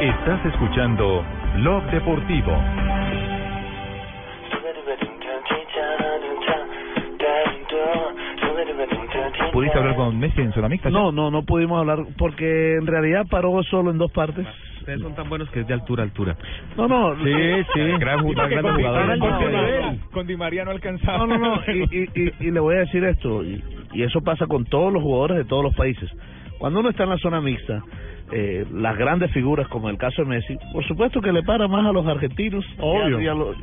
Speaker 1: Estás escuchando Blog Deportivo.
Speaker 6: ¿Pudiste hablar con Messi en zona mixta?
Speaker 8: No, no, no pudimos hablar porque en realidad paró solo en dos partes.
Speaker 9: Ustedes son tan buenos que es de altura, altura.
Speaker 8: No, no.
Speaker 9: Sí, sí. Gran
Speaker 8: Sí,
Speaker 9: jugador,
Speaker 8: porque
Speaker 9: gran
Speaker 8: compitaron
Speaker 9: jugador.
Speaker 8: con Medellín.
Speaker 16: Con Di María no alcanzaba.
Speaker 8: No, no, no. Y, y, y, y le voy a decir esto, y, y eso pasa con todos los jugadores de todos los países. Cuando uno está en la zona mixta, eh, las grandes figuras, como el caso de Messi, por supuesto que le para más a los argentinos. Y,
Speaker 15: Obvio.
Speaker 8: a- y a los-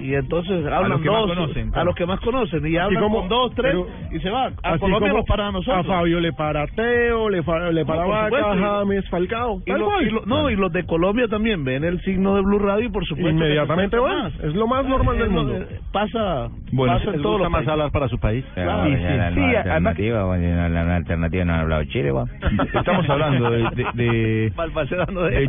Speaker 8: y entonces hablan
Speaker 15: los que más
Speaker 8: dos,
Speaker 15: conocen,
Speaker 8: A
Speaker 15: claro.
Speaker 8: los que más conocen. Y
Speaker 15: Así
Speaker 8: hablan
Speaker 15: como-
Speaker 8: con dos, tres,
Speaker 15: pero-
Speaker 8: y se van. A
Speaker 15: Así
Speaker 8: Colombia
Speaker 15: como
Speaker 8: los para a nosotros.
Speaker 15: A Fabio le para a Teo, le, fa- le para
Speaker 8: por
Speaker 15: Vaca,
Speaker 8: supuesto, y-
Speaker 15: James, Falcao.
Speaker 8: Y
Speaker 15: tal
Speaker 8: lo-
Speaker 15: cual.
Speaker 8: y lo- no, y los de Colombia también ven el signo de Blue Radio y por supuesto. que
Speaker 15: Inmediatamente
Speaker 8: se
Speaker 15: van.
Speaker 8: acercan más.
Speaker 15: Es lo más normal
Speaker 8: Es
Speaker 15: del
Speaker 8: lo-
Speaker 15: mundo.
Speaker 8: Pasa, pasa en
Speaker 12: les
Speaker 8: todos
Speaker 12: gusta
Speaker 8: los
Speaker 12: más
Speaker 8: países.
Speaker 12: hablar para su país.
Speaker 8: Claro,
Speaker 6: sí, sí,
Speaker 7: la
Speaker 6: sí,
Speaker 7: nueva
Speaker 6: además-
Speaker 7: alternativa, bueno, la nueva alternativa no han hablado Chile, va.
Speaker 6: Estamos hablando de, de- de de,
Speaker 12: Eh,
Speaker 6: de Eh,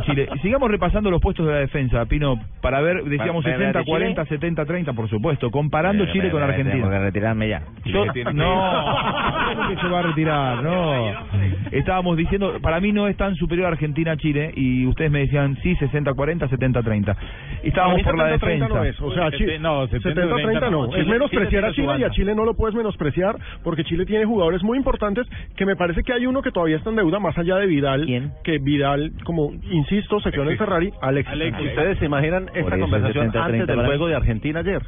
Speaker 12: [LAUGHS]
Speaker 6: Chile. Y Sigamos repasando los puestos de la defensa, Pino, para ver, decíamos
Speaker 32: ¿Para- para hablar
Speaker 6: 60,
Speaker 32: de
Speaker 6: 40, 70, 30, por supuesto, comparando
Speaker 32: Pero,
Speaker 6: Chile
Speaker 32: pero,
Speaker 6: con
Speaker 32: pero, tengo que
Speaker 6: Argentina.
Speaker 32: retirarme ya.
Speaker 6: Yo- [LAUGHS] no, ¿cómo que se va a retirar? No. Estábamos diciendo, para mí no es tan superior Argentina a Chile y ustedes me decían, sí, 60-40, 70-30. Y Estábamos por la defensa.
Speaker 15: No es, o sea, Chile, 70-30 no. Es menospreciar a Chile y a Chile no lo puedes menospreciar porque Chile tiene jugadores muy importantes que me parece que hay uno que todavía está en deuda más allá de Vidal. Que Vidal, como insisto, se quedó en el Ferrari. Alexis.
Speaker 12: Alexis, ¿ustedes se imaginan
Speaker 15: Por
Speaker 12: esta
Speaker 15: eso,
Speaker 12: conversación
Speaker 15: 70-30
Speaker 12: antes del
Speaker 15: para-
Speaker 12: juego de Argentina ayer?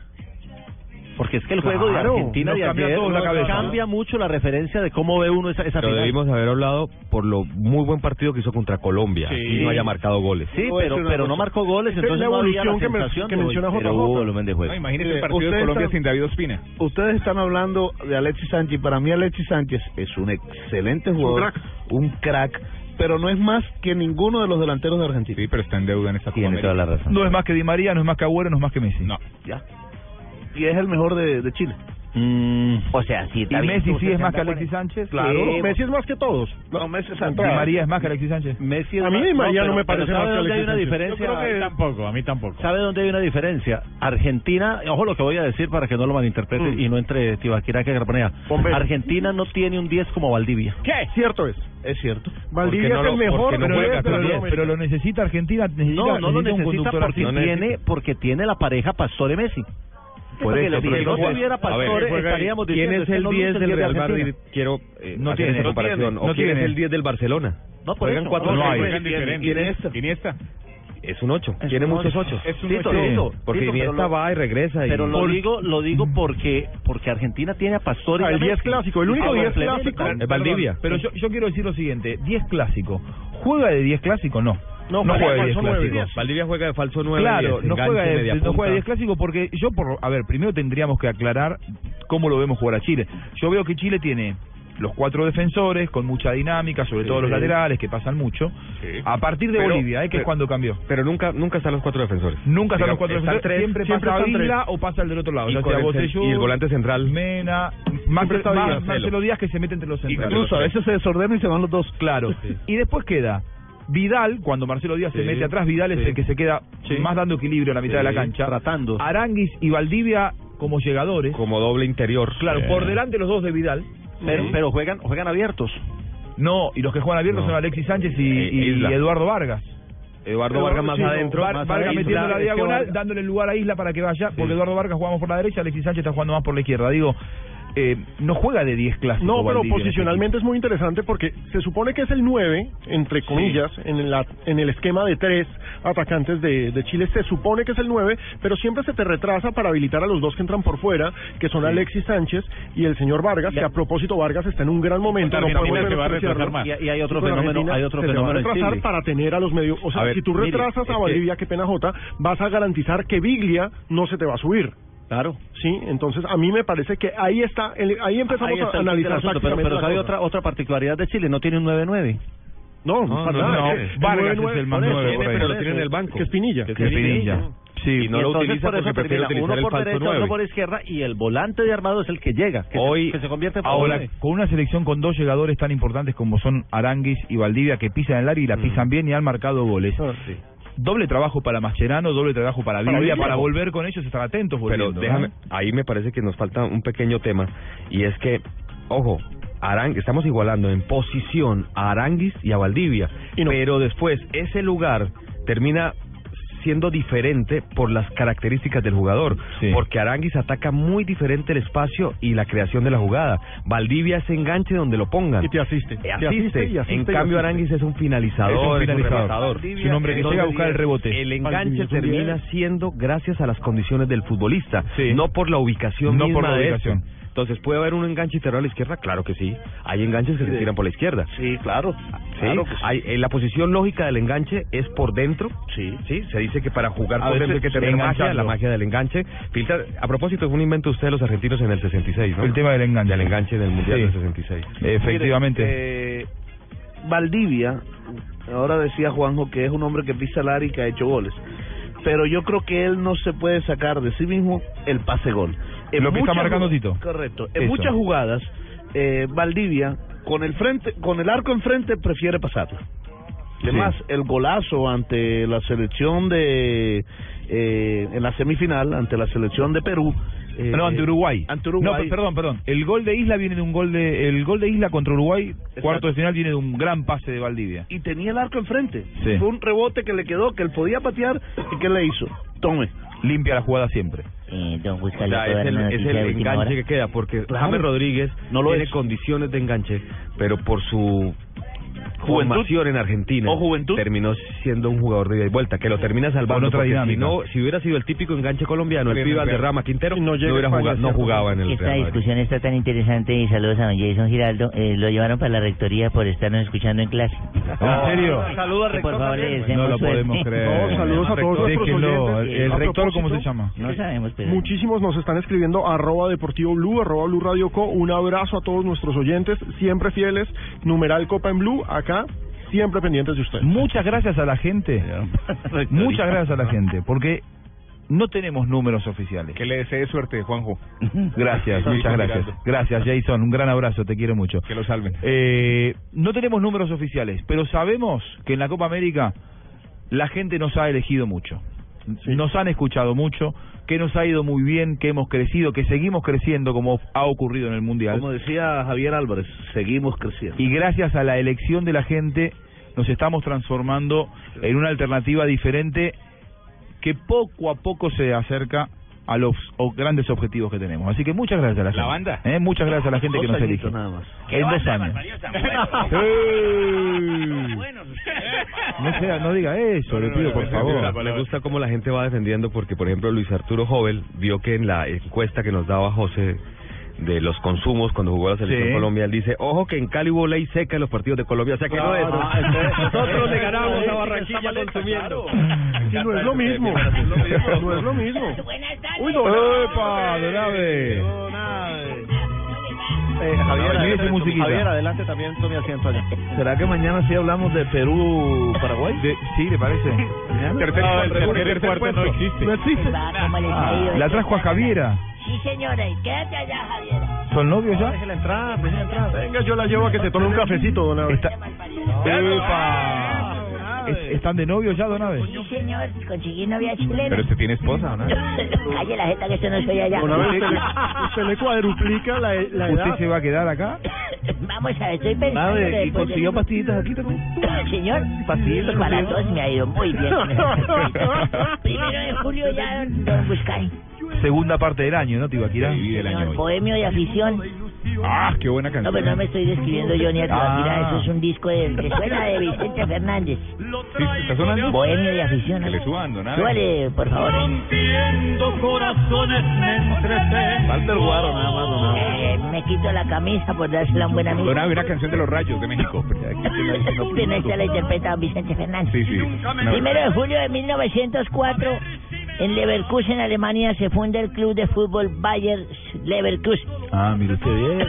Speaker 12: Porque es que el juego
Speaker 9: Claro,
Speaker 12: de Argentina
Speaker 9: nos
Speaker 12: de
Speaker 9: cambia
Speaker 12: ayer
Speaker 9: todo la
Speaker 12: nos
Speaker 9: cabeza, ¿no?
Speaker 12: cambia mucho la referencia de cómo ve uno esa, esa
Speaker 9: Pero
Speaker 12: final.
Speaker 9: debimos haber hablado por lo muy buen partido que hizo contra Colombia
Speaker 12: Sí.
Speaker 9: y no haya marcado goles.
Speaker 12: Sí, pero, pero no marcó goles,
Speaker 9: Esta es
Speaker 12: entonces
Speaker 9: la
Speaker 12: no había la
Speaker 9: evolución que me-
Speaker 12: sensación
Speaker 9: que
Speaker 12: de-
Speaker 9: menciona
Speaker 12: pero
Speaker 9: JJ.
Speaker 12: hubo volumen de juego.
Speaker 9: No,
Speaker 16: Imagínese el
Speaker 34: Eh,
Speaker 16: partido de
Speaker 34: ustedes
Speaker 16: Colombia
Speaker 34: están-
Speaker 16: sin David Ospina.
Speaker 34: Ustedes están hablando de Alexis Sánchez. Para mí Alexis Sánchez es un excelente jugador, un crack, pero no es más que ninguno de los delanteros de Argentina. Sí, pero está en deuda en esta Tiene toda la razón.
Speaker 6: No es más que Di María, no es más que Agüero, no es más que Messi. No.
Speaker 34: Ya. Y es el mejor de, de Chile. Mm.
Speaker 32: O sea, si
Speaker 6: ¿Y Messi sí es más que Alexis Sánchez?
Speaker 15: Claro,
Speaker 6: Sí.
Speaker 15: Messi es más que todos. No, Messi
Speaker 6: Di María es más que Alexis Sánchez.
Speaker 12: Messi
Speaker 15: A mí Di María no, me parece más que
Speaker 12: dónde hay
Speaker 15: Alexis
Speaker 12: una
Speaker 15: Sánchez.
Speaker 12: diferencia?
Speaker 15: Yo creo que-
Speaker 16: Tampoco, a mí tampoco.
Speaker 12: ¿Sabe dónde hay una diferencia? Argentina, ojo lo que voy a decir para que no lo
Speaker 16: Mm.
Speaker 12: malinterpreten y no entre Tibaquira que Carpanea. Argentina no tiene un 10 como Valdivia.
Speaker 15: ¿Qué? Cierto es.
Speaker 12: Es cierto.
Speaker 15: Valdivia es el mejor
Speaker 6: pero,
Speaker 15: juez de
Speaker 6: pero-
Speaker 15: la
Speaker 6: pero- pero lo necesita Argentina. Necesita,
Speaker 12: No, no lo
Speaker 6: necesita un
Speaker 12: necesita
Speaker 6: conductor
Speaker 12: porque
Speaker 6: argentino.
Speaker 12: tiene, porque tiene la pareja Pastore Messi.
Speaker 6: Por
Speaker 12: Porque
Speaker 6: eso,
Speaker 12: si
Speaker 6: pero
Speaker 12: no
Speaker 6: ¿cómo-
Speaker 12: tuviera
Speaker 6: a ver,
Speaker 12: Pastore,
Speaker 6: juega ahí.
Speaker 12: estaríamos
Speaker 6: ¿Quién
Speaker 12: diciendo
Speaker 6: es el
Speaker 12: no luce
Speaker 6: 10 del
Speaker 12: de
Speaker 6: Real
Speaker 12: Argentina.
Speaker 9: Madrid? Quiero eh,
Speaker 6: No
Speaker 9: hacer
Speaker 6: tiene,
Speaker 9: esa
Speaker 6: no
Speaker 9: comparación.
Speaker 6: tiene, no
Speaker 9: ¿O quién
Speaker 6: tiene.
Speaker 9: es el 10 del Barcelona?
Speaker 12: No, por
Speaker 9: Juegan
Speaker 12: eso,
Speaker 9: cuatro
Speaker 12: no,
Speaker 9: tres,
Speaker 12: no hay.
Speaker 9: tres.
Speaker 12: Diferente.
Speaker 9: ¿Quién es?
Speaker 16: Iniesta.
Speaker 9: Es un 8. Tiene
Speaker 12: un
Speaker 9: muchos
Speaker 12: ocho.
Speaker 9: 8.
Speaker 12: Es un
Speaker 9: Tito,
Speaker 12: ocho.
Speaker 9: Tito, Porque
Speaker 12: Tito, pero
Speaker 9: Iniesta
Speaker 12: lo-
Speaker 9: va y regresa. y-
Speaker 12: Pero lo digo, lo digo
Speaker 6: Mm.
Speaker 12: porque porque Argentina tiene a Pastore. y
Speaker 9: Ah, el
Speaker 12: a
Speaker 9: 10
Speaker 12: Messi.
Speaker 9: clásico, el único
Speaker 12: Ah,
Speaker 9: 10
Speaker 12: bueno,
Speaker 9: clásico.
Speaker 12: perdón.
Speaker 9: Es Valdivia.
Speaker 6: Pero yo, yo quiero decir lo siguiente: 10 clásico. ¿Juega de 10 clásico? No. No, juega de 10 clásico.
Speaker 9: Valdivia juega de falso 9.
Speaker 6: Claro, no juega, de,
Speaker 9: media
Speaker 6: no juega de
Speaker 9: punta.
Speaker 6: 10 clásico porque yo, por a ver, primero tendríamos que aclarar cómo lo vemos jugar a Chile. Yo veo que Chile tiene los cuatro defensores con mucha dinámica, sobre todo los
Speaker 9: Sí.
Speaker 6: laterales que pasan mucho.
Speaker 9: Sí.
Speaker 6: A partir de
Speaker 9: Pero-
Speaker 6: Bolivia, ¿eh? que es
Speaker 9: pero-
Speaker 6: cuando cambió.
Speaker 9: Pero nunca nunca están los cuatro defensores.
Speaker 6: Nunca están los cuatro
Speaker 9: Digamos,
Speaker 6: defensores,
Speaker 9: están tres,
Speaker 6: siempre, pasa
Speaker 9: están tres.
Speaker 6: Isla o pasa el del otro lado.
Speaker 9: Y
Speaker 6: ya
Speaker 9: con
Speaker 6: sea
Speaker 9: el
Speaker 6: Botellú,
Speaker 9: cen- y el volante central.
Speaker 6: Mena, más,
Speaker 9: Siempre está
Speaker 6: más-
Speaker 9: Díaz,
Speaker 6: Marcelo Díaz que se mete entre los centrales.
Speaker 34: Incluso a veces se desordena y se van los dos.
Speaker 6: [LAUGHS] Claro. Y después queda Vidal, cuando Marcelo Díaz se
Speaker 34: Sí,
Speaker 6: mete atrás, Vidal es
Speaker 34: sí.
Speaker 6: el que se queda más dando equilibrio a la mitad de la
Speaker 9: Sí,
Speaker 6: cancha. Tratando. Aranguis y Valdivia como llegadores.
Speaker 9: Como doble interior.
Speaker 6: Claro, por delante los dos de Vidal.
Speaker 9: Pero-
Speaker 6: pero juegan juegan abiertos. No, Eh, y los que juegan abiertos son Alexis Sánchez y, y
Speaker 9: Isla.
Speaker 6: Eduardo Vargas.
Speaker 9: Eduardo Vargas más
Speaker 6: Sí, no,
Speaker 9: adentro.
Speaker 6: Var-
Speaker 9: más
Speaker 6: Vargas
Speaker 9: adentro.
Speaker 6: metiendo la
Speaker 9: Es que
Speaker 6: diagonal,
Speaker 9: Vargas-
Speaker 6: dándole lugar a Isla para que vaya, porque Eduardo Vargas jugamos por la derecha, Alexis Sánchez está jugando más por la izquierda. Digo, eh, no juega de 10 clásicos.
Speaker 15: No, pero
Speaker 6: Valdivia en este
Speaker 15: posicionalmente es muy interesante porque se supone que es el 9, entre comillas, en, la, en el esquema de tres atacantes de, de Chile, se supone que es el 9, pero siempre se te retrasa para habilitar a los dos que entran por fuera, que son Alexis Sánchez y el señor Vargas, que a propósito Vargas está en un gran momento. No
Speaker 12: Argentina
Speaker 15: podemos
Speaker 12: se va a
Speaker 15: menospreciarlo.
Speaker 12: retrasar más. Y- y hay otro
Speaker 15: Sí, con
Speaker 12: fenómeno-
Speaker 15: Argentina
Speaker 12: hay otro
Speaker 15: se le
Speaker 12: fenómeno en
Speaker 15: va a retrasar
Speaker 12: Chile.
Speaker 15: para tener a los medios. O sea,
Speaker 12: A ver,
Speaker 15: si tú
Speaker 12: mire,
Speaker 15: retrasas
Speaker 12: es
Speaker 15: a
Speaker 12: que-
Speaker 15: Bolivia, qué pena Jota, vas a garantizar que Biglia no se te va a subir.
Speaker 12: Claro.
Speaker 15: Sí, entonces a mí me parece que ahí está, el- ahí empezamos
Speaker 12: Ahí está
Speaker 15: a
Speaker 12: el
Speaker 15: analizar
Speaker 12: asunto, pero,
Speaker 15: tácticamente
Speaker 12: pero
Speaker 15: la
Speaker 12: hay
Speaker 15: cosa.
Speaker 12: otra otra particularidad de Chile, no tiene un 9-9.
Speaker 15: No,
Speaker 12: para nada, es- es
Speaker 6: Vargas es
Speaker 12: 9-9,
Speaker 6: el más
Speaker 12: por eso,
Speaker 6: nueve,
Speaker 12: tiene,
Speaker 6: por ahí.
Speaker 12: pero lo tiene en el banco.
Speaker 15: Que es Pinilla.
Speaker 6: Que es Pinilla. Sí,
Speaker 12: Y
Speaker 6: no lo
Speaker 12: entonces,
Speaker 6: utiliza
Speaker 12: por eso
Speaker 6: porque
Speaker 12: termina
Speaker 6: prefiere utilizar
Speaker 12: uno
Speaker 6: el
Speaker 12: por
Speaker 6: falso
Speaker 12: derecha,
Speaker 6: nueve.
Speaker 12: otro por izquierda y el volante de armado es el que llega, que, se, que se convierte en
Speaker 6: Ahora,
Speaker 12: nueve.
Speaker 6: con una selección con dos llegadores tan importantes como son Aranguis y Valdivia, que pisan el área y la pisan bien y han marcado goles. Doble trabajo para Mascherano, doble trabajo para
Speaker 9: Para
Speaker 6: Biblia,
Speaker 9: Biglia.
Speaker 6: para volver con ellos, estar atentos.
Speaker 9: Pero
Speaker 6: Volviendo,
Speaker 9: déjame,
Speaker 6: ¿no?
Speaker 9: ahí me parece que nos falta un pequeño tema y es que, ojo, Arang, estamos igualando en posición a Aranguis y a Valdivia, pero después ese lugar termina siendo diferente por las características del jugador, porque Aranguis ataca muy diferente el espacio y la creación de la jugada. Valdivia se enganche donde lo pongan.
Speaker 15: Y te asiste.
Speaker 9: Eh,
Speaker 15: Te asiste y asiste
Speaker 9: en
Speaker 15: y
Speaker 9: cambio,
Speaker 15: asiste.
Speaker 9: Aranguis es un finalizador,
Speaker 6: Es un
Speaker 9: es un
Speaker 6: finalizador.
Speaker 9: rematador.
Speaker 6: Es un hombre que llega a buscar el rebote.
Speaker 9: El
Speaker 6: Valdivia
Speaker 9: enganche
Speaker 6: es un diez.
Speaker 9: termina siendo gracias a las condiciones del futbolista, no por la ubicación
Speaker 6: No
Speaker 9: misma
Speaker 6: por la
Speaker 9: de
Speaker 6: ubicación.
Speaker 9: este. Entonces, ¿puede haber un enganche interior a la izquierda? Claro que sí. Hay enganches que se tiran por la izquierda.
Speaker 8: Sí, claro.
Speaker 9: ¿Sí?
Speaker 8: claro que sí.
Speaker 9: Hay, eh, la posición lógica del enganche es por dentro.
Speaker 8: Sí.
Speaker 9: Sí, se dice que para jugar
Speaker 8: A
Speaker 9: por
Speaker 8: veces
Speaker 9: dentro hay que tener
Speaker 8: enganchando.
Speaker 9: magia, la magia del enganche. Filtrar- a propósito, es un invento usted de los argentinos en el 66, ¿no?
Speaker 6: El tema del enganche.
Speaker 9: Del enganche del Mundial
Speaker 6: Sí.
Speaker 9: del 66.
Speaker 6: Efectivamente.
Speaker 8: Mire, eh, Valdivia, ahora decía Juanjo que es un hombre que pisa el área y que ha hecho goles. Pero yo creo que él no se puede sacar de sí mismo el pase gol.
Speaker 6: Lo que está
Speaker 8: muchas
Speaker 6: marcando
Speaker 8: ju-
Speaker 6: Tito.
Speaker 8: Correcto. En
Speaker 6: Eso.
Speaker 8: muchas jugadas, eh, Valdivia con el frente, con el arco enfrente prefiere pasarlo.
Speaker 34: Además, el golazo ante la selección de. eh, en la semifinal, ante la selección de Perú. eh,
Speaker 6: no, ante Uruguay.
Speaker 34: Ante Uruguay.
Speaker 6: No, pe- perdón, perdón. El gol de Isla viene de un gol de el gol de Isla contra Uruguay, cuarto de final viene de un gran pase de Valdivia.
Speaker 34: Y tenía el arco enfrente.
Speaker 6: Sí.
Speaker 34: Fue un rebote que le quedó, que él podía patear y que le hizo. Tome.
Speaker 6: Limpia la jugada siempre.
Speaker 32: don
Speaker 6: pues,
Speaker 9: O sea, es el, es el enganche que queda, porque
Speaker 6: Claro.
Speaker 9: James Rodríguez
Speaker 6: No lo
Speaker 9: tiene
Speaker 6: es.
Speaker 9: condiciones de enganche, pero por su formación en Argentina terminó siendo un jugador de ida y vuelta, que lo termina
Speaker 6: Con
Speaker 9: salvando.
Speaker 6: otra
Speaker 9: porque
Speaker 6: dinámica.
Speaker 9: Si, no, si hubiera sido el típico enganche colombiano, el
Speaker 32: Bien,
Speaker 9: pibe de
Speaker 32: Real.
Speaker 9: Rama Quintero, no,
Speaker 32: llega
Speaker 9: hubiera
Speaker 32: a España,
Speaker 9: jugado, no
Speaker 32: ¿cierto?
Speaker 9: jugaba en el
Speaker 32: Esta
Speaker 9: Real Madrid.
Speaker 32: discusión está tan interesante y saludos a don Jason Giraldo. Eh, lo llevaron para la rectoría por estarnos escuchando en clase.
Speaker 6: ¿En serio?
Speaker 32: Que por favor le
Speaker 6: No
Speaker 32: deseemos
Speaker 6: lo
Speaker 32: suerte.
Speaker 6: podemos creer. Déjenlo. El, el
Speaker 15: A
Speaker 6: rector, ¿cómo se
Speaker 15: propósito,
Speaker 6: llama? ¿Eh?
Speaker 32: No sabemos, pero...
Speaker 15: Muchísimos nos están escribiendo arroba deportivo blue, arroba blue radio co. Un abrazo a todos nuestros oyentes, siempre fieles. Numeral Copa en Blue, acá, siempre pendientes de ustedes.
Speaker 6: Muchas gracias a la gente. [LAUGHS] Muchas gracias a la gente, porque no tenemos números oficiales.
Speaker 16: Que le desee suerte, Juanjo.
Speaker 6: [LAUGHS] Gracias,
Speaker 16: Sí,
Speaker 6: muchas gracias.
Speaker 16: mirando.
Speaker 6: Gracias, Jason. Un gran abrazo, te quiero mucho.
Speaker 16: Que lo salven.
Speaker 6: Eh, no tenemos números oficiales, pero sabemos que en la Copa América la gente nos ha elegido mucho. Nos han escuchado mucho, que nos ha ido muy bien, que hemos crecido, que seguimos creciendo como ha ocurrido en el Mundial.
Speaker 34: Como decía Javier Álvarez, seguimos creciendo.
Speaker 6: Y gracias a la elección de la gente nos estamos transformando en una alternativa diferente que poco a poco se acerca a los o- grandes objetivos que tenemos. Así que muchas gracias a la,
Speaker 33: La
Speaker 6: gente.
Speaker 33: banda.
Speaker 6: Eh, Muchas gracias a la gente que
Speaker 33: Dos
Speaker 6: nos
Speaker 33: añitos
Speaker 6: elige.
Speaker 33: nada más.
Speaker 6: En dos años. ¡Ey! No, sea- no diga eso, le pido por favor.
Speaker 9: Me gusta cómo la gente va defendiendo porque, por ejemplo, Luis Arturo Jovel vio que en la encuesta que nos daba José de los consumos cuando jugó la selección
Speaker 6: Sí.
Speaker 9: Colombia, él dice, ojo que en Cali hubo ley seca en los partidos de Colombia, o sea que no es.
Speaker 4: Ah,
Speaker 9: [LAUGHS] Nosotros le ganamos a Barranquilla consumiendo.
Speaker 15: no es lo mismo. [LAUGHS] No es lo mismo. Uy, no.
Speaker 6: ¡Epa, Donave!
Speaker 12: Eh,
Speaker 34: Javier, adelante, Javier,
Speaker 6: adelante también, tome asiento allá.
Speaker 34: ¿Será que mañana sí hablamos de Perú-Paraguay?
Speaker 6: Sí,
Speaker 34: [LAUGHS]
Speaker 6: ¿le parece?
Speaker 34: Tercer,
Speaker 6: No,
Speaker 34: cuarto,
Speaker 6: tercer,
Speaker 34: tercer
Speaker 6: cuarto
Speaker 34: puesto. No existe.
Speaker 6: Ah,
Speaker 27: ¿cómo les ha ido?
Speaker 6: la trajo a Javiera.
Speaker 27: Sí, señora, y quédate allá, Javiera.
Speaker 6: ¿Son novios ya?
Speaker 27: Déjela entrar, déjela entrar.
Speaker 15: Venga, yo la llevo a que se tome un cafecito, don Abel.
Speaker 6: [LAUGHS] ¡Epa! Es- ¿Están de novios ya, Donave?
Speaker 27: Sí, señor, conseguí novia chilena.
Speaker 6: Pero usted tiene esposa,
Speaker 27: [LAUGHS]
Speaker 6: ¿no?
Speaker 27: Calle la jeta que yo no soy allá.
Speaker 15: Don Abel, usted
Speaker 27: [LAUGHS]
Speaker 15: le- usted le cuadruplica la, e- la edad.
Speaker 6: ¿Usted se va a quedar acá? este-
Speaker 27: Vamos a ver, estoy pensando...
Speaker 15: A
Speaker 27: que
Speaker 15: ver, ¿y
Speaker 27: después de-
Speaker 15: consiguió
Speaker 34: pastillitas aquí también?
Speaker 27: [LAUGHS] Señor,
Speaker 34: Pastillitas
Speaker 27: para
Speaker 34: consiguió.
Speaker 27: todos me ha ido muy bien. Primero de julio ya, don, don Buscay.
Speaker 6: Segunda parte del año, ¿no, Tibaquirá?
Speaker 27: Señor, pues. bohemio de afición.
Speaker 6: ¡Ah, qué buena
Speaker 27: No,
Speaker 6: canción!
Speaker 27: pero no me estoy describiendo yo ni a Tibaquirá,
Speaker 6: Ah.
Speaker 27: eso es un disco de, que suena de Vicente Fernández.
Speaker 16: ¿Sí? ¿Está sonando?
Speaker 27: Bohemio de afición.
Speaker 16: Que le suban, Donave.
Speaker 27: Súbale, por favor.
Speaker 16: corazones me
Speaker 34: Falta el guaro, nada más, don Abel.
Speaker 27: Eh, me quito la camisa por dársela a un buen amigo. [LAUGHS]
Speaker 16: Donave, una canción de los rayos de México.
Speaker 27: Pero esta la interpreta Vicente Fernández.
Speaker 16: Sí, sí.
Speaker 27: Primero de julio de 1904, en Leverkusen, Alemania, se funda el club de fútbol Bayer Leverkusen.
Speaker 6: [LAUGHS] Ah, mire usted bien.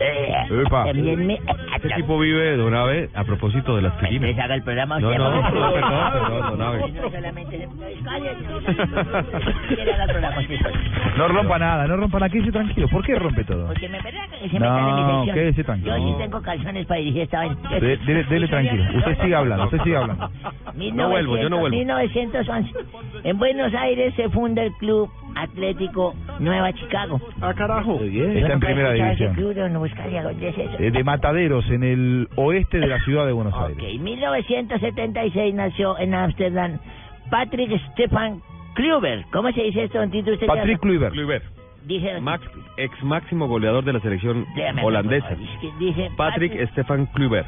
Speaker 3: Eh,
Speaker 9: Epa.
Speaker 27: También me...
Speaker 9: Este tipo vive, don Abe, a propósito de las quirinas.
Speaker 27: Les haga el programa
Speaker 9: No,
Speaker 27: usted,
Speaker 9: no,
Speaker 27: por favor.
Speaker 9: perdón, perdón, don Abe.
Speaker 27: No solamente... Quiere haga el programa usted solo.
Speaker 6: No rompa nada, no rompa nada, quédese tranquilo. ¿Por qué rompe todo?
Speaker 27: Porque me verdad que se
Speaker 6: No,
Speaker 27: metan en mi sección.
Speaker 6: quédese tranquilo.
Speaker 27: Yo sí tengo calzones para dirigir esta vaina.
Speaker 6: De- dele- dele tranquilo. Usted siga hablando, usted siga hablando.
Speaker 9: No vuelvo, yo no vuelvo.
Speaker 27: 1911. En Buenos Aires se funda el Club Atlético Nueva Chicago.
Speaker 15: Ah, carajo.
Speaker 6: Está en primera división.
Speaker 27: no buscaría dónde es eso.
Speaker 6: Eh, De Mataderos, en el oeste de la ciudad de Buenos Aires.
Speaker 27: Ok, 1976 nació en Ámsterdam Patrick Stefan Kluber. ¿Cómo se dice esto en título? Usted
Speaker 9: Patrick
Speaker 27: que-
Speaker 9: Kluivert.
Speaker 27: Dice,
Speaker 9: Max, ex máximo goleador de la selección
Speaker 27: Léame,
Speaker 9: holandesa.
Speaker 27: por favor. Es que dice
Speaker 9: Patrick Stefan Kluivert.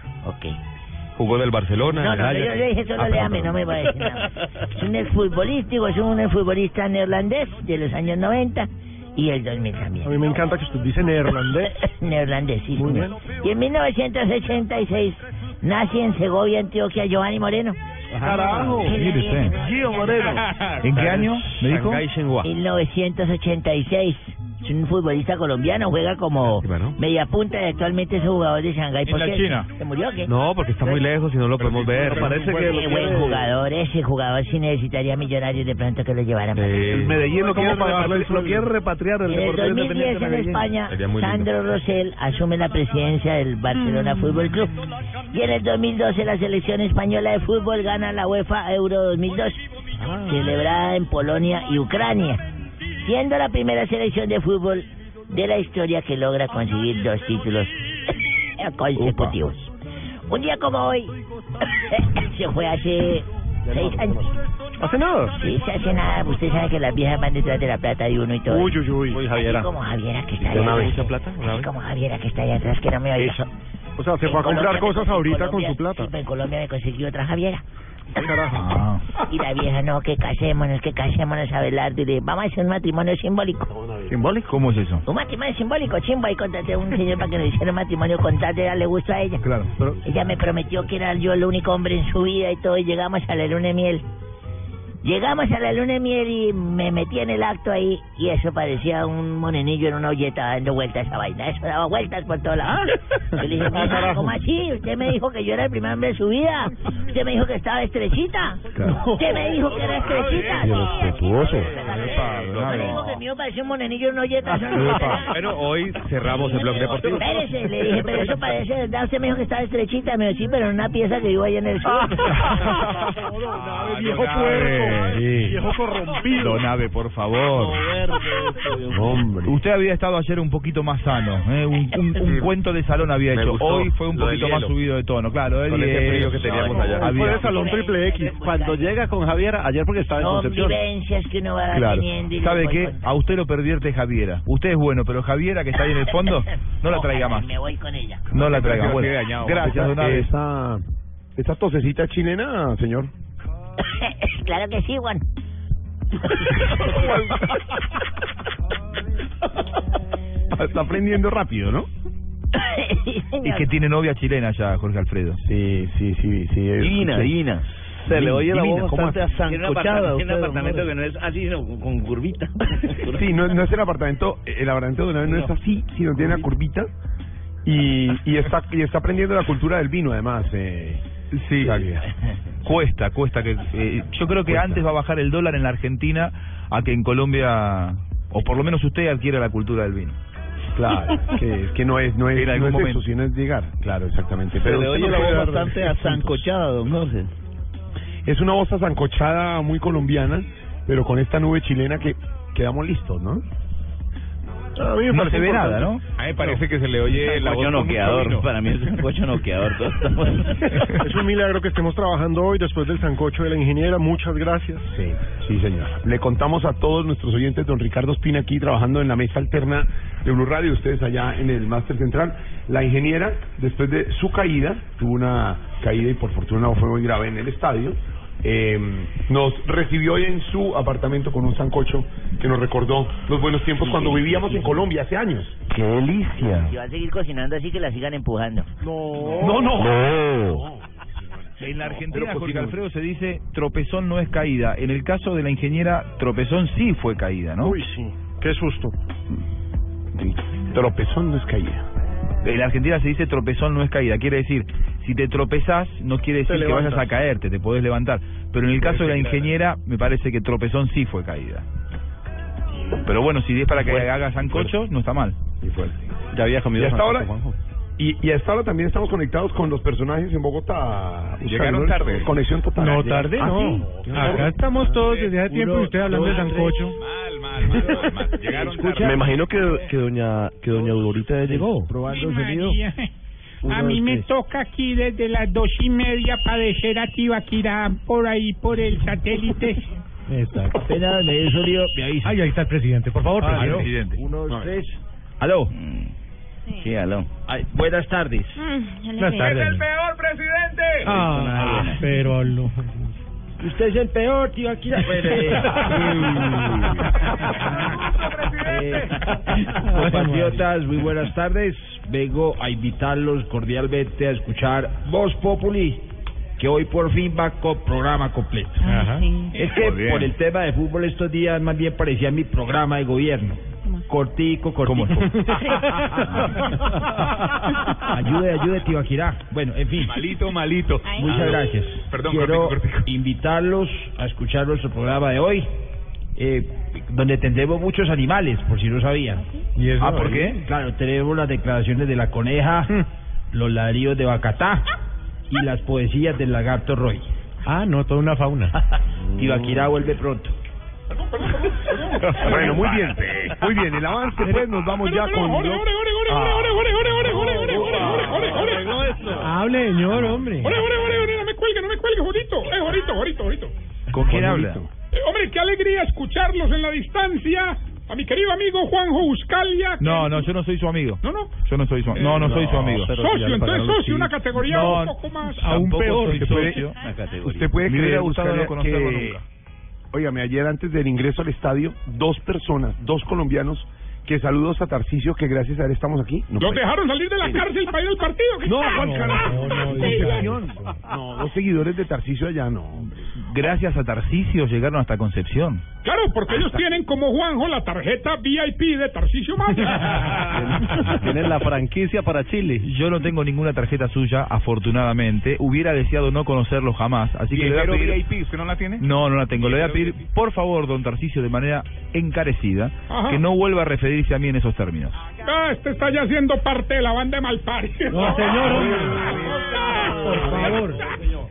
Speaker 9: Jugó del Barcelona.
Speaker 27: No,
Speaker 9: del
Speaker 27: no,
Speaker 9: Ajax.
Speaker 27: yo le dije solo
Speaker 9: Ah,
Speaker 27: léame,
Speaker 9: perdón,
Speaker 27: no me voy a decir
Speaker 9: perdón.
Speaker 27: nada. Es un exfutbolístico, es un exfutbolista neerlandés de los años 90 y el 2000 también.
Speaker 15: A mí me encanta que usted dice neerlandés.
Speaker 27: [LAUGHS] neerlandés, sí,
Speaker 15: Muy
Speaker 27: señor. Y en 1986 nace en Segovia, Antioquia, Giovanni Moreno.
Speaker 6: Carajo. Mire usted.
Speaker 27: Gio Moreno.
Speaker 6: ¿En qué año? ¿Me dijo?
Speaker 27: 1986. Es un futbolista colombiano, juega como mediapunta y actualmente es jugador de Shanghái.
Speaker 9: En
Speaker 27: ¿Por
Speaker 9: la
Speaker 27: qué?
Speaker 9: China.
Speaker 27: ¿Se murió o qué?
Speaker 9: No, porque está muy lejos y no lo podemos ver.
Speaker 27: Qué buen jugador, ese jugador sí necesitaría millonarios de pronto que lo llevaran.
Speaker 9: Eh,
Speaker 34: Medellín lo
Speaker 27: ¿Cómo
Speaker 34: quiere,
Speaker 27: pagarle
Speaker 34: repatriar, lo quiere repatriar el
Speaker 27: En el
Speaker 34: Deportivo
Speaker 27: 2010
Speaker 34: Independiente
Speaker 27: en
Speaker 34: Medellín.
Speaker 27: España,
Speaker 34: Sería muy lindo. Mm.
Speaker 27: Sandro Rosell asume la presidencia del Barcelona Fútbol Club. Y en el 2012 la selección española de fútbol gana la UEFA Euro 2012, celebrada en Polonia y Ucrania, siendo la primera selección de fútbol de la historia que logra conseguir dos títulos consecutivos. Un día como hoy, [COUGHS] se fue hace seis años. ¿Hace nada? Sí, se hace nada. Usted sabe que las viejas van detrás de la plata de uno y todo.
Speaker 10: Uy, uy, uy. Uy, Javiera.
Speaker 27: Así como Javiera que está
Speaker 10: ¿Y de
Speaker 27: allá
Speaker 10: una
Speaker 27: atrás.
Speaker 10: vez esa plata? ¿Una
Speaker 27: Así
Speaker 10: vez?
Speaker 27: como Javiera que está allá atrás, que no me oiga.
Speaker 15: Eh, O sea, se
Speaker 27: En
Speaker 15: fue a comprar
Speaker 27: Colombia me
Speaker 15: cosas
Speaker 27: consiguió-
Speaker 15: ahorita con
Speaker 27: Colombia-
Speaker 15: su plata.
Speaker 27: sí, pues, en Colombia me consiguió otra Javiera. [LAUGHS] Y la vieja, no, que casémonos, que casémonos a Belardo. Y le dije, vamos a hacer un matrimonio simbólico.
Speaker 6: ¿Simbólico? ¿Cómo es eso?
Speaker 27: Un matrimonio simbólico, chimba. Y contraté a un señor para que nos hiciera un matrimonio con tal de darle gusto a ella.
Speaker 6: Claro, pero
Speaker 27: Ella me prometió que era yo el único hombre en su vida y todo, y llegamos a la luna de miel. Llegamos a la luna de miel y me metí en el acto ahí, y eso parecía un monenillo en una olleta dando vueltas a esa vaina. Eso daba vueltas por todos lados. Yo le dije, "Mija,
Speaker 36: carajo.
Speaker 27: ¿cómo así? Usted me dijo que yo era el primer hombre de su vida. Usted me dijo que estaba estrechita. Usted me dijo que era estrechita.
Speaker 34: Respetuoso.
Speaker 27: Usted me dijo que el mío parecía un monenillo en
Speaker 9: [LAUGHS]
Speaker 27: una olleta. Eso
Speaker 9: Ah,
Speaker 27: no
Speaker 34: Epa. Bueno, hoy cerramos el blog deportivo.
Speaker 27: Espérese, le dije, pero eso parece verdad. Usted me dijo que estaba estrechita. Me dijo, sí, pero en una pieza que vivo allá en el sur.
Speaker 6: Ah.
Speaker 27: [LAUGHS]
Speaker 36: viejo
Speaker 6: puerco, pues. viejo corrompido. Donave, por favor. Hombre. Usted había estado ayer un poquito más sano, ¿eh? un, un- un cuento de salón había
Speaker 34: Me
Speaker 6: hecho.
Speaker 34: gustó,
Speaker 6: Hoy fue un
Speaker 34: lo del
Speaker 6: poquito más
Speaker 34: hielo.
Speaker 6: subido de tono, claro. el
Speaker 34: Con ese
Speaker 6: hielo.
Speaker 34: frío que teníamos allá.
Speaker 6: Había-
Speaker 37: Fue de Salón Triple X. Cuando llega con Javier, ayer porque estaba en
Speaker 27: Son
Speaker 37: Concepción.
Speaker 27: vivencias que uno va
Speaker 6: Ah, Claro.
Speaker 27: teniendo. Y
Speaker 6: ¿Sabe
Speaker 27: voy
Speaker 6: qué?
Speaker 27: con-
Speaker 6: A usted lo pervierte Javiera. Usted es bueno, pero Javiera, que está ahí en el fondo, no la traiga
Speaker 37: [LAUGHS]
Speaker 6: más.
Speaker 27: Me voy con ella. [LAUGHS]
Speaker 6: No la traiga.
Speaker 15: Gracias,
Speaker 6: Bueno,
Speaker 15: quede dañado.
Speaker 6: gracias, Donave.
Speaker 15: Esa, esa tosecita chilena, señor.
Speaker 27: claro que sí, Juan.
Speaker 34: [LAUGHS]
Speaker 6: Está aprendiendo rápido, ¿no? Y que tiene novia chilena ya, Jorge Alfredo. Sí, sí, sí. sí
Speaker 17: Divina, divina.
Speaker 6: Se le oye la
Speaker 17: Divina,
Speaker 6: voz
Speaker 17: ¿cómo
Speaker 6: bastante
Speaker 17: hace? Tiene un
Speaker 6: azancochada,
Speaker 17: apartamento, tiene un
Speaker 6: usted,
Speaker 17: apartamento que
Speaker 6: hombre.
Speaker 17: no es así, sino con, con curvita.
Speaker 34: Sí, no, no es el apartamento, el apartamento de una vez no es así, sino tiene una curvita y, y está y está aprendiendo la cultura del vino además. Eh,
Speaker 6: sí. [LAUGHS] Cuesta, cuesta. que eh, Yo creo que antes va a bajar el dólar en la Argentina a que en Colombia, o por lo menos usted adquiera la cultura del vino.
Speaker 34: Claro, que, que no es no es,
Speaker 6: En algún
Speaker 34: no es
Speaker 6: momento.
Speaker 34: eso, sino es llegar. Claro, exactamente.
Speaker 4: Pero le
Speaker 34: usted
Speaker 4: oye
Speaker 34: no
Speaker 4: la
Speaker 34: puede
Speaker 4: voz
Speaker 34: dar-
Speaker 4: bastante azancochada, don Jorge.
Speaker 34: Es una voz zancochada muy colombiana, pero con esta nube chilena que quedamos listos, ¿no?
Speaker 6: A mí me No parece se ve importante. nada, ¿no?
Speaker 34: A mí me parece que se le oye la voz
Speaker 17: Cocho
Speaker 34: con mucho
Speaker 17: noqueador.
Speaker 34: vino.
Speaker 17: Para mí es un cocho noqueador. todo está
Speaker 15: [LAUGHS] [LAUGHS] Es un milagro que estemos trabajando hoy después del sancocho de la ingeniera. Muchas gracias.
Speaker 34: Sí, sí, señor. Le contamos a todos nuestros oyentes, don Ricardo Espina aquí trabajando en la mesa alterna de Blue Radio, ustedes allá en el Máster Central. La ingeniera, después de su caída, tuvo una caída y por fortuna no fue muy grave en el estadio, eh, nos recibió hoy en su apartamento con un sancocho que nos recordó los buenos tiempos cuando vivíamos en Colombia hace años. ¡Qué delicia!
Speaker 27: Si va a seguir cocinando así que la sigan empujando.
Speaker 6: No, no.
Speaker 34: No.
Speaker 6: En la Argentina, Jorge Alfredo se dice tropezón no es caída. En el caso de la ingeniera, tropezón sí fue caída, ¿no?
Speaker 15: Uy, sí. Qué susto.
Speaker 34: Tropezón no es caída.
Speaker 6: En la Argentina se dice tropezón no es caída. Quiere decir, si te tropezás, no quiere
Speaker 34: Te
Speaker 6: decir que vayas
Speaker 34: levantas.
Speaker 6: a caerte, te podés levantar. Pero en el caso de la
Speaker 34: Claro.
Speaker 6: ingeniera, me parece que tropezón sí fue caída. Pero bueno, si es para que
Speaker 34: Fuerte,
Speaker 6: haga sancocho, no está mal.
Speaker 34: Ya había
Speaker 6: comido
Speaker 34: Y hasta
Speaker 6: sancocho,
Speaker 34: ahora,
Speaker 6: Juanjo.
Speaker 34: y, y hasta ahora también estamos conectados con los personajes en Bogotá.
Speaker 38: Llegaron
Speaker 34: Buscando
Speaker 38: tarde.
Speaker 34: Conexión total.
Speaker 38: No, tarde
Speaker 34: ¿Ah,
Speaker 38: no.
Speaker 34: sí?
Speaker 38: Acá estamos todos desde hace tiempo y usted hablando de
Speaker 34: dos,
Speaker 38: sancocho.
Speaker 4: [LAUGHS]
Speaker 9: Me imagino que, que doña que doña Dorita ya llegó.
Speaker 38: Ay, María. A mí me toca aquí desde las dos y media padecer a Tibaquirá por ahí por el satélite.
Speaker 3: Exacto. Apenas me dé sonido, me avisa. Ay, ahí está el presidente. Por favor,
Speaker 38: Ah,
Speaker 3: presidente.
Speaker 6: presidente.
Speaker 3: Uno, dos, tres.
Speaker 6: Aló.
Speaker 3: Sí, aló. buenas tardes.
Speaker 38: Es el peor presidente.
Speaker 3: Ah, pero aló.
Speaker 38: Usted es el peor, tío, aquí la [LAUGHS]
Speaker 3: Compatriotas, muy buenas tardes. Vengo a invitarlos cordialmente a escuchar Voz Populi, que hoy por fin va con programa completo. Es que
Speaker 38: Muy bien.
Speaker 3: por el tema de fútbol estos días más bien parecía mi programa de gobierno. Cortico, cortico. ayude, ayude, tío Akira. Bueno, en fin. Malito, malito. Muchas
Speaker 34: Aló.
Speaker 3: gracias.
Speaker 34: Perdón,
Speaker 3: Quiero
Speaker 34: cortico,
Speaker 3: invitarlos a escuchar nuestro programa de hoy, eh, donde tendremos muchos animales, por si no sabían.
Speaker 38: ¿Y eso?
Speaker 3: ah,
Speaker 6: [LAUGHS] Hmm.
Speaker 3: ¿por qué? Claro, tenemos las declaraciones de la coneja, los ladrillos de Bacatá,
Speaker 39: y las poesías del lagarto Roy. Ah, no, toda una
Speaker 3: [LAUGHS]
Speaker 39: fauna. Tibaquirá vuelve pronto.
Speaker 15: Bueno, muy bien. Muy bien, el avance, pues nos vamos ya con.
Speaker 25: Hable, señor, hombre.
Speaker 26: ¡Ore, ore, ore, ore! ¡No me cuelgue, no me cuelgue, Jorito! ¡Eh, Jorito, Jorito, Jorito!
Speaker 39: ¿Con quién habla?
Speaker 26: Eh, hombre, qué alegría escucharlos en la distancia. A mi querido amigo Juanjo Buscalia.
Speaker 6: No, no, yo no soy su amigo.
Speaker 26: No, no.
Speaker 6: Yo no soy su No, no soy su amigo.
Speaker 26: Socio, entonces socio, una categoría un
Speaker 15: Ah.
Speaker 26: poco más.
Speaker 6: aún peor.
Speaker 26: soy
Speaker 6: Usted puede-
Speaker 26: socio.
Speaker 6: Usted puede
Speaker 15: Me
Speaker 6: creer
Speaker 15: hubiera
Speaker 6: a Gustavo
Speaker 15: gustado
Speaker 6: no conocerlo
Speaker 15: que-
Speaker 6: nunca.
Speaker 15: Óigame, ayer antes del ingreso al estadio, dos personas, dos colombianos, que saludos a Tarcicio, que gracias a él estamos aquí. No,
Speaker 26: ¿Los
Speaker 15: puede-
Speaker 26: dejaron salir de la cárcel para ir al partido? ¿Qué
Speaker 15: No,
Speaker 26: tal?
Speaker 15: Juan Carajo,
Speaker 26: Ah,
Speaker 15: no, no,
Speaker 26: sí,
Speaker 15: no, No, dos seguidores de Tarcicio allá, no. hombre.
Speaker 6: Gracias a Tarcicio llegaron hasta Concepción.
Speaker 26: Claro, porque ellos tienen como Juanjo la tarjeta VIP de Tarcisio
Speaker 6: [LAUGHS]
Speaker 26: Maya.
Speaker 6: Tienen la franquicia para Chile. Yo no tengo ninguna tarjeta suya, afortunadamente. Hubiera deseado no conocerlo jamás, así que le voy a
Speaker 3: Viajero
Speaker 6: pedir...
Speaker 3: VIP, ¿usted no la tiene?
Speaker 6: No, no la tengo. Le voy a pedir, por favor, don Tarcicio, de manera encarecida,
Speaker 26: Ajá.
Speaker 6: que no vuelva a referirse a mí en esos términos.
Speaker 26: Ah, este está ya siendo parte de la banda de Malpari.
Speaker 6: No,
Speaker 26: [LAUGHS]
Speaker 6: señor, hombre.
Speaker 26: Por
Speaker 6: favor.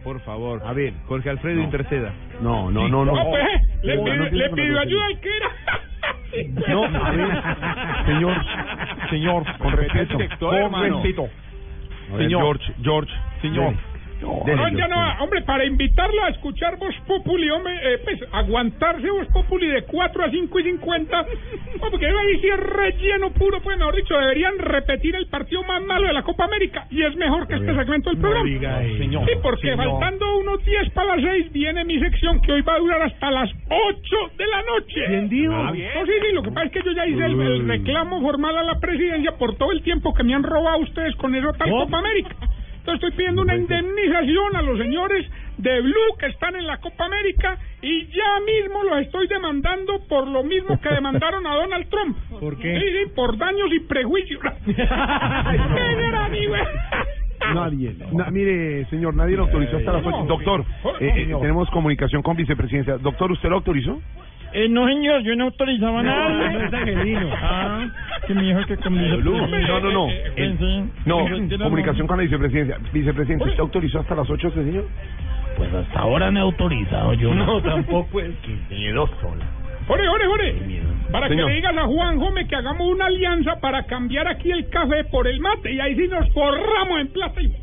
Speaker 6: Por favor. A ver, Jorge Alfredo interceda.
Speaker 15: No, no, no,
Speaker 4: Ah,
Speaker 26: No, pues,
Speaker 4: eh,
Speaker 26: le
Speaker 6: No, no
Speaker 26: pido,
Speaker 6: empiece
Speaker 26: le
Speaker 6: con
Speaker 26: pido
Speaker 6: la
Speaker 26: ayuda al Kira.
Speaker 15: [LAUGHS] No, a ver, señor, señor, con respeto,
Speaker 26: director,
Speaker 15: con
Speaker 26: hermano.
Speaker 15: respeto.
Speaker 26: A ver,
Speaker 15: George, George, señor.
Speaker 26: No, ya no, hombre, para invitarlo a escuchar Voz Populi, hombre, eh, pues, aguantarse Voz Populi de 4 a 5 y 50, [LAUGHS] no, porque ahí sí es relleno puro, pues, mejor dicho, deberían repetir el partido más malo de la Copa América, y es mejor que este segmento del programa.
Speaker 15: diga eso. Señor,
Speaker 26: sí, porque
Speaker 15: señor.
Speaker 26: faltando unos 10 para las 6 viene mi sección, que hoy va a durar hasta las 8 de la noche.
Speaker 15: Ah, bien.
Speaker 26: No, sí, sí, lo que pasa es que yo ya hice el, el reclamo formal a la presidencia por todo el tiempo que me han robado ustedes con eso tal Copa América. Entonces estoy pidiendo una indemnización a los señores de Blue que están en la Copa América y ya mismo los estoy demandando por lo mismo que demandaron a Donald Trump. ¿Por
Speaker 15: qué?
Speaker 26: Sí, sí, por daños y prejuicios. Señor amigo.
Speaker 15: Nadie. na- mire, señor, nadie lo autorizó hasta la
Speaker 26: No.
Speaker 15: fecha. Doctor, eh, eh, tenemos comunicación con vicepresidencia. Doctor, ¿usted lo autorizó?
Speaker 25: Eh, no, señor, yo no autorizaba nada.
Speaker 15: no es angelino.
Speaker 25: Ah, que me dijo que con
Speaker 15: Blue. No, no, no.
Speaker 4: Eh,
Speaker 15: El-
Speaker 25: [LAUGHS]
Speaker 15: no, comunicación con la vicepresidencia. Vicepresidente, ¿usted autorizó hasta las 8 ese señor?
Speaker 26: Pues hasta
Speaker 15: ahora no he autorizado
Speaker 26: [LAUGHS]
Speaker 15: yo. [LAUGHS]
Speaker 26: No, tampoco
Speaker 15: es.
Speaker 26: Ore, ore, ore. Para
Speaker 15: Señor.
Speaker 26: que le digan a Juan Gómez que hagamos una alianza para cambiar aquí el café por el mate y ahí sí nos forramos en plata. y-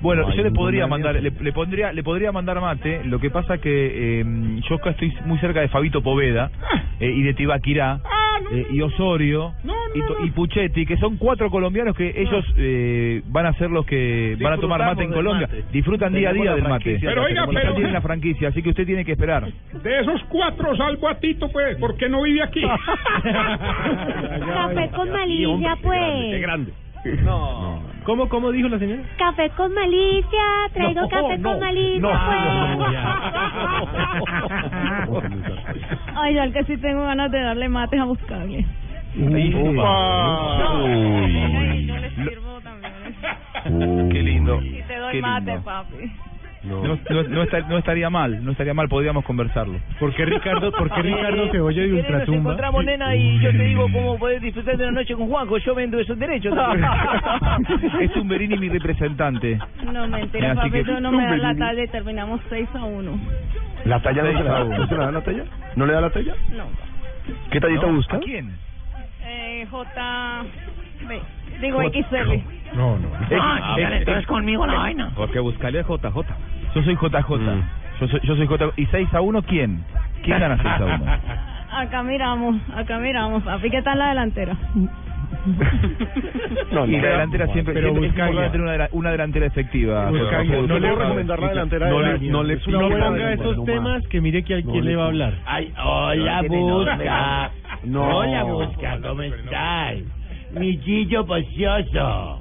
Speaker 6: Bueno,
Speaker 15: No,
Speaker 6: yo
Speaker 15: hay
Speaker 6: le
Speaker 15: ningún
Speaker 6: podría
Speaker 15: daño.
Speaker 6: mandar, le, le pondría, le podría mandar mate. Lo que pasa que eh, yo acá estoy muy cerca de Fabito Poveda
Speaker 39: Ah.
Speaker 6: eh, y de Tibaquirá eh, y Osorio y, to- y Puchetti, que son cuatro colombianos que ellos eh, van a ser los que van a tomar mate en
Speaker 39: del
Speaker 6: Colombia.
Speaker 39: mate.
Speaker 6: Disfrutan día a día
Speaker 39: Tenemos
Speaker 6: del
Speaker 39: la
Speaker 6: mate.
Speaker 39: franquicia, Pero,
Speaker 26: oiga,
Speaker 6: Disfrutan
Speaker 26: pero-
Speaker 6: día de la franquicia, así que usted tiene que esperar.
Speaker 26: De esos cuatro salgo a Tito, pues, porque no vive aquí.
Speaker 7: Café con malicia, pues.
Speaker 15: grande.
Speaker 25: No. ¿Cómo, cómo dijo la señora?
Speaker 7: Café con malicia, traigo
Speaker 25: No, oh,
Speaker 7: café
Speaker 25: no,
Speaker 7: con malicia,
Speaker 25: no,
Speaker 7: pues.
Speaker 6: [LAUGHS]
Speaker 4: Ay, yo al que sí tengo ganas de darle mates a buscarle.
Speaker 27: Uy.
Speaker 4: Yo les sirvo también.
Speaker 6: Uh, Qué lindo.
Speaker 4: Y te doy
Speaker 6: Qué
Speaker 4: mate,
Speaker 6: lindo.
Speaker 4: papi.
Speaker 6: No, no- no estar- no estaría mal, no estaría mal, podríamos conversarlo. Eh, ¿Por qué Ricardo,
Speaker 4: por qué Ricardo se oye de
Speaker 32: Si quieres, Nos
Speaker 39: [LAUGHS]
Speaker 32: encontramos, nena, y yo te digo cómo podés disfrutar de una noche con Juanjo. Yo vendo esos derechos.
Speaker 6: es Tumberini mi representante.
Speaker 4: No, mentira,
Speaker 6: Así
Speaker 4: papi,
Speaker 6: que-
Speaker 4: tú no me das la talla y terminamos 6 a 1.
Speaker 15: ¿La talla no
Speaker 6: Sí,
Speaker 15: se la da?
Speaker 6: claro.
Speaker 15: ¿No se la da la talla? ¿No le da la talla?
Speaker 4: No.
Speaker 15: ¿Qué tallita
Speaker 6: No,
Speaker 15: busca?
Speaker 6: ¿a quién?
Speaker 4: Eh, J... B. Digo
Speaker 6: J-
Speaker 4: XL.
Speaker 6: No, no.
Speaker 4: Ah, vale, entonces conmigo la vaina.
Speaker 6: Este, Porque buscarle a JJ. Yo soy JJ.
Speaker 15: Mm.
Speaker 6: Yo, soy, yo soy JJ. ¿Y 6 a 1 quién? ¿Quién gana 6 a
Speaker 15: [LAUGHS]
Speaker 6: 1?
Speaker 4: Acá miramos, acá miramos, papi. ¿Qué tal la delantera?
Speaker 6: No, y la
Speaker 15: Pero-
Speaker 6: delantera siempre siempre
Speaker 15: pero
Speaker 6: es
Speaker 15: Buscaglia.
Speaker 6: importante tener una, dela- una delantera efectiva.
Speaker 15: Buscaglia.
Speaker 6: Jorge.
Speaker 15: No le voy a recomendar la delantera
Speaker 6: No
Speaker 15: del
Speaker 6: le,
Speaker 15: año.
Speaker 6: no le
Speaker 15: Es
Speaker 6: pido
Speaker 15: una buena-
Speaker 6: nada.
Speaker 25: Ponga esos temas que mire que a quién le va a hablar.
Speaker 4: Ay, hola,
Speaker 25: No,
Speaker 4: busca.
Speaker 25: no.
Speaker 4: Hola, busca, ¿cómo estás? Mi chillo pocioso.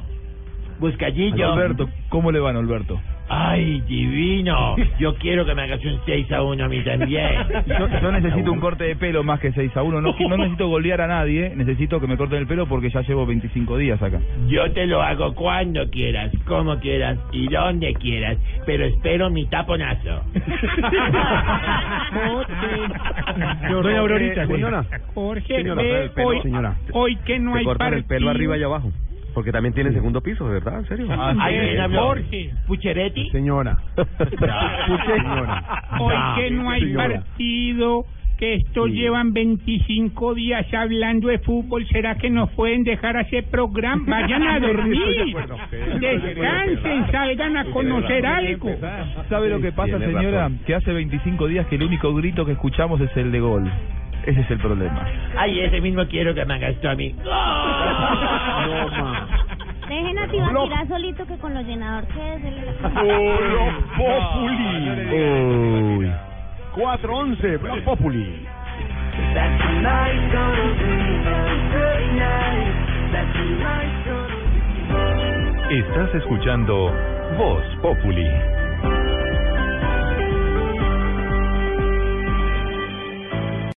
Speaker 4: Buscallillo.
Speaker 6: Alberto, ¿cómo le van, Alberto?
Speaker 4: Ay, divino. Yo quiero que me hagas un 6 a 1 a mí también.
Speaker 6: Yo, yo necesito un corte de pelo más que 6 a 1. No,
Speaker 4: [LAUGHS]
Speaker 6: no necesito golear a nadie, necesito que me corten el pelo porque ya llevo 25 días acá.
Speaker 4: Yo te lo hago cuando quieras, como quieras [LAUGHS] y donde quieras, pero espero mi taponazo.
Speaker 15: Doña Aurorita,
Speaker 26: Jorge,
Speaker 15: Señora,
Speaker 26: ve
Speaker 15: el pelo,
Speaker 26: hoy,
Speaker 15: señora.
Speaker 26: hoy que no
Speaker 15: Te
Speaker 26: hay
Speaker 15: cortan el pelo
Speaker 26: partido.
Speaker 15: arriba y abajo.
Speaker 9: Porque también tiene segundo piso, de verdad, en serio.
Speaker 38: Ah, sí. ¿Alguien habló? Jorge.
Speaker 9: Pucheretti.
Speaker 38: [LAUGHS]
Speaker 9: Señora.
Speaker 38: Señora. Hoy que no hay
Speaker 9: Señora.
Speaker 38: partido, que estos llevan 25 días hablando de fútbol, ¿será que nos pueden dejar hacer programa? Vayan a
Speaker 6: Estoy de
Speaker 38: dormir.
Speaker 6: acuerdo.
Speaker 38: Descansen, salgan a conocer algo.
Speaker 6: ¿Sabe lo que pasa,
Speaker 38: Tiene
Speaker 6: señora?
Speaker 38: razón.
Speaker 6: Que hace 25 días que el único grito que escuchamos es el de gol. Ese es el problema.
Speaker 3: Ay, ese mismo quiero que me hagas tú a mí.
Speaker 4: ¡Ah!
Speaker 6: No,
Speaker 4: Dejen a Tibaquirá solito que con los llenador que es
Speaker 35: Oro
Speaker 6: Populi.
Speaker 35: Uy. 4-11, Block Populi.
Speaker 1: Estás escuchando Voz Populi.